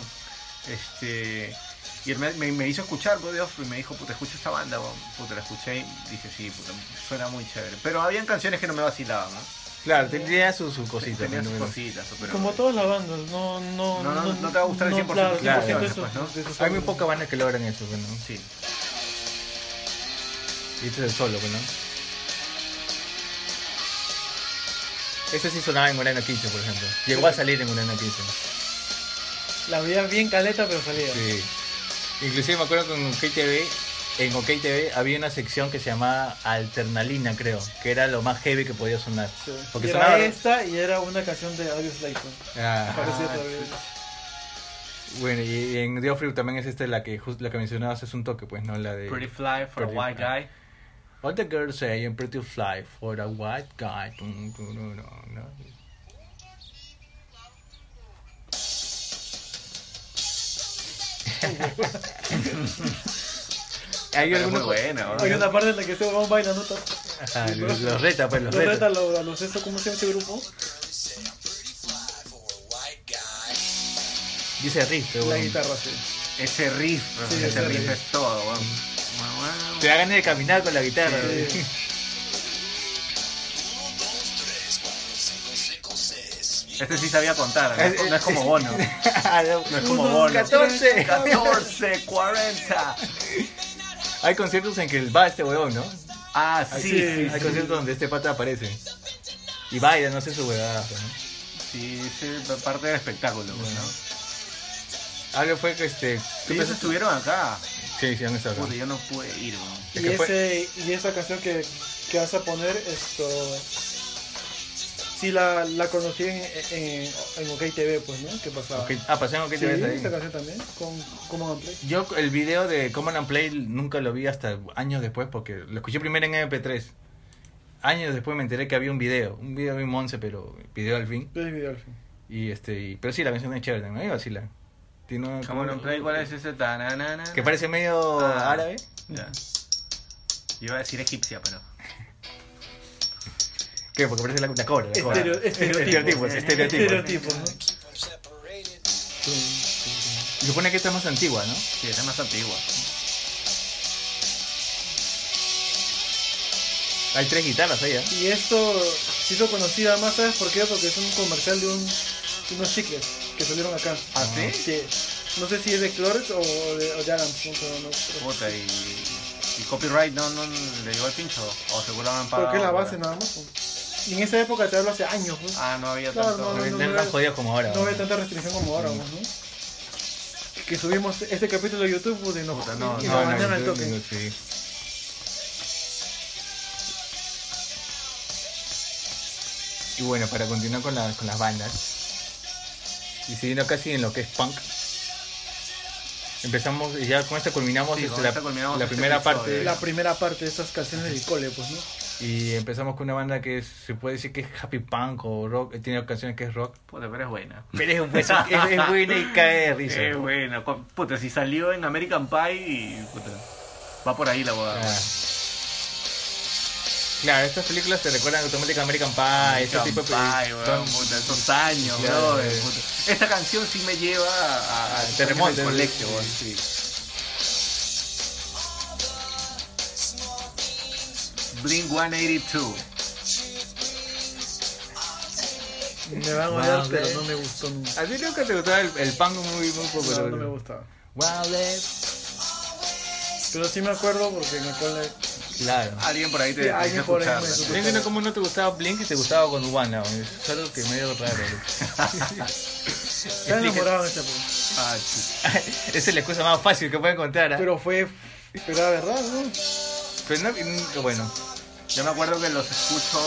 A: Este, y él me, me- me hizo escuchar pues, de Offspring, me dijo, puta, escucha esta banda, weón. Puta, la escuché y dije, sí, puta, suena muy chévere. Pero habían canciones que no me vacilaban, ¿no?
B: Claro, tenía su, su cosita. pues,
A: Tenía
B: ¿no?
A: sus cositas, pero...
C: Como todas las bandas, no, no,
A: No, no, no te va a gustar el 100%
C: claro,
B: claro,
C: 100% de
A: claro,
C: sus-
A: pues, ¿no?
C: de sus
B: Hay muy
C: álbumes.
B: pocas bandas que logran eso, bueno.
A: Sí.
B: Y este es el solo, bueno. Ese sí sonaba en Urano 15, por ejemplo. Llegó a salir en Urano 15.
C: La veías bien caleta, pero salía.
B: Sí. Inclusive me acuerdo que en OKTV, en OKTV había una sección que se llamaba Alternalina, creo, que era lo más heavy que podía sonar.
C: Sí.
B: Porque
C: Y
B: sonaba...
C: era esta y era una canción de Audios Layton.
B: Ah.
C: Parecía todavía.
B: Bueno, y en The Offering también es esta la que jus- la que mencionabas es un toque, pues, ¿no? La de
A: Pretty Fly for a
B: Pretty
A: White
B: Fly.
A: Guy.
B: All the girls say I'm pretty fly for a white guy. Dun, dun, dun, dun, ¿no?
A: Pero
B: Hay
A: muy
B: algunos.
A: buena,
C: Hay
A: ¿verdad?
C: una parte en la que este huevón baila, ¿no?
B: Ajá, los, los reta, pues los
C: Los reta
B: reta.
C: a los, a los estos, ¿cómo se llama ese grupo?
B: Dice Riff, pero
C: La
B: bueno.
C: guitarra, sí.
A: Ese riff, bro,
C: Sí,
A: ese
C: ese
A: riff
C: riff.
A: es todo, weón. Mamá.
B: Te da ganas de caminar con la guitarra.
C: Sí.
A: Este sí sabía contar,
B: Es-
A: no, No es [LAUGHS] como Bono. No es como
C: Uno,
A: Bono.
B: 14.
C: catorce.
A: 14, 40.
B: Hay conciertos en que el va este huevón, ¿no?
A: Ah,
B: Hay-
A: sí, sí,
B: Hay
A: sí.
B: conciertos donde este pata aparece. Y baila, no sé su huevada. pues, ¿no?
A: Sí, es eh, parte del espectáculo, pues, ¿no?
B: Algo fue que este.
A: Y ellos estuvieron acá.
B: Sí, sí, han estado acá.
A: Puta, yo no pude ir, weón.
B: Es
C: Y,
B: que fue-
C: ese, y esa canción que, que vas a poner, esto. Sí, la, la conocí en, en, en OK TV, pues, ¿no? ¿Qué pasaba?
B: Ok, Ah, pasaron que
C: Sí,
B: te ves
C: esa
B: ahí.
C: canción también, con Common and Play.
B: Yo el video de Common and Play nunca lo vi hasta años después porque lo escuché primero en MP3. Años después me enteré que había un video, un video bien monce, pero video al fin.
C: Yo vi el video al fin.
B: Y este, y- pero sí, la canción es chévere, ¿no? Iba a decirla. Tiene una-
A: Come on play, ¿cuál es ese tananana?
B: Que parece medio
A: Ah.
B: árabe.
A: Ya. Iba a decir egipcia, pero.
B: ¿Qué? Porque parece la, la cobra. La cobra.
C: Estereo- estereotipos.
B: Estereotipos, estereotipos.
C: Estereotipos, ¿no?
B: Se supone que esta es más antigua, ¿no?
A: Sí, esa es más antigua.
B: Hay tres guitarras ahí, ¿eh?
C: Y esto se hizo conocida más, ¿sabes por qué? Porque es un comercial de, un, de unos chicles que salieron acá.
A: ¿Ah, sí?
C: Sí. No sé si es de Clores o de, o de Adams, no sé, no sé.
A: Puta, y. Y copyright no, no le llegó al pincho. O seguro han pagado.
C: Porque es la
A: por-
C: base nada más. pues. Y en esa época te hablo hace años, ¿no?
A: Ah, no había
C: Claro,
A: tanto.
C: no,
B: No,
C: no,
B: no,
C: no,
B: tan
C: no.
B: jodidas como ahora.
C: No
B: ¿no?
C: había tanta restricción como ahora, pues, ¿no? Que subimos este capítulo de YouTube pues, de no,
A: Puta, no,
C: y
B: Ah,
A: no,
C: lo
A: no,
C: banearon al
B: yo-
C: toque.
B: yo- sí. Y bueno, para continuar con, la- con las bandas, y siguiendo casi en lo que es punk, empezamos y ya con esta culminamos,
A: Sí,
B: este,
A: con
B: la,
A: esta culminamos
B: la
A: este
B: primera
A: episodio.
B: parte
C: La primera parte de estas canciones del cole, pues, ¿no?
B: y empezamos con una banda que es- se puede decir que es happy punk o rock, eh, tiene canciones que es rock,
A: Puta, pero es buena.
B: pero es, es, es- es buena y cae de risa.
A: Es buena. Cu- Puta, si salió en American Pie y. Puta. Va por ahí la boda.
B: Ah. Claro, estas películas te recuerdan automáticamente a American Pie, ese tipo de
A: Ay,
B: películas.
A: weón, puta, esos años,
B: Claro,
A: bro.
B: eh.
A: Esta canción sí me lleva a, a-
B: Al terremoto,
A: al colegio,
B: sí.
A: weón, sí. Blink 182.
C: Me van a odiar,
B: Vale.
C: pero no me gustó nunca.
B: A ti nunca te gustaba el, el punk muy, muy poco.
C: No,
B: pero-
C: no me gustaba.
B: Wow, let's-
C: Pero sí me acuerdo porque en el cole
B: Claro.
A: Alguien por ahí te
C: Sí,
A: te
C: alguien
A: hizo
C: por ahí
A: escucharla.
C: me hizo-
B: Ah, Yo entiendo cómo no te gustaba Blink y te gustaba con One Es algo que medio
C: [LAUGHS]
B: raro. [LAUGHS]
C: estaba enamorado de pues. esa época.
A: Ah, sí.
B: Esa es la excusa más fácil que puedo encontrar. ¿ah?
C: Pero fue. Pero era verdad, ¿no?
B: Pero no- mm, bueno,
A: Yo me acuerdo que los escucho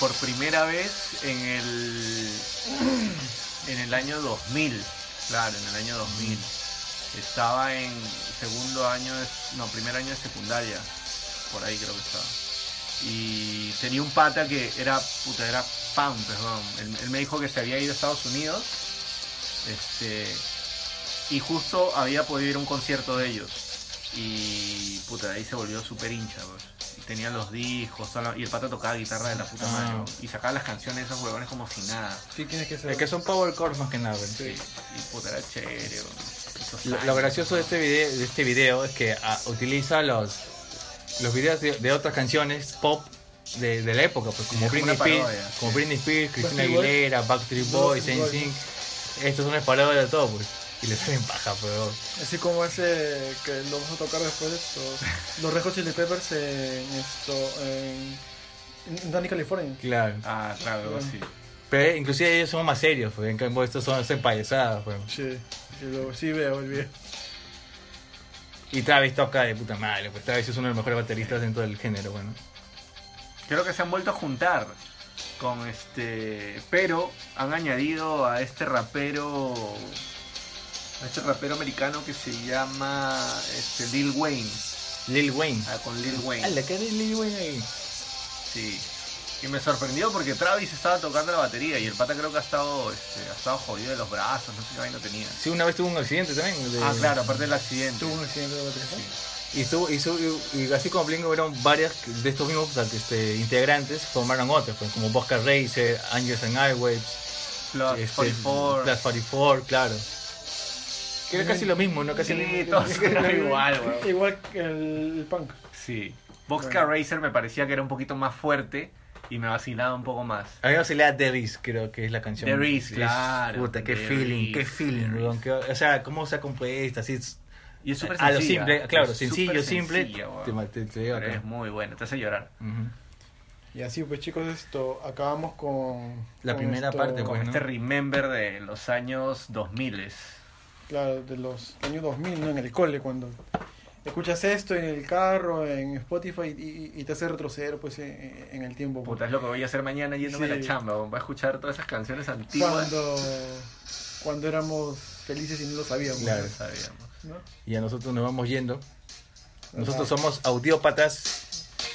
A: por primera vez en el. en el año 2000. Claro, en el año 2000. Estaba en segundo año, de- no, primer año de secundaria. Por ahí creo que estaba. Y tenía un pata que era, puta, era pan, perdón. Él, él me dijo que se había ido a Estados Unidos. Este. Y justo había podido ir a un concierto de ellos. Y puta, de ahí se volvió súper hincha, pues. Y tenía los discos, toda la- y el pata tocaba guitarra de la puta
B: Ah.
A: madre. weón. Y sacaba las canciones de esos huevones como si nada.
C: Sí, tienes que ser.
B: es que son power chords más que nada. pero-
A: Sí. Y puta, era chévere, weón. Esos
B: Lo, lo
A: años,
B: gracioso de
A: weón.
B: este video, de este video es que ah, utiliza los, los videos de, de otras canciones pop de, de la época, pues como,
A: es como
B: Britney
A: una
B: Spears,
A: parodia,
B: como Britney Spears, Cristina
C: Backstreet Boys.
B: Aguilera, Backstreet
C: Los
B: Boys,
C: Backstreet
B: NSYNC. Estos son las palabras de todo, pues. Y le salen paja, pues, oh. pero.
C: Así como ese que lo vamos a tocar después. esto, [LAUGHS] los Red Hot Chili Peppers en esto. En, en Danny California.
B: Claro.
A: Ah, claro, algo así.
B: Pero eh, inclusive ellos son más serios, pues. En cambio, estos son son empayesadas, pues.
C: Sí, sí, lo, sí veo el video.
B: Y Travis toca de puta madre, pues. Travis es uno de los mejores bateristas dentro del género, bueno.
A: Creo que se han vuelto a juntar con este. Pero han añadido a este rapero. A este rapero americano que se llama este, Lil Wayne.
B: Lil Wayne.
A: Ah, con Lil Wayne.
B: Ah, la cara de Lil Wayne ahí.
A: Sí. Y me sorprendió porque Travis estaba tocando la batería y el pata creo que ha estado, este, ha estado jodido de los brazos, no sé qué vaina tenía.
B: Sí, una vez tuvo un accidente también. de-
A: Ah, claro, aparte del accidente.
C: Tuvo un accidente de batería.
B: Y, estuvo- y su- y- y así como Blink hubieron varias que- de estos mismos este, integrantes, formaron otras, pues, como Bosca Racer, Angels and Airwaves,
A: Plus
B: este,
A: 44.
B: Blast 44, claro. Que era casi lo mismo, ¿no? Casi
A: Sí,
B: lo mismo.
A: todos [LAUGHS] eran igual, weón.
C: Igual que el punk.
A: Sí. Boxcar Racer me parecía que era un poquito más fuerte y me vacilaba un poco más.
B: A mí me vacilaba The Riz, creo que es la canción.
A: The Riz,
B: Es-
A: claro.
B: Puta, qué
A: The Riz,
B: feeling, qué feeling,
A: The Riz.
B: weón, que- O sea, cómo se ha compuesto, así. es-
A: Y es súper
B: a lo
A: sencilla,
B: simple, claro,
A: es
B: sencillo,
A: súper
B: simple.
A: sencilla, weón.
B: te ma- te- te digo
A: Pero
B: acá.
A: es muy bueno, te hace llorar.
B: Ujú.
C: Y así pues chicos, esto, acabamos con...
B: La
C: con
B: primera parte, pues.
A: Con
B: Bueno.
A: este remember de los años 2000.
C: Claro, de los años 2000, ¿no? En el cole, cuando escuchas esto en el carro, en Spotify y, y- y te hace retroceder pues en, en el tiempo. pues.
A: Puta, es lo que voy a hacer mañana yéndome a la
C: Sí.
A: chamba. weón. Voy a escuchar todas esas canciones antiguas.
C: Cuando, cuando éramos felices y no lo sabíamos.
A: Claro,
B: Claro.
A: sabíamos.
C: ¿no?
B: Y a nosotros nos vamos yendo. Nosotros
C: Ajá.
B: somos audiópatas.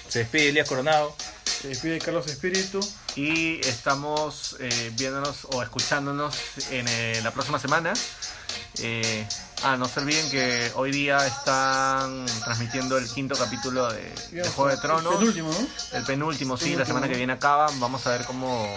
B: Se despide Elías Coronado.
C: Se despide Carlos Espíritu.
A: Y estamos eh, viéndonos o escuchándonos en eh, la próxima semana. Eh, ah, no se olviden que hoy día están transmitiendo el quinto capítulo de, de Juego de Tronos.
C: El penúltimo, ¿no?
A: El penúltimo, sí, la
C: Penúltimo.
A: semana que viene acaba. Vamos a ver cómo.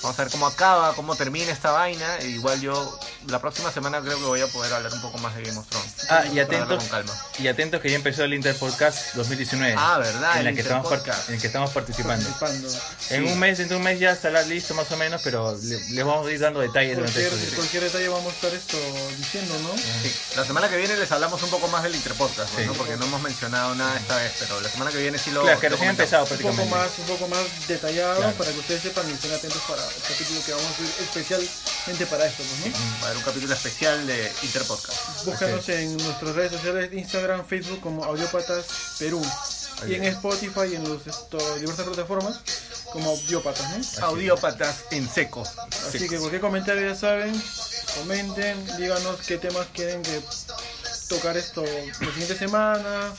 A: Vamos a ver cómo acaba, cómo termina esta vaina. E igual yo la próxima semana creo que voy a poder hablar un poco más de Game of Thrones.
B: Ah, y
A: Para hablarlo
B: atentos.
A: Con calma.
B: Y atentos que ya empezó el Interpodcast 2019.
A: Ah, verdad.
B: en, la
A: el
B: que estamos par-
A: Interpodcast.
B: en el que estamos participando.
C: Participando.
B: En
A: Sí.
B: un mes, dentro de un mes ya estará listo más o menos, pero le- les vamos a ir dando detalles durante
C: Cualquier,
B: estos días.
C: cualquier detalle vamos a estar esto diciendo, ¿no?
A: Sí, la semana que viene les hablamos un poco más del Interpodcast,
B: Sí.
A: ¿no? porque no hemos mencionado nada esta vez, pero la semana que viene sí lo.
B: Claro, que
A: lo
B: recién ha
A: comentamos.
B: empezado
C: Un poco
B: prácticamente.
C: más, un poco más detallado
B: Claro.
C: para que ustedes sepan y estén atentos para el capítulo que vamos a subir especialmente para esto, pues, ¿no?
A: Va a haber un capítulo especial de Interpodcast.
C: Búscanos en nuestras redes sociales, Instagram, Facebook como Audiopatas Perú. Y en Spotify y en los, esto, diversas plataformas como Audiopatas, ¿no?
B: es.
A: Audiópatas en seco.
C: Así que cualquier comentario ya saben, comenten, díganos qué temas quieren que tocar esto la siguiente semana.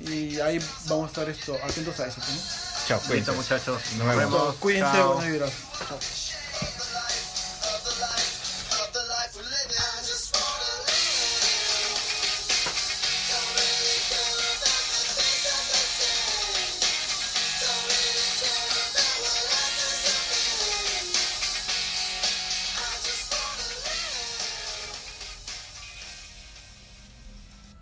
C: Y ahí vamos a estar esto, atentos a eso, ¿no?
B: Chao,
A: Listo,
B: cuídense.
A: muchachos.
B: Nos vemos.
C: Cuídense,
A: Chao.
C: buenas vibras. Chao.
A: Chao.